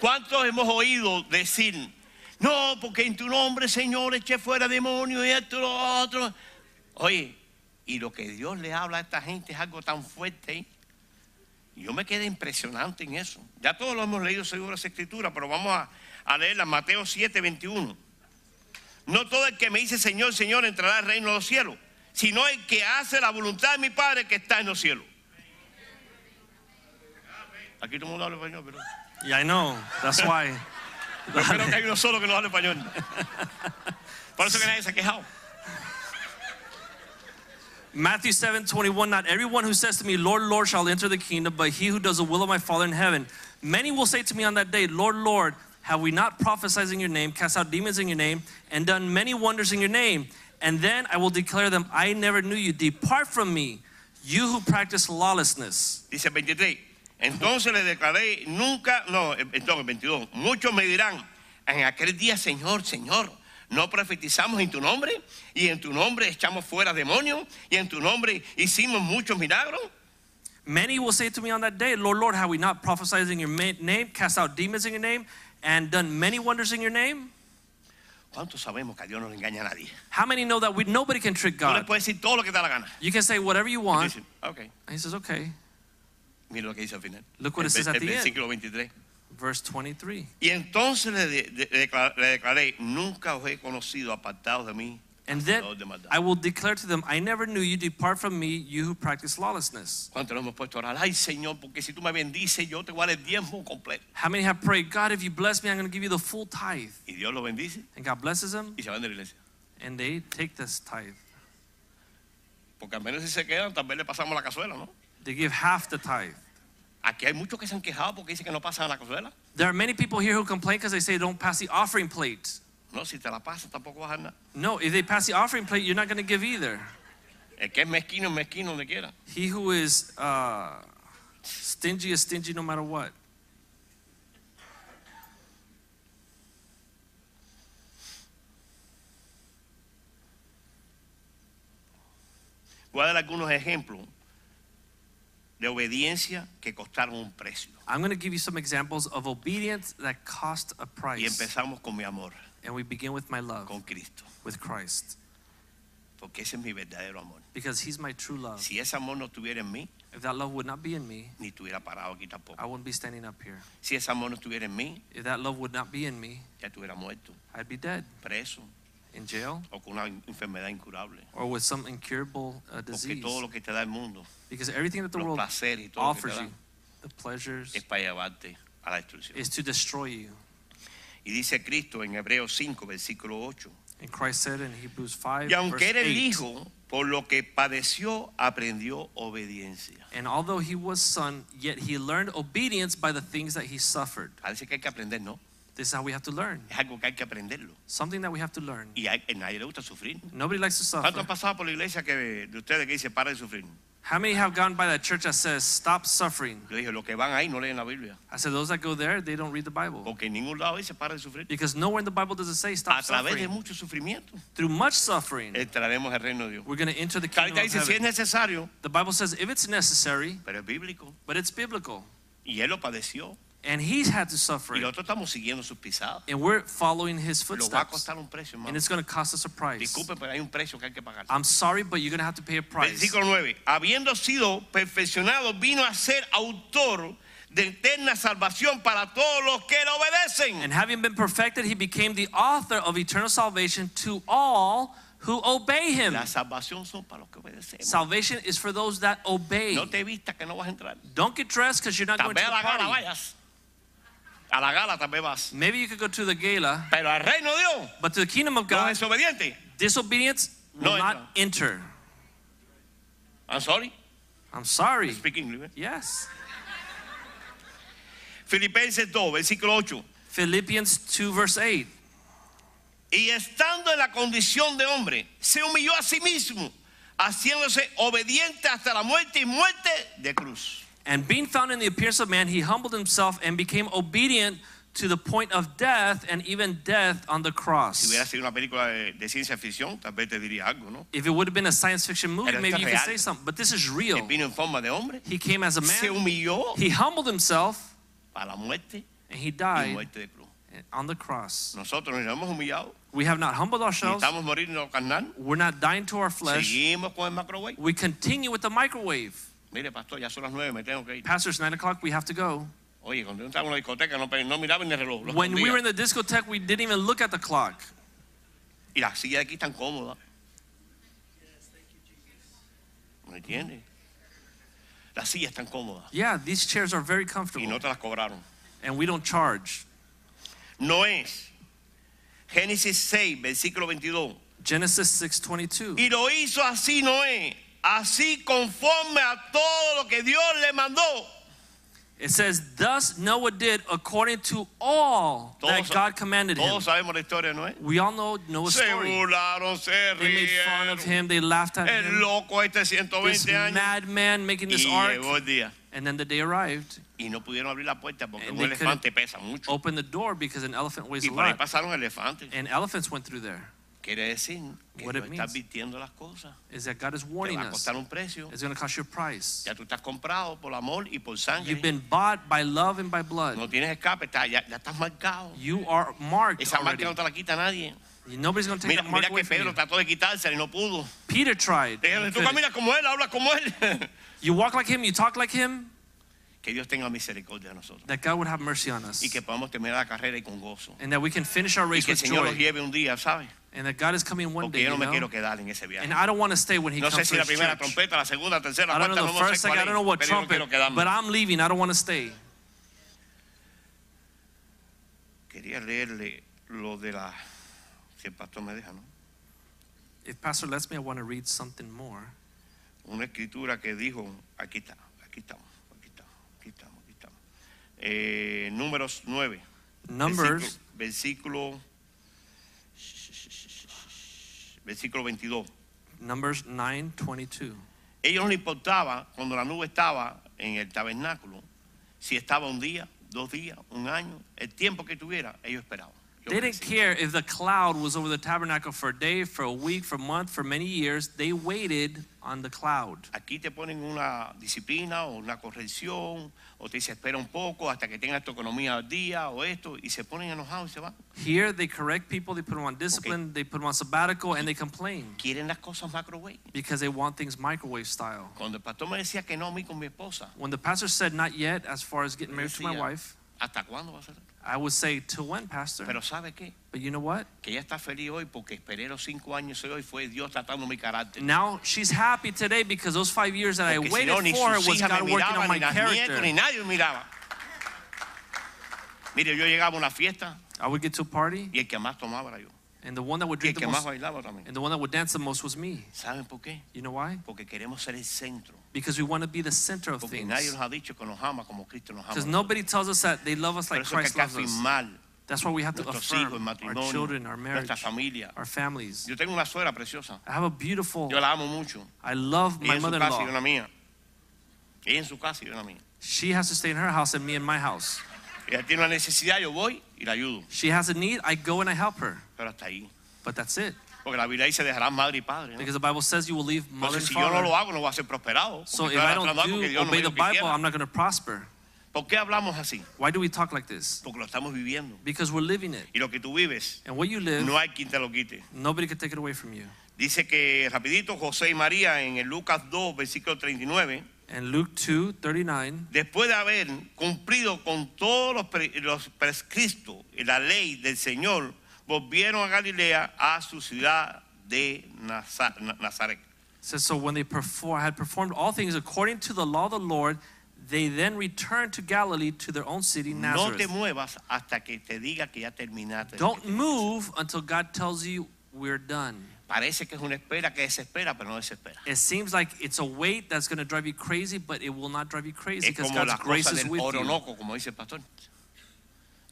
Speaker 2: ¿Cuántos hemos oído decir, no, porque en tu nombre, Señor, eché fuera demonios y esto y lo otro? Oye, y lo que Dios le habla a esta gente es algo tan fuerte. ¿eh? Yo me quedé impresionante en eso. Ya todos lo hemos leído seguro las escrituras, pero vamos a, a leerlas. Mateo 7, 21. No todo el que me dice Señor, Señor entrará al reino de los cielos, sino el que hace la voluntad de mi Padre que está en los cielos. Aquí todo el mundo habla español, pero...
Speaker 1: Yeah, I know. That's why.
Speaker 2: Yo creo que hay uno solo que no habla español. Por eso que nadie se ha quejado.
Speaker 1: Matthew 7 21. Not everyone who says to me, Lord, Lord, shall enter the kingdom, but he who does the will of my Father in heaven. Many will say to me on that day, Lord, Lord, have we not prophesied in your name, cast out demons in your name, and done many wonders in your name? And then I will declare them, I never knew you. Depart from me, you who practice lawlessness.
Speaker 2: Dice el 23. Entonces le declaré, nunca, no, el- entonces el 22. Muchos me dirán, en aquel día, Señor, Señor, no profetizamos en tu nombre, y en tu nombre echamos fuera demonios, y en tu nombre hicimos muchos milagros.
Speaker 1: Many will say to me on that day, Lord, Lord, have we not prophesied in your ma- name, cast out demons in your name, and done many wonders in your name?
Speaker 2: ¿Cuántos sabemos que a Dios no le engaña a nadie?
Speaker 1: How many know that we, nobody can trick
Speaker 2: Tú le
Speaker 1: God?
Speaker 2: puedes decir todo lo que te da la gana.
Speaker 1: You can say whatever you
Speaker 2: Y
Speaker 1: want.
Speaker 2: Dicen, ok,
Speaker 1: And he says, okay.
Speaker 2: mira lo que dice al final.
Speaker 1: Look what it
Speaker 2: el,
Speaker 1: says at
Speaker 2: el
Speaker 1: the end.
Speaker 2: versículo 23.
Speaker 1: Verse 23.
Speaker 2: Y entonces le, de- de- le decla- le declaré, nunca os he conocido apartados de mí.
Speaker 1: And then
Speaker 2: hacedores de maldad.
Speaker 1: I will declare to them, I never knew you. Depart from me, you who practice lawlessness.
Speaker 2: ¿Cuánto nos hemos puesto a orar? Ay, Señor, porque si tú me bendices, yo te voy a dar el diezmo completo.
Speaker 1: How many have prayed, God, if you bless me, I'm going to give you the full tithe?
Speaker 2: Y Dios lo bendice
Speaker 1: And God blesses them,
Speaker 2: y se van de la iglesia.
Speaker 1: and they take this tithe.
Speaker 2: Porque al menos si se quedan, tal vez le pasamos la cazuela, ¿no?
Speaker 1: They give half the tithe.
Speaker 2: Aquí hay muchos que se han quejado porque dicen que no pasan la cazuela.
Speaker 1: There are many people here who complain because they say don't pass the offering plate.
Speaker 2: No, si te la pasas, tampoco vas a dar nada.
Speaker 1: No, if they pass the offering plate, you're not going to give either.
Speaker 2: El que es mezquino, es mezquino donde quiera.
Speaker 1: He who is uh, stingy is stingy no matter what.
Speaker 2: Voy a dar algunos ejemplos de obediencia que costaron un precio.
Speaker 1: I'm going to give you some examples of obedience that cost a
Speaker 2: Y
Speaker 1: price.
Speaker 2: empezamos con mi amor,
Speaker 1: And we begin with my love,
Speaker 2: con Cristo,
Speaker 1: with Christ,
Speaker 2: porque ese es mi verdadero amor.
Speaker 1: because He's my true love.
Speaker 2: Si ese amor no estuviera en mí,
Speaker 1: If that love would not be in me,
Speaker 2: ni estuviera parado aquí tampoco.
Speaker 1: I wouldn't be standing up here.
Speaker 2: Si ese amor no estuviera en mí,
Speaker 1: If that love would not be in me,
Speaker 2: ya estuviera muerto,
Speaker 1: I'd be dead,
Speaker 2: preso
Speaker 1: in jail,
Speaker 2: o con una in- enfermedad incurable.
Speaker 1: or with some incurable uh,
Speaker 2: Porque
Speaker 1: disease.
Speaker 2: todo lo que te da el mundo,
Speaker 1: Because everything that the
Speaker 2: los
Speaker 1: world
Speaker 2: placeres y todo lo que te
Speaker 1: offers
Speaker 2: da,
Speaker 1: you, the pleasures,
Speaker 2: es para llevarte a la destrucción.
Speaker 1: is to destroy you.
Speaker 2: Y dice Cristo en Hebreos 5, versículo 8.
Speaker 1: And Christ said in Hebrews 5,
Speaker 2: Y aunque
Speaker 1: Eh, verse
Speaker 2: era el
Speaker 1: 8,
Speaker 2: hijo, por lo que padeció, aprendió obediencia.
Speaker 1: And although he was son, yet he learned obedience by the things that he suffered.
Speaker 2: Parece que hay que aprender, ¿no?
Speaker 1: This is how we have to learn.
Speaker 2: Es algo que hay que aprenderlo.
Speaker 1: Something that we have to learn.
Speaker 2: Y hay- a nadie le gusta sufrir.
Speaker 1: Nobody likes to
Speaker 2: ¿Cuántos
Speaker 1: suffer.
Speaker 2: han pasado por la iglesia que, de ustedes que dice, para de sufrir?
Speaker 1: How many have gone by that church that says, stop suffering?
Speaker 2: Yo dije, los que van ahí no leen la Biblia.
Speaker 1: I said, those that go there, they don't read the Bible.
Speaker 2: Porque en ningún lado dice, para de sufrir.
Speaker 1: Because nowhere in the Bible does it say,
Speaker 2: A
Speaker 1: stop
Speaker 2: través Eh. de
Speaker 1: suffering.
Speaker 2: mucho sufrimiento
Speaker 1: Through much suffering,
Speaker 2: entraremos al reino de Dios.
Speaker 1: we're going to enter the kingdom
Speaker 2: Ahorita
Speaker 1: of
Speaker 2: dice, si es
Speaker 1: heaven.
Speaker 2: necesario,
Speaker 1: The Bible says, if it's necessary,
Speaker 2: pero es bíblico.
Speaker 1: but it's biblical.
Speaker 2: Y él lo padeció.
Speaker 1: And he's had to suffer.
Speaker 2: Y
Speaker 1: it.
Speaker 2: nosotros estamos siguiendo sus pisadas.
Speaker 1: And we're following his
Speaker 2: Lo va a
Speaker 1: footsteps.
Speaker 2: costar un precio,
Speaker 1: And
Speaker 2: hermano.
Speaker 1: it's going to cost us a price.
Speaker 2: Disculpen, pero hay un precio que hay que pagar.
Speaker 1: I'm sorry, but you're going to have to pay a price.
Speaker 2: Versículo 9. Habiendo sido perfeccionado, vino a ser autor de eterna salvación para todos los que lo obedecen.
Speaker 1: And having been perfected, he became the author of eternal salvation to all who obey him.
Speaker 2: La salvación son para los que obedecemos.
Speaker 1: Salvation is for those that obey.
Speaker 2: No te vistas que no vas a entrar.
Speaker 1: Don't get dressed because you're not
Speaker 2: Tal
Speaker 1: going to
Speaker 2: vez
Speaker 1: the
Speaker 2: a la gala
Speaker 1: party.
Speaker 2: vayas. A la gala tal vez vas.
Speaker 1: Maybe you could go to the gala,
Speaker 2: Pero al reino de Dios,
Speaker 1: but to the kingdom of
Speaker 2: los
Speaker 1: God,
Speaker 2: desobedientes.
Speaker 1: disobedience will
Speaker 2: No
Speaker 1: not enter.
Speaker 2: I'm sorry.
Speaker 1: I'm sorry.
Speaker 2: Speak English.
Speaker 1: Yes.
Speaker 2: Filipenses 2, versículo 8.
Speaker 1: Philippians 2, verse 8.
Speaker 2: Y estando en la condición de hombre, se humilló a sí mismo, haciéndose obediente hasta la muerte y muerte de cruz.
Speaker 1: And being found in the appearance of man, he humbled himself and became obedient to the point of death and even death on the
Speaker 2: Si
Speaker 1: cross.
Speaker 2: hubiera sido una película de, de ciencia ficción, tal vez te diría algo, ¿no?
Speaker 1: If it would have been a science fiction movie,
Speaker 2: Pero
Speaker 1: maybe
Speaker 2: esto
Speaker 1: you
Speaker 2: es
Speaker 1: could
Speaker 2: real.
Speaker 1: say something. But this is real.
Speaker 2: Él vino en forma de hombre,
Speaker 1: He came as a
Speaker 2: se
Speaker 1: man.
Speaker 2: humilló
Speaker 1: He humbled himself
Speaker 2: a la muerte
Speaker 1: and he
Speaker 2: y
Speaker 1: died
Speaker 2: muerte de cruz.
Speaker 1: on the cross.
Speaker 2: Nosotros nos hemos humillado,
Speaker 1: We have not humbled ourselves.
Speaker 2: necesitamos morirnos carnal,
Speaker 1: We're not dying to our flesh.
Speaker 2: seguimos con el microwave.
Speaker 1: We continue with the microwave.
Speaker 2: Mire, pastor, ya son las nueve, me tengo que ir.
Speaker 1: Pastor, it's nine o'clock. We have to go.
Speaker 2: Oye, cuando yo estaba en la discoteca no, pe- no miraba ni el reloj. lo
Speaker 1: When we
Speaker 2: escondía.
Speaker 1: were in the discotheque, we didn't even look at the clock.
Speaker 2: Y la silla de aquí tan cómoda. ¿Me entiendes? Las sillas están cómodas
Speaker 1: Yeah, these chairs are very
Speaker 2: y
Speaker 1: comfortable,
Speaker 2: no te las cobraron.
Speaker 1: and we don't charge.
Speaker 2: No es. Génesis 6, versículo 22.
Speaker 1: Genesis 6:22.
Speaker 2: Y lo hizo así Noé, así conforme a todo lo que Dios le mandó.
Speaker 1: It says, "Thus Noah did according to all that
Speaker 2: Todos-
Speaker 1: God commanded him."
Speaker 2: Todos sabemos la historia de Noé.
Speaker 1: We all know Noah's
Speaker 2: Se
Speaker 1: story.
Speaker 2: burlaron, se
Speaker 1: They made fun of
Speaker 2: rieron.
Speaker 1: him. They laughed at
Speaker 2: El
Speaker 1: him.
Speaker 2: loco este
Speaker 1: This
Speaker 2: 120 años.
Speaker 1: madman making
Speaker 2: Y
Speaker 1: this ark,
Speaker 2: llegó el día.
Speaker 1: and then the day arrived.
Speaker 2: Y no pudieron abrir la puerta porque
Speaker 1: And
Speaker 2: un
Speaker 1: they
Speaker 2: elefante pesa mucho.
Speaker 1: Opened the door because an elephant weighs
Speaker 2: Y
Speaker 1: a
Speaker 2: por ahí
Speaker 1: lot,
Speaker 2: pasaron elefantes.
Speaker 1: and elephants went through there.
Speaker 2: Quiere decir que
Speaker 1: What
Speaker 2: Dios
Speaker 1: it
Speaker 2: está
Speaker 1: means.
Speaker 2: advirtiendo las cosas.
Speaker 1: Is that God is
Speaker 2: Te
Speaker 1: warning
Speaker 2: va a
Speaker 1: us?
Speaker 2: costar un precio.
Speaker 1: It's going to cost you a price.
Speaker 2: Ya tú estás comprado por amor y por
Speaker 1: You've
Speaker 2: sangre.
Speaker 1: been bought by love and by blood.
Speaker 2: No tienes escape, está- ya, ya estás marcado.
Speaker 1: You are marked
Speaker 2: Esa marca
Speaker 1: already.
Speaker 2: no te la quita nadie.
Speaker 1: Nobody's going to take
Speaker 2: Mira,
Speaker 1: that mark
Speaker 2: mira
Speaker 1: away
Speaker 2: que
Speaker 1: from
Speaker 2: Pedro
Speaker 1: you.
Speaker 2: trató de quitársela y no pudo.
Speaker 1: Peter tried. and
Speaker 2: Déjale, tú
Speaker 1: couldn't.
Speaker 2: caminas como él, hablas como él.
Speaker 1: You walk like him, you talk like him,
Speaker 2: que Dios tenga misericordia de nosotros.
Speaker 1: that God would have mercy on us.
Speaker 2: Y que podamos terminar la carrera y con gozo.
Speaker 1: And that we can finish our
Speaker 2: Y
Speaker 1: race
Speaker 2: que el
Speaker 1: with
Speaker 2: Señor los
Speaker 1: joy.
Speaker 2: lleve un día, ¿sabes?
Speaker 1: And that God is coming one
Speaker 2: Porque
Speaker 1: day.
Speaker 2: yo no
Speaker 1: You
Speaker 2: me quiero
Speaker 1: know?
Speaker 2: quedar en ese viaje.
Speaker 1: And I don't want to stay when he
Speaker 2: No sé
Speaker 1: comes
Speaker 2: si
Speaker 1: to
Speaker 2: la
Speaker 1: his
Speaker 2: primera
Speaker 1: church.
Speaker 2: trompeta, la segunda, la tercera, la
Speaker 1: I don't
Speaker 2: cuarta,
Speaker 1: know the
Speaker 2: no, no
Speaker 1: first
Speaker 2: sé
Speaker 1: thing,
Speaker 2: cuál
Speaker 1: I don't know
Speaker 2: es,
Speaker 1: what
Speaker 2: pero yo no
Speaker 1: trumpet,
Speaker 2: quiero quedarme.
Speaker 1: but I'm leaving. I don't want to stay.
Speaker 2: Quería leerle lo de la... Si el pastor me deja, ¿no?
Speaker 1: If Pastor lets me, I want to read something more.
Speaker 2: Una escritura que dijo, aquí está, aquí estamos, aquí estamos, aquí estamos, aquí estamos. Eh, números 9.
Speaker 1: Numbers
Speaker 2: Versículo, versículo, versículo 22.
Speaker 1: Numbers 9:22.
Speaker 2: Ellos no les importaba cuando la nube estaba en el tabernáculo, si estaba un día, dos días, un año, el tiempo que tuviera, ellos esperaban. Yo
Speaker 1: They didn't
Speaker 2: crecí.
Speaker 1: care if the cloud was over the tabernacle for a day, for a week, for a month, for many years. They waited on the cloud.
Speaker 2: Aquí te ponen una disciplina o una corrección, o te dice espera un poco hasta que tengas tu economía al día o esto, y se ponen enojados y se van.
Speaker 1: Here they correct people, they put them on discipline, they put them on sabbatical, and they complain
Speaker 2: Quieren las cosas microwave.
Speaker 1: because they want things microwave style.
Speaker 2: Cuando el pastor me decía que no a mí con mi esposa,
Speaker 1: When the pastor said not yet, as far as getting married to my
Speaker 2: Decía.
Speaker 1: wife,
Speaker 2: ¿hasta cuándo va a ser?
Speaker 1: I would say till when, pastor?
Speaker 2: Pero ¿sabe qué?
Speaker 1: But you know what?
Speaker 2: Que ella está feliz hoy porque esperé los cinco años y hoy fue Dios tratando mi carácter.
Speaker 1: Now she's happy today because those five years that I
Speaker 2: Porque si
Speaker 1: waited
Speaker 2: no, ni
Speaker 1: for her
Speaker 2: sus
Speaker 1: was
Speaker 2: hijas me
Speaker 1: God working on
Speaker 2: miraban,
Speaker 1: my
Speaker 2: ni las nietos, ni
Speaker 1: character.
Speaker 2: nadie me miraba. Mire, yo llegaba a una fiesta
Speaker 1: I would get to a party,
Speaker 2: y el que más tomaba era yo.
Speaker 1: and the one that would
Speaker 2: Y el
Speaker 1: drink
Speaker 2: que
Speaker 1: the
Speaker 2: más
Speaker 1: most,
Speaker 2: bailaba también.
Speaker 1: and the one that would dance the most was me.
Speaker 2: ¿Saben por qué?
Speaker 1: You know why?
Speaker 2: Porque queremos ser el centro.
Speaker 1: Because we want to be the center of
Speaker 2: Porque nadie
Speaker 1: things.
Speaker 2: nos ha dicho que nos ama como Cristo nos ama.
Speaker 1: Because nobody tells us that they love us
Speaker 2: Por
Speaker 1: like
Speaker 2: eso es
Speaker 1: Christ
Speaker 2: que hay
Speaker 1: loves
Speaker 2: que
Speaker 1: us.
Speaker 2: afirmar
Speaker 1: That's why we have to
Speaker 2: nuestros hijos, el
Speaker 1: affirm our children,
Speaker 2: matrimonio, nuestra
Speaker 1: our marriage,
Speaker 2: familia.
Speaker 1: our families.
Speaker 2: Yo tengo una suegra preciosa.
Speaker 1: I have a beautiful,
Speaker 2: Yo la amo mucho.
Speaker 1: I love
Speaker 2: Ella
Speaker 1: my
Speaker 2: en su casa y yo en
Speaker 1: mother-in-law.
Speaker 2: la mía. Ella en su casa y yo en la mía.
Speaker 1: She has to stay in her house and me in my house.
Speaker 2: Ella tiene una necesidad, yo voy y la ayudo.
Speaker 1: She has a need, I go and I help her.
Speaker 2: Pero hasta ahí.
Speaker 1: But that's it.
Speaker 2: Porque la Biblia dice dejarás madre y padre. ¿no?
Speaker 1: Because the Bible says you will leave mother
Speaker 2: Entonces,
Speaker 1: and
Speaker 2: si yo no lo
Speaker 1: father.
Speaker 2: hago, no voy a ser prosperado.
Speaker 1: So
Speaker 2: porque
Speaker 1: if I
Speaker 2: estoy
Speaker 1: don't
Speaker 2: hablando algo que
Speaker 1: do
Speaker 2: Dios no me
Speaker 1: obey the
Speaker 2: dijo que
Speaker 1: Bible,
Speaker 2: hiciera.
Speaker 1: I'm not going to prosper.
Speaker 2: ¿Por qué hablamos así?
Speaker 1: Why do we talk like this?
Speaker 2: Porque lo estamos viviendo.
Speaker 1: Because we're living it.
Speaker 2: Y lo que tú vives,
Speaker 1: And what you live,
Speaker 2: no hay quien te lo quite.
Speaker 1: nobody can take it away from you.
Speaker 2: Dice que rapidito José y María en el Lucas 2, versículo 39,
Speaker 1: And Luke 2, 39,
Speaker 2: después de haber cumplido con todos los, pre- los prescritos en la ley del Señor, volvieron a Galilea, a su ciudad de Naza- Na- Nazaret.
Speaker 1: says, So when they perform, had performed all things according to the law of the Lord, they then returned to Galilee to their own city,
Speaker 2: No te
Speaker 1: Nazareth.
Speaker 2: muevas hasta que te diga que ya terminaste.
Speaker 1: Don't move until God tells you we're done.
Speaker 2: Parece que es una espera que desespera, pero no desespera.
Speaker 1: It seems like it's a weight that's going to drive you crazy, but it will not drive you crazy
Speaker 2: es
Speaker 1: because
Speaker 2: como
Speaker 1: God's
Speaker 2: la
Speaker 1: grace
Speaker 2: cosa
Speaker 1: is
Speaker 2: del
Speaker 1: with you.
Speaker 2: Orinoco, como dice el pastor.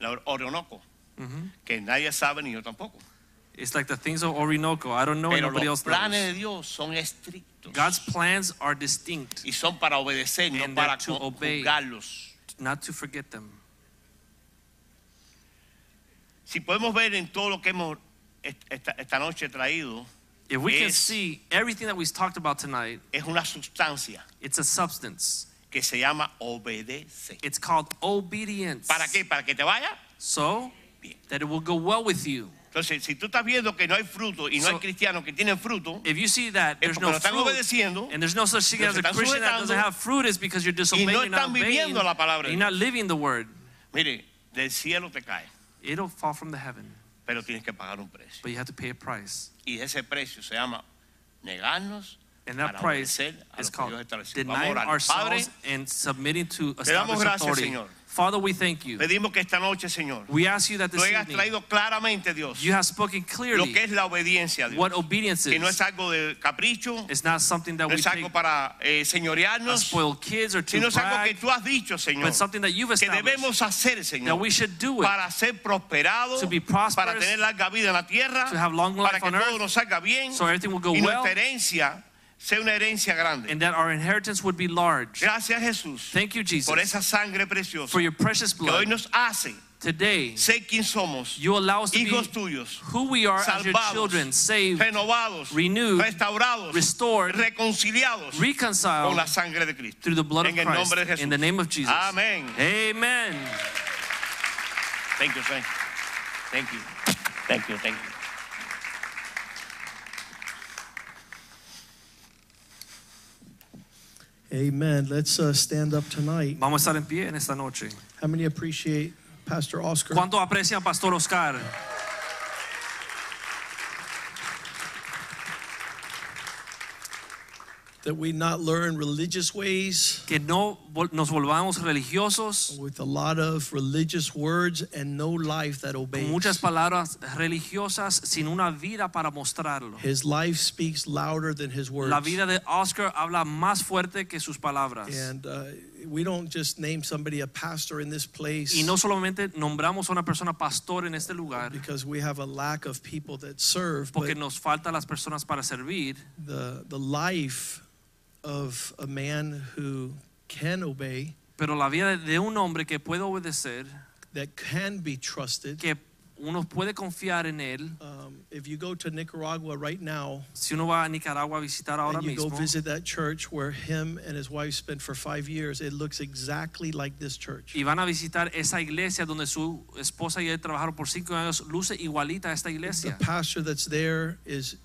Speaker 2: La Or- Orinoco,
Speaker 1: Mm-hmm.
Speaker 2: que nadie sabe ni yo tampoco.
Speaker 1: It's like the things of Orinoco. I don't know, and
Speaker 2: Pero
Speaker 1: nobody
Speaker 2: los
Speaker 1: else
Speaker 2: planes de
Speaker 1: knows.
Speaker 2: Dios son estrictos
Speaker 1: God's plans are distinct,
Speaker 2: y son para obedecer, no
Speaker 1: And
Speaker 2: para
Speaker 1: they're to
Speaker 2: con-
Speaker 1: obey.
Speaker 2: juzgarlos.
Speaker 1: not to forget them.
Speaker 2: Si podemos ver en todo lo que hemos est- esta, esta noche traído,
Speaker 1: If we can
Speaker 2: Es-
Speaker 1: see everything that we've talked about tonight,
Speaker 2: es una sustancia
Speaker 1: it's a substance.
Speaker 2: que se llama obedece.
Speaker 1: It's called obedience.
Speaker 2: ¿Para qué? Para que te vaya.
Speaker 1: So
Speaker 2: Bien.
Speaker 1: that it will go well with you.
Speaker 2: Entonces, si tú estás viendo que no hay fruto y no hay
Speaker 1: So-
Speaker 2: cristianos que tienen fruto
Speaker 1: If you see that
Speaker 2: es
Speaker 1: there's
Speaker 2: porque
Speaker 1: no
Speaker 2: no Eh, están
Speaker 1: fruit,
Speaker 2: obedeciendo
Speaker 1: and there's no such thing
Speaker 2: no
Speaker 1: as
Speaker 2: se
Speaker 1: a
Speaker 2: están
Speaker 1: Christian that doesn't
Speaker 2: sujetando,
Speaker 1: have fruit, is because you're disobeying, you're
Speaker 2: están
Speaker 1: not obeying,
Speaker 2: viviendo la palabra de
Speaker 1: you're not living the word.
Speaker 2: Mire, del cielo te cae,
Speaker 1: It'll fall from the heaven,
Speaker 2: pero tienes que pagar un precio.
Speaker 1: but you have to pay a price.
Speaker 2: Y ese precio se llama negarnos
Speaker 1: And that
Speaker 2: para
Speaker 1: price
Speaker 2: obedecer a
Speaker 1: is
Speaker 2: lo que
Speaker 1: called
Speaker 2: Dios estableció. Vamos
Speaker 1: denying
Speaker 2: a orar. Padre,
Speaker 1: ourselves and submitting to
Speaker 2: damos
Speaker 1: established
Speaker 2: gracias,
Speaker 1: authority.
Speaker 2: Señor.
Speaker 1: Father, we thank you.
Speaker 2: pedimos que esta noche, Señor,
Speaker 1: We ask you that
Speaker 2: tú
Speaker 1: this
Speaker 2: hayas
Speaker 1: evening
Speaker 2: traído claramente, Dios,
Speaker 1: you have spoken
Speaker 2: lo
Speaker 1: clearly
Speaker 2: que es la obediencia a Dios.
Speaker 1: what obedience
Speaker 2: que no es
Speaker 1: is.
Speaker 2: algo de capricho,
Speaker 1: It's not something that
Speaker 2: no
Speaker 1: we
Speaker 2: es
Speaker 1: take
Speaker 2: algo para eh,
Speaker 1: as
Speaker 2: señorearnos,
Speaker 1: spoiled kids or to
Speaker 2: sino es algo que
Speaker 1: brag,
Speaker 2: tú has dicho, Señor,
Speaker 1: but something that you've
Speaker 2: que
Speaker 1: established
Speaker 2: debemos hacer,
Speaker 1: that
Speaker 2: Señor,
Speaker 1: we should do it
Speaker 2: para ser prosperados,
Speaker 1: to be prosperous,
Speaker 2: para tener larga vida en la tierra,
Speaker 1: to have long life
Speaker 2: para que
Speaker 1: on
Speaker 2: todo
Speaker 1: earth,
Speaker 2: nos salga bien
Speaker 1: so everything will go
Speaker 2: y
Speaker 1: well
Speaker 2: nuestra herencia sea una herencia grande.
Speaker 1: and that our inheritance would be large.
Speaker 2: Gracias Jesús
Speaker 1: Thank you,
Speaker 2: por
Speaker 1: Jesus,
Speaker 2: esa sangre preciosa
Speaker 1: for your precious
Speaker 2: que hoy
Speaker 1: blood.
Speaker 2: nos hace
Speaker 1: Today,
Speaker 2: ser quien somos,
Speaker 1: you allow us to be
Speaker 2: hijos tuyos,
Speaker 1: who we are as your
Speaker 2: Salvados.
Speaker 1: children, saved,
Speaker 2: renovados,
Speaker 1: renewed,
Speaker 2: restaurados,
Speaker 1: restored,
Speaker 2: reconciliados con
Speaker 1: reconciled
Speaker 2: la sangre de Cristo.
Speaker 1: through the blood of
Speaker 2: En el nombre de
Speaker 1: Christ.
Speaker 2: Jesús.
Speaker 1: In the name of Jesus.
Speaker 2: Amén.
Speaker 1: Amen.
Speaker 2: Thank you, thank you. Thank you. Thank you, thank you.
Speaker 3: Amen. Let's uh, stand up tonight.
Speaker 1: Vamos a estar en pie en esta noche.
Speaker 3: How many appreciate Pastor Oscar?
Speaker 1: ¿Cuánto aprecian Pastor Oscar?
Speaker 3: That we not learn religious ways
Speaker 1: Que no vol- nos volvamos religiosos
Speaker 3: with a lot of religious words and no life that
Speaker 1: con
Speaker 3: obeys.
Speaker 1: muchas palabras religiosas sin una vida para mostrarlo.
Speaker 3: His life speaks louder than his words.
Speaker 1: La vida de Oscar habla más fuerte que sus palabras.
Speaker 3: And uh, we don't just name somebody a pastor in this place
Speaker 1: Y no solamente nombramos a una persona pastor en este lugar,
Speaker 3: because we have a lack of people that serve,
Speaker 1: porque
Speaker 3: but
Speaker 1: nos faltan las personas para servir,
Speaker 3: the, the life of a man who can obey,
Speaker 1: pero la vida de un hombre que puede obedecer,
Speaker 3: that can be trusted.
Speaker 1: que uno puede confiar en él.
Speaker 3: Um, if you go to Nicaragua right now,
Speaker 1: Si uno va a Nicaragua a visitar ahora
Speaker 3: and you go
Speaker 1: mismo
Speaker 3: visit that church where him and his wife spent for five years, it looks exactly like this church.
Speaker 1: y van a visitar esa iglesia donde su esposa y él trabajaron por cinco años, luce igualita a esta
Speaker 3: The
Speaker 1: iglesia.
Speaker 3: pastor that's there is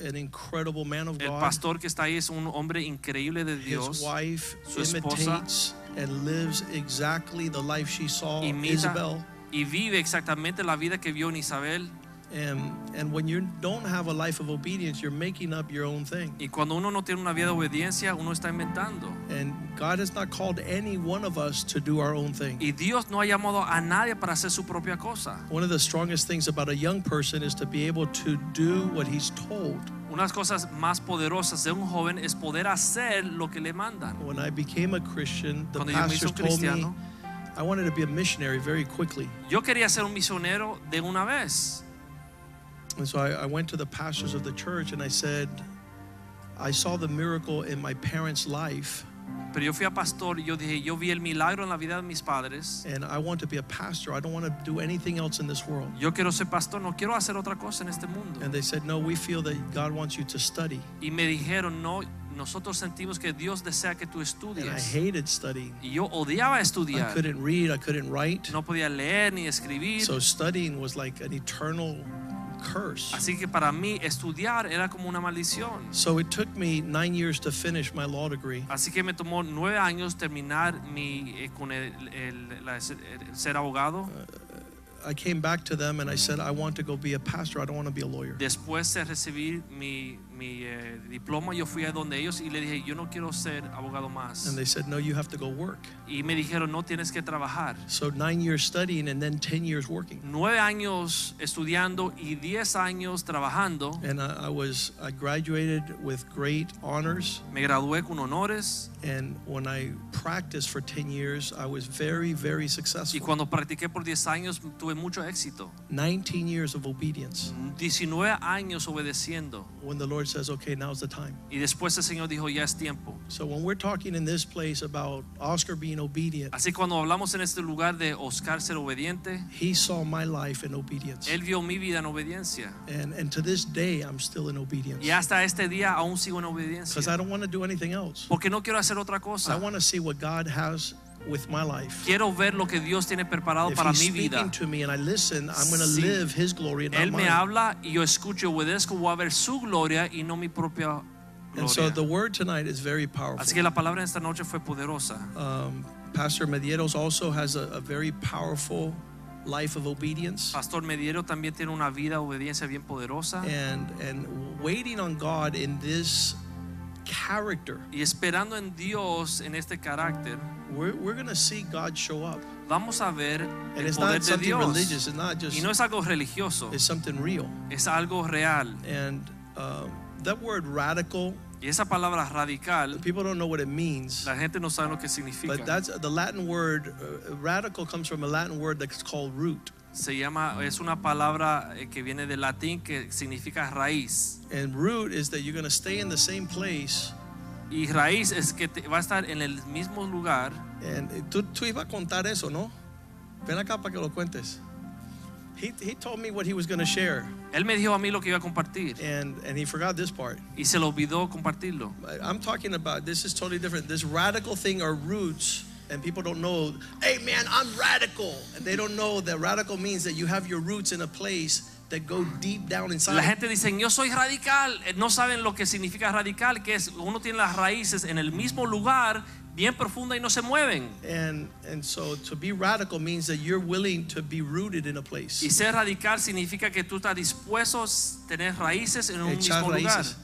Speaker 3: an incredible man of
Speaker 1: El
Speaker 3: God.
Speaker 1: pastor que está ahí es un hombre increíble de
Speaker 3: His
Speaker 1: Dios.
Speaker 3: wife
Speaker 1: su esposa,
Speaker 3: imitates and lives exactly the life she saw in
Speaker 1: imita
Speaker 3: Isabel.
Speaker 1: y vive exactamente la vida que vio en Isabel.
Speaker 3: And, and when you don't have a life of obedience, you're making up your own thing.
Speaker 1: Y cuando uno no tiene una vida de obediencia, uno está inventando.
Speaker 3: And God has not called any one of us to do our own thing.
Speaker 1: Y Dios no ha llamado a nadie para hacer su propia cosa.
Speaker 3: One of the strongest things about a young person is to be able to do what he's told.
Speaker 1: Unas cosas más poderosas de un joven es poder hacer lo que le mandan.
Speaker 3: When I became a Christian, the
Speaker 1: Cuando yo me hice
Speaker 3: pastor
Speaker 1: un
Speaker 3: told me
Speaker 1: cristiano,
Speaker 3: I wanted to be a missionary very quickly.
Speaker 1: yo quería ser un misionero de una vez.
Speaker 3: And so I, I went to the pastors of the church and I said, I saw the miracle in my parents' life,
Speaker 1: Pero yo fui a pastor y yo dije, yo vi el milagro en la vida de mis padres.
Speaker 3: and I want to be a pastor. I don't want to do anything else in this world.
Speaker 1: Yo quiero ser pastor, no quiero hacer otra cosa en este mundo.
Speaker 3: And they said, No, we feel that God wants you to study.
Speaker 1: Y me dijeron, no, nosotros sentimos que Dios desea que tú
Speaker 3: And I
Speaker 1: estudies.
Speaker 3: hated studying.
Speaker 1: Y yo odiaba
Speaker 3: I
Speaker 1: estudiar.
Speaker 3: couldn't read, I couldn't write.
Speaker 1: No podía leer ni escribir.
Speaker 3: So studying was like an eternal curse.
Speaker 1: Así que para mí estudiar era como una maldición.
Speaker 3: So it took me nine years to finish my law degree.
Speaker 1: Así que me tomó nueve años terminar mi, eh, con el, el- la- el ser abogado.
Speaker 3: I came back to them and I said, I want to go be a pastor. I don't want to be a lawyer.
Speaker 1: Después de recibir mi, mi, eh, diploma, yo fui a donde ellos y le dije, yo no quiero ser abogado más.
Speaker 3: And they said, No, you have to go work.
Speaker 1: Y me dijeron, no tienes que trabajar.
Speaker 3: So nine years studying and then 10 years working.
Speaker 1: Nueve años estudiando y diez años trabajando.
Speaker 3: And I, I was, I graduated with great honors.
Speaker 1: Me gradué con honores
Speaker 3: And when I practiced for 10 years, I was very, very
Speaker 1: y
Speaker 3: successful.
Speaker 1: cuando practiqué por diez años tuve mucho éxito.
Speaker 3: 19 years of obedience.
Speaker 1: 19 años obedeciendo.
Speaker 3: When the Lord Lord says, okay, now's the time.
Speaker 1: Y después el Señor dijo, ya es tiempo.
Speaker 3: So when we're talking in this place about Oscar being obedient,
Speaker 1: Así cuando hablamos en este lugar de Oscar ser obediente,
Speaker 3: he saw my life in obedience.
Speaker 1: él vio mi vida en obediencia.
Speaker 3: And, and to this day, I'm still in
Speaker 1: Y
Speaker 3: obedience.
Speaker 1: hasta este día aún sigo en
Speaker 3: Because
Speaker 1: obediencia.
Speaker 3: I don't want to do anything else.
Speaker 1: Porque no quiero hacer otra
Speaker 3: I
Speaker 1: cosa.
Speaker 3: want to see what God has with my life.
Speaker 1: Ah. Quiero ver lo que Dios tiene preparado
Speaker 3: If
Speaker 1: para
Speaker 3: he's
Speaker 1: mi
Speaker 3: speaking
Speaker 1: vida.
Speaker 3: to me and I listen, I'm going to
Speaker 1: Si
Speaker 3: live his glory and not
Speaker 1: Él me
Speaker 3: mine.
Speaker 1: habla y yo escucho y obedezco. Voy a ver su gloria y no mi propia
Speaker 3: And so the
Speaker 1: gloria.
Speaker 3: word tonight is very powerful.
Speaker 1: Así que la palabra en esta noche fue poderosa.
Speaker 3: Um, Pastor Medieros also has a, a very powerful life of obedience
Speaker 1: Pastor Mediero también tiene una vida de obediencia bien poderosa.
Speaker 3: and and waiting on God in this character.
Speaker 1: Y esperando en Dios, en este carácter,
Speaker 3: We're, we're gonna see God show up,
Speaker 1: vamos a ver
Speaker 3: and
Speaker 1: el
Speaker 3: it's
Speaker 1: poder
Speaker 3: not
Speaker 1: de
Speaker 3: something
Speaker 1: Dios.
Speaker 3: religious. It's not
Speaker 1: Y
Speaker 3: just
Speaker 1: no es algo religioso,
Speaker 3: it's something real.
Speaker 1: es algo real.
Speaker 3: And um, that word radical,
Speaker 1: Y esa palabra radical,
Speaker 3: people don't know what it means.
Speaker 1: la gente no sabe lo que
Speaker 3: But
Speaker 1: significa.
Speaker 3: that's the Latin word uh, radical comes from a Latin word that's called root,
Speaker 1: Se llama, es una palabra eh, que viene del latín que significa raíz.
Speaker 3: and root is that you're gonna stay in the same place.
Speaker 1: Y raíz es que te- va a estar en el mismo lugar.
Speaker 3: And eh, tú, tú ibas a contar eso, ¿no? Ven acá para que lo cuentes. He, he told me what he was going to share,
Speaker 1: Él me dijo a mí lo que iba a compartir
Speaker 3: and, and he forgot this part.
Speaker 1: y se lo olvidó compartirlo.
Speaker 3: I- I'm talking about this is totally different. This radical thing are roots, and people don't know, hey man, I'm radical. And they don't know that radical means that you have your roots in a place that go deep down
Speaker 1: La
Speaker 3: inside.
Speaker 1: gente dice, yo soy radical. Eh, No saben lo que significa radical, que es uno tiene las raíces en el mismo lugar, bien profunda y no se mueven.
Speaker 3: And, and so to be radical means that you're willing to be rooted in a
Speaker 1: Y
Speaker 3: place.
Speaker 1: ser radical significa que tú estás dispuesto a tener raíces en un
Speaker 3: Echar
Speaker 1: mismo lugar.
Speaker 3: raíces.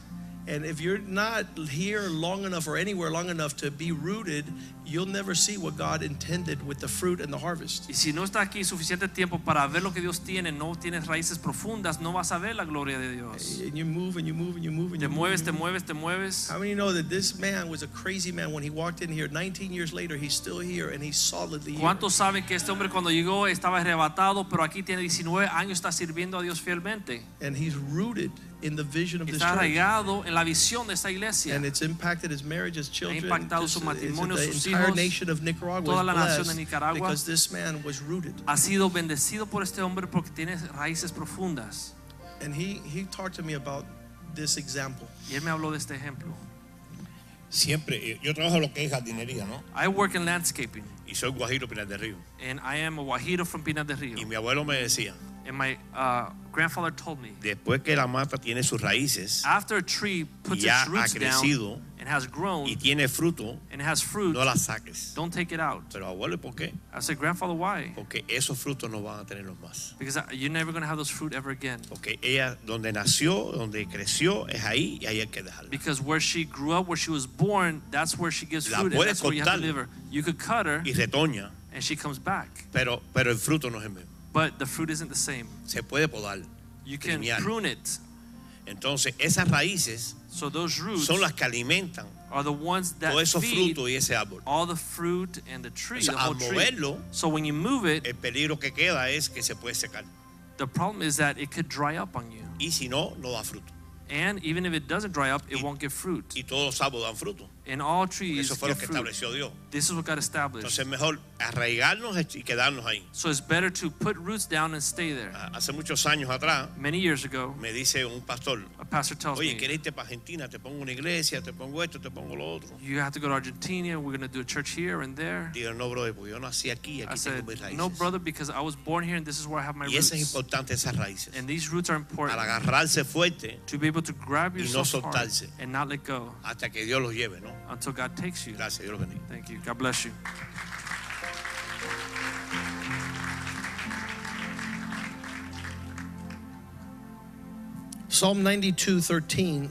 Speaker 3: And if you're not here long enough or anywhere long enough to be rooted, you'll never see what God intended with the fruit and the harvest.
Speaker 1: Y si no estás aquí suficiente tiempo para ver lo que Dios tiene, no tienes raíces profundas, no vas a ver la gloria de Dios.
Speaker 3: And you move and you move and you move and
Speaker 1: Te
Speaker 3: you move.
Speaker 1: mueves, te mueves, te mueves.
Speaker 3: How many know that this man was a crazy man when he walked in here? 19 years later, he's still here and he's solidly here.
Speaker 1: ¿Cuántos saben que este hombre cuando llegó estaba arrebatado, pero aquí tiene 19 años, está sirviendo a Dios fielmente?
Speaker 3: And he's rooted in the vision of this
Speaker 1: Está
Speaker 3: church.
Speaker 1: arraigado en la visión de esta iglesia.
Speaker 3: And it's impacted his marriage, his children,
Speaker 1: impactado
Speaker 3: just-
Speaker 1: su
Speaker 3: it's-
Speaker 1: matrimonio, sus
Speaker 3: the entire
Speaker 1: hijos,
Speaker 3: nation of Nicaragua
Speaker 1: toda
Speaker 3: is
Speaker 1: la nación de
Speaker 3: blessed
Speaker 1: Nicaragua.
Speaker 3: because this man was rooted.
Speaker 1: Ha sido bendecido por este hombre porque tiene raíces profundas.
Speaker 3: And he, he talked to me about this example.
Speaker 1: Y él me habló de este ejemplo.
Speaker 2: Siempre, eh, yo trabajo lo que es jardinería, ¿no?
Speaker 1: I work in landscaping,
Speaker 2: Y soy guajiro Pinar del Río.
Speaker 1: and I am a Guajiro from Pinar del
Speaker 2: Y
Speaker 1: Río.
Speaker 2: mi abuelo me decía,
Speaker 1: And my uh, grandfather told me,
Speaker 2: después que la mata tiene sus raíces
Speaker 1: after a tree puts
Speaker 2: Ya
Speaker 1: its roots
Speaker 2: ha
Speaker 1: down
Speaker 2: crecido.
Speaker 1: and has grown
Speaker 2: y tiene fruto,
Speaker 1: and has fruit,
Speaker 2: no la saques.
Speaker 1: don't take it out.
Speaker 2: Pero abuelo, ¿y ¿por qué?
Speaker 1: I said, grandfather, why?
Speaker 2: Porque esos frutos no van a tenerlos más.
Speaker 1: Because I- you're never going to have those fruit ever again.
Speaker 2: Porque ella, donde nació, donde creció, es ahí y ahí hay que dejarla.
Speaker 1: Because where she grew up, where she was born, that's where she gives
Speaker 2: La
Speaker 1: fruit, and
Speaker 2: puedes
Speaker 1: that's where you have to
Speaker 2: cortar.
Speaker 1: live her. You could cut her,
Speaker 2: Y retoña,
Speaker 1: and she comes back,
Speaker 2: pero, pero el fruto no es el mismo.
Speaker 1: but the fruit isn't the same.
Speaker 2: Se puede podar.
Speaker 1: You can
Speaker 2: Lineal.
Speaker 1: prune it.
Speaker 2: Entonces, esas raíces
Speaker 1: So those roots
Speaker 2: son las que alimentan
Speaker 1: are the ones that
Speaker 2: todos esos
Speaker 1: feed
Speaker 2: frutos y ese árbol.
Speaker 1: all the fruit and the tree,
Speaker 2: O sea,
Speaker 1: the whole
Speaker 2: al
Speaker 1: tree.
Speaker 2: moverlo, eh,
Speaker 1: So when you move it,
Speaker 2: El peligro que queda es que se puede secar.
Speaker 1: the problem is that it could dry up on you.
Speaker 2: Y si no, no da fruto.
Speaker 1: And even if it doesn't dry up, it
Speaker 2: Y-
Speaker 1: won't give fruit.
Speaker 2: Y todos los árboles dan fruto.
Speaker 1: And all trees
Speaker 2: Eso fue lo
Speaker 1: give
Speaker 2: que
Speaker 1: fruit.
Speaker 2: estableció Dios.
Speaker 1: This is what God established.
Speaker 2: Entonces es mejor arraigarnos y quedarnos ahí.
Speaker 1: So it's better to put roots down and stay there.
Speaker 2: Ah, Hace muchos años atrás
Speaker 1: Many years ago,
Speaker 2: me dice un pastor,
Speaker 1: a pastor tells
Speaker 2: oye,
Speaker 1: me,
Speaker 2: ¿quieres irte para Argentina? Te pongo una iglesia, te pongo esto, te pongo lo otro.
Speaker 1: You have to go to Argentina, we're going to do a church here and there.
Speaker 2: Digo, no, brother, pues yo nací aquí,
Speaker 1: I
Speaker 2: aquí
Speaker 1: said,
Speaker 2: tengo mis raíces.
Speaker 1: No, brother, because I was born here and this is where I have my
Speaker 2: y eso es
Speaker 1: roots.
Speaker 2: importante, esas raíces.
Speaker 1: And these roots are
Speaker 2: Al
Speaker 1: important.
Speaker 2: agarrarse fuerte
Speaker 1: to be able to grab
Speaker 2: Y no
Speaker 1: yourself hard
Speaker 2: soltarse.
Speaker 1: and not let go
Speaker 2: hasta que Dios los lleve, ¿no?
Speaker 1: until God takes you.
Speaker 2: Gracias, Dios los bendiga.
Speaker 1: Thank you. God bless you.
Speaker 3: Psalm 92 13.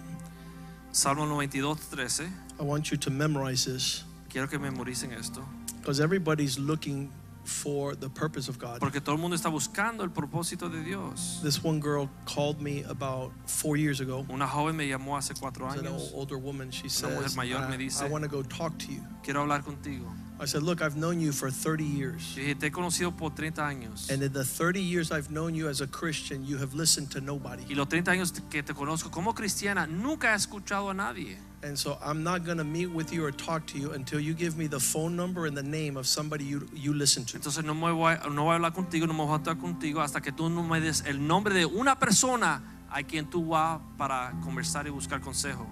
Speaker 1: Salmo 92, 13.
Speaker 3: I want you to memorize this
Speaker 1: Quiero que memoricen esto.
Speaker 3: because everybody's looking for the purpose of God.
Speaker 1: Porque todo el mundo está buscando el propósito de Dios.
Speaker 3: This one girl called me about four years ago.
Speaker 1: Una joven me llamó hace cuatro
Speaker 3: She's an
Speaker 1: años.
Speaker 3: older woman. She
Speaker 1: Una mujer
Speaker 3: says,
Speaker 1: mayor me
Speaker 3: I,
Speaker 1: dice-
Speaker 3: I want to go talk to you.
Speaker 1: Quiero hablar contigo.
Speaker 3: I said, Look, I've known you for 30 years.
Speaker 1: Yo dije, te he conocido por 30 años.
Speaker 3: And in the 30 years I've known you as a Christian, you have listened to
Speaker 1: Y
Speaker 3: nobody.
Speaker 1: los 30 años que te conozco como cristiana, nunca he escuchado a nadie.
Speaker 3: And so I'm not going to meet with you or talk to you until you give me the phone number and the name of somebody you, you listen to.
Speaker 1: Entonces no, me voy a, no voy a hablar contigo, no me voy a hablar contigo hasta que tú no me des el nombre de una persona a quien tú vas para conversar y buscar consejo.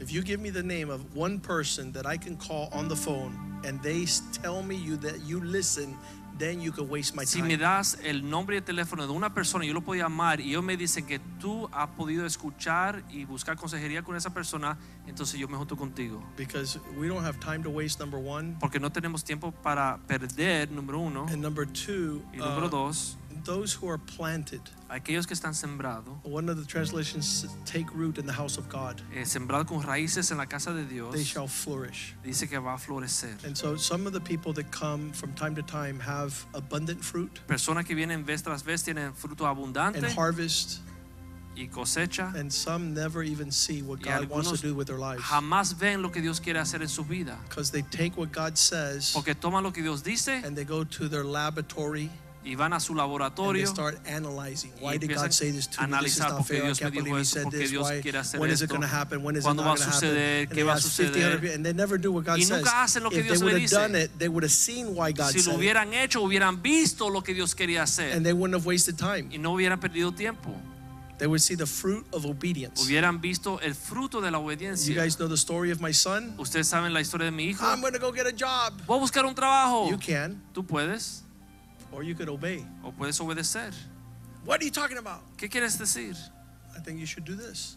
Speaker 3: If you give me the name of one person that I can call on the phone and they s- tell me you that you listen, then you can waste my
Speaker 1: Si me
Speaker 3: time.
Speaker 1: das el nombre y el teléfono de una persona, yo lo puedo llamar y ellos me dicen que tú has podido escuchar y buscar consejería con esa persona, entonces yo me junto contigo.
Speaker 3: Because we don't have time to waste, number one.
Speaker 1: Porque no tenemos tiempo para perder, número uno.
Speaker 3: And number two,
Speaker 1: Y número
Speaker 3: uh,
Speaker 1: dos,
Speaker 3: those who are planted.
Speaker 1: aquellos que están sembrados,
Speaker 3: One of the translations s- take root in the house of God.
Speaker 1: eh, sembrados con raíces en la casa de
Speaker 3: They
Speaker 1: Dios,
Speaker 3: shall flourish.
Speaker 1: dice que va a florecer.
Speaker 3: And so some of the people that come from time to time have abundant fruit
Speaker 1: Personas que vienen vez tras vez tienen fruto
Speaker 3: and
Speaker 1: abundante
Speaker 3: harvest,
Speaker 1: y cosecha.
Speaker 3: and some never even see what
Speaker 1: Y
Speaker 3: God wants to
Speaker 1: algunos
Speaker 3: do with their lives.
Speaker 1: Jamás ven lo que Dios quiere hacer en su vida.
Speaker 3: Because they take what God says
Speaker 1: Porque toman lo que Dios dice
Speaker 3: and they go to their laboratory
Speaker 1: y van a su
Speaker 3: and they
Speaker 1: laboratorio
Speaker 3: start analyzing. Why
Speaker 1: y
Speaker 3: did God
Speaker 1: empiezan
Speaker 3: say this to me? This is
Speaker 1: analizar
Speaker 3: not
Speaker 1: por qué
Speaker 3: fair. I
Speaker 1: Dios me
Speaker 3: can't
Speaker 1: dijo
Speaker 3: believe He
Speaker 1: esto,
Speaker 3: said
Speaker 1: por qué
Speaker 3: this.
Speaker 1: Dios
Speaker 3: Why?
Speaker 1: quiere hacer
Speaker 3: When is it
Speaker 1: esto,
Speaker 3: going to happen? When is it
Speaker 1: cuándo
Speaker 3: not
Speaker 1: va a
Speaker 3: going to happen?
Speaker 1: suceder,
Speaker 3: And
Speaker 1: qué
Speaker 3: they
Speaker 1: va a
Speaker 3: ask 50, 100
Speaker 1: suceder.
Speaker 3: people, and they never do what God
Speaker 1: Y
Speaker 3: says.
Speaker 1: nunca hacen lo que
Speaker 3: if
Speaker 1: Dios
Speaker 3: they
Speaker 1: le
Speaker 3: would have
Speaker 1: dice.
Speaker 3: done it, they would have seen why God
Speaker 1: si lo
Speaker 3: said it,
Speaker 1: hubieran hecho, hubieran visto lo que Dios quería hacer
Speaker 3: and they wouldn't have wasted time.
Speaker 1: y no hubieran perdido tiempo.
Speaker 3: They would see the fruit of obedience.
Speaker 1: Hubieran visto el fruto de la
Speaker 3: You
Speaker 1: obediencia.
Speaker 3: guys know the story of my son?
Speaker 1: Ustedes saben la historia de mi hijo.
Speaker 3: I'm going to go get a job.
Speaker 1: Voy a buscar un trabajo.
Speaker 3: You can,
Speaker 1: Tú puedes
Speaker 3: or you could obey.
Speaker 1: o puedes obedecer.
Speaker 3: What are you talking about?
Speaker 1: ¿Qué quieres decir?
Speaker 3: I think you should do this.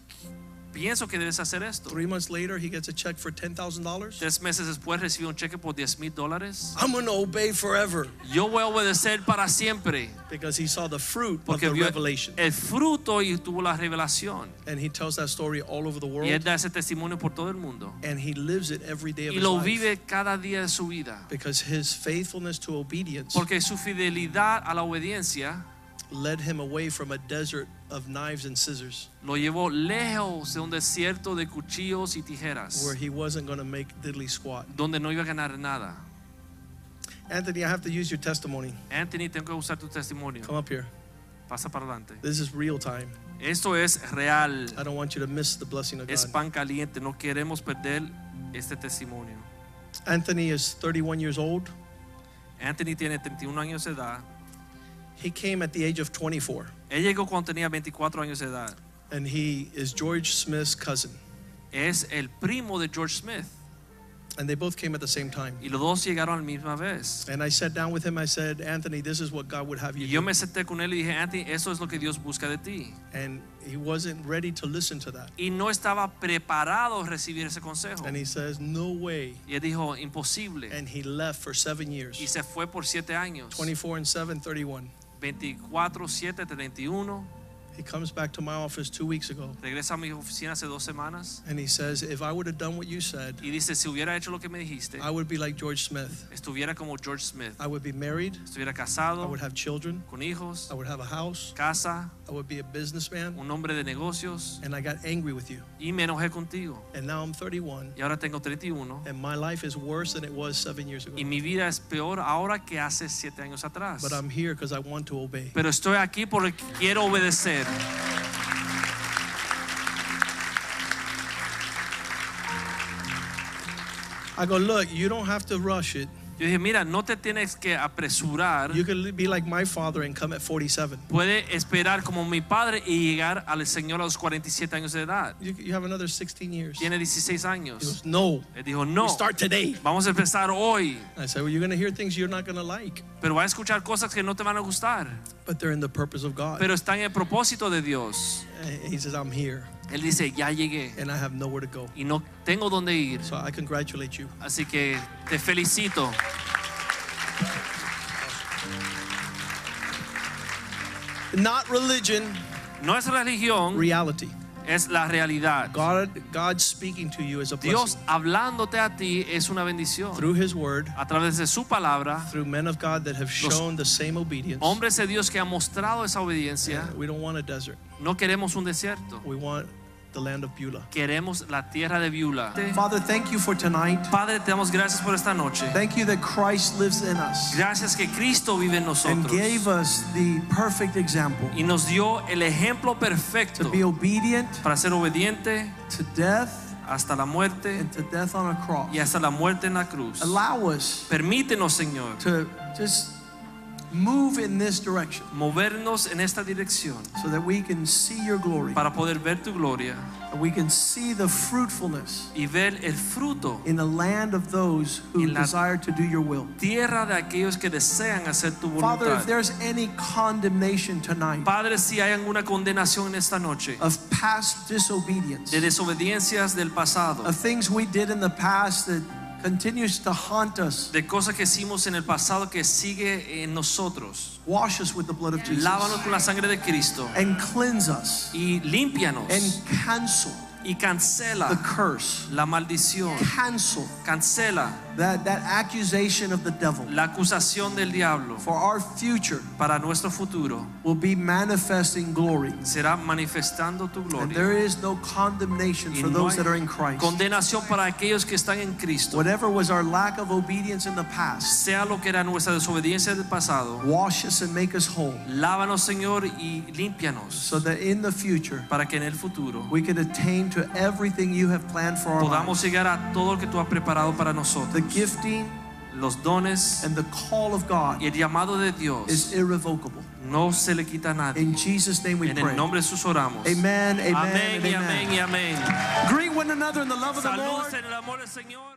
Speaker 1: Pienso que debes hacer esto.
Speaker 3: Three months later, he gets a check for $10,000.
Speaker 1: Tres meses después recibió un cheque por 10 mil dólares.
Speaker 3: I'm going to obey forever
Speaker 1: Yo voy a obedecer para siempre
Speaker 3: because he saw the fruit of
Speaker 1: porque
Speaker 3: the
Speaker 1: vio
Speaker 3: revelation.
Speaker 1: el fruto y tuvo la revelación.
Speaker 3: And he tells that story all over the
Speaker 1: Y él
Speaker 3: world
Speaker 1: da ese testimonio por todo el mundo.
Speaker 3: and he lives it every day of
Speaker 1: Y
Speaker 3: his
Speaker 1: lo
Speaker 3: life
Speaker 1: vive cada día de su vida.
Speaker 3: because his faithfulness to obedience
Speaker 1: Porque su fidelidad a la obediencia
Speaker 3: led him away from a desert of knives and scissors
Speaker 1: lo llevó lejos de un desierto de cuchillos y tijeras,
Speaker 3: where he wasn't going to make diddly squat.
Speaker 1: donde no iba a ganar nada.
Speaker 3: Anthony, I have to use your testimony.
Speaker 1: Anthony, tengo que usar tu testimonio.
Speaker 3: Come up here.
Speaker 1: Pasa para adelante.
Speaker 3: This is real time.
Speaker 1: Esto es real.
Speaker 3: I don't want you to miss the blessing of
Speaker 1: Es
Speaker 3: God.
Speaker 1: pan caliente. No queremos perder este testimonio.
Speaker 3: Anthony is 31 years old.
Speaker 1: Anthony tiene 31 años de edad.
Speaker 3: He came at the age of 24,
Speaker 1: Él llegó cuando tenía 24 años de edad.
Speaker 3: and he is George Smith's cousin.
Speaker 1: Es el primo de George Smith.
Speaker 3: And they both came at the same time.
Speaker 1: Y los dos llegaron a la misma vez.
Speaker 3: And I sat down with him. I said, Anthony, this is what God would have you
Speaker 1: Y yo
Speaker 3: do.
Speaker 1: me senté con él y dije, Anthony, eso es lo que Dios busca de ti.
Speaker 3: And he wasn't ready to listen to that.
Speaker 1: Y no estaba preparado a recibir ese consejo.
Speaker 3: And he says, No way.
Speaker 1: Y él dijo, imposible.
Speaker 3: And he left for seven
Speaker 1: Y
Speaker 3: years
Speaker 1: se fue por siete años.
Speaker 3: 24 and 7, 31.
Speaker 1: 24, 7, 31.
Speaker 3: He comes back to my office two weeks ago
Speaker 1: Regresa a mi oficina hace dos semanas.
Speaker 3: and he says, If I would have done what you said,
Speaker 1: Y dice, si hubiera hecho lo que me dijiste,
Speaker 3: I would be like George Smith.
Speaker 1: estuviera como George Smith.
Speaker 3: I would be married.
Speaker 1: Estuviera
Speaker 3: I
Speaker 1: casado,
Speaker 3: would have children.
Speaker 1: con hijos,
Speaker 3: I would have a house.
Speaker 1: casa,
Speaker 3: I would be a businessman.
Speaker 1: un hombre de negocios.
Speaker 3: And I got angry with you.
Speaker 1: Y me enojé contigo.
Speaker 3: And now I'm 31.
Speaker 1: Y ahora tengo 31.
Speaker 3: And my life is worse than it was seven years ago.
Speaker 1: Y mi vida es peor ahora que hace siete años atrás.
Speaker 3: But I'm here because I want to obey.
Speaker 1: Pero estoy aquí porque quiero obedecer.
Speaker 3: I go, Look, you don't have to rush it.
Speaker 1: Yo dije, mira, no te tienes que apresurar.
Speaker 3: You can be like my father and come at 47.
Speaker 1: Puede esperar como mi padre y llegar al Señor a los 47 años de edad.
Speaker 3: You, you have another 16 years. He
Speaker 1: Tiene 16 años.
Speaker 3: goes, No.
Speaker 1: Él dijo,
Speaker 3: We
Speaker 1: no,
Speaker 3: start today.
Speaker 1: vamos a empezar hoy.
Speaker 3: I said, Well, you're going to hear things you're not going to like,
Speaker 1: Pero va a escuchar cosas que no te van a gustar.
Speaker 3: but they're in the purpose of God.
Speaker 1: Pero está en el propósito de Dios.
Speaker 3: And he says, I'm here
Speaker 1: Él dice, ya llegué
Speaker 3: and I have nowhere to go.
Speaker 1: y no tengo dónde ir.
Speaker 3: So I congratulate you.
Speaker 1: Así que te felicito.
Speaker 3: Not religion,
Speaker 1: No es religión,
Speaker 3: reality.
Speaker 1: es la realidad.
Speaker 3: God, God speaking to you is a
Speaker 1: Dios
Speaker 3: blessing
Speaker 1: hablándote a ti es una bendición.
Speaker 3: through His Word,
Speaker 1: A través de su palabra,
Speaker 3: through men of God that have shown the same obedience.
Speaker 1: hombres de Dios que han mostrado esa obediencia,
Speaker 3: We don't want a desert.
Speaker 1: no queremos un desierto.
Speaker 3: We want the land of Beulah.
Speaker 1: Queremos la tierra de Beulah.
Speaker 3: Father, thank you for tonight.
Speaker 1: Padre, te damos gracias por esta noche.
Speaker 3: Thank you that Christ lives in us
Speaker 1: Gracias que Cristo vive en
Speaker 3: and
Speaker 1: nosotros
Speaker 3: gave us the perfect example
Speaker 1: y nos dio el ejemplo
Speaker 3: to
Speaker 1: perfecto
Speaker 3: be obedient
Speaker 1: para ser obediente
Speaker 3: to death
Speaker 1: hasta la muerte
Speaker 3: and to death on a cross.
Speaker 1: y hasta la muerte en la cruz.
Speaker 3: Allow us
Speaker 1: Permítenos, Señor,
Speaker 3: to just move in this direction
Speaker 1: movernos en esta dirección
Speaker 3: so that we can see your glory
Speaker 1: para poder ver tu gloria
Speaker 3: and we can see the fruitfulness
Speaker 1: y ver el fruto.
Speaker 3: in the land of those who
Speaker 1: En la-
Speaker 3: desire to do your will.
Speaker 1: Tierra de aquellos que desean hacer tu
Speaker 3: Father, if
Speaker 1: voluntad.
Speaker 3: there's any condemnation tonight
Speaker 1: Padre, si hay alguna condenación en esta noche
Speaker 3: of past disobedience,
Speaker 1: de desobediencias del pasado,
Speaker 3: of things we did in the past that continues to haunt us,
Speaker 1: de cosas que hicimos en el pasado que sigue en nosotros.
Speaker 3: wash us with the blood of Jesus
Speaker 1: Lávanos con la sangre de Cristo
Speaker 3: and cleanse us
Speaker 1: y límpianos
Speaker 3: and cancel
Speaker 1: y
Speaker 3: the
Speaker 1: cancela
Speaker 3: curse,
Speaker 1: la maldición,
Speaker 3: cancel
Speaker 1: cancela
Speaker 3: that, that accusation of the devil.
Speaker 1: la acusación del diablo
Speaker 3: For our future
Speaker 1: para nuestro futuro.
Speaker 3: will be manifesting glory.
Speaker 1: Será manifestando tu
Speaker 3: And
Speaker 1: gloria.
Speaker 3: there is no condemnation
Speaker 1: Y
Speaker 3: for
Speaker 1: no
Speaker 3: those
Speaker 1: hay
Speaker 3: that are in Christ.
Speaker 1: Condenación para aquellos que están en Cristo.
Speaker 3: Whatever was our lack of obedience in the past,
Speaker 1: Sea lo que era nuestra desobediencia del pasado,
Speaker 3: wash us and make us whole
Speaker 1: lávanos, Señor, y límpianos
Speaker 3: so that in the future
Speaker 1: para que en el futuro
Speaker 3: we can attain to everything you have planned for our
Speaker 1: podamos
Speaker 3: lives.
Speaker 1: llegar a todo lo que tú has preparado para
Speaker 3: The
Speaker 1: nosotros.
Speaker 3: gifting
Speaker 1: Los dones
Speaker 3: and the call of God
Speaker 1: Y el llamado de Dios
Speaker 3: is irrevocable.
Speaker 1: no se le quita a nadie.
Speaker 3: In Jesus' name we
Speaker 1: En el
Speaker 3: pray.
Speaker 1: nombre de Jesús oramos.
Speaker 3: Amen, amen,
Speaker 1: amén
Speaker 3: and
Speaker 1: y amén
Speaker 3: amen.
Speaker 1: y amén.
Speaker 3: Greet one another in the love of the Lord.
Speaker 1: Saludos en el amor del Señor.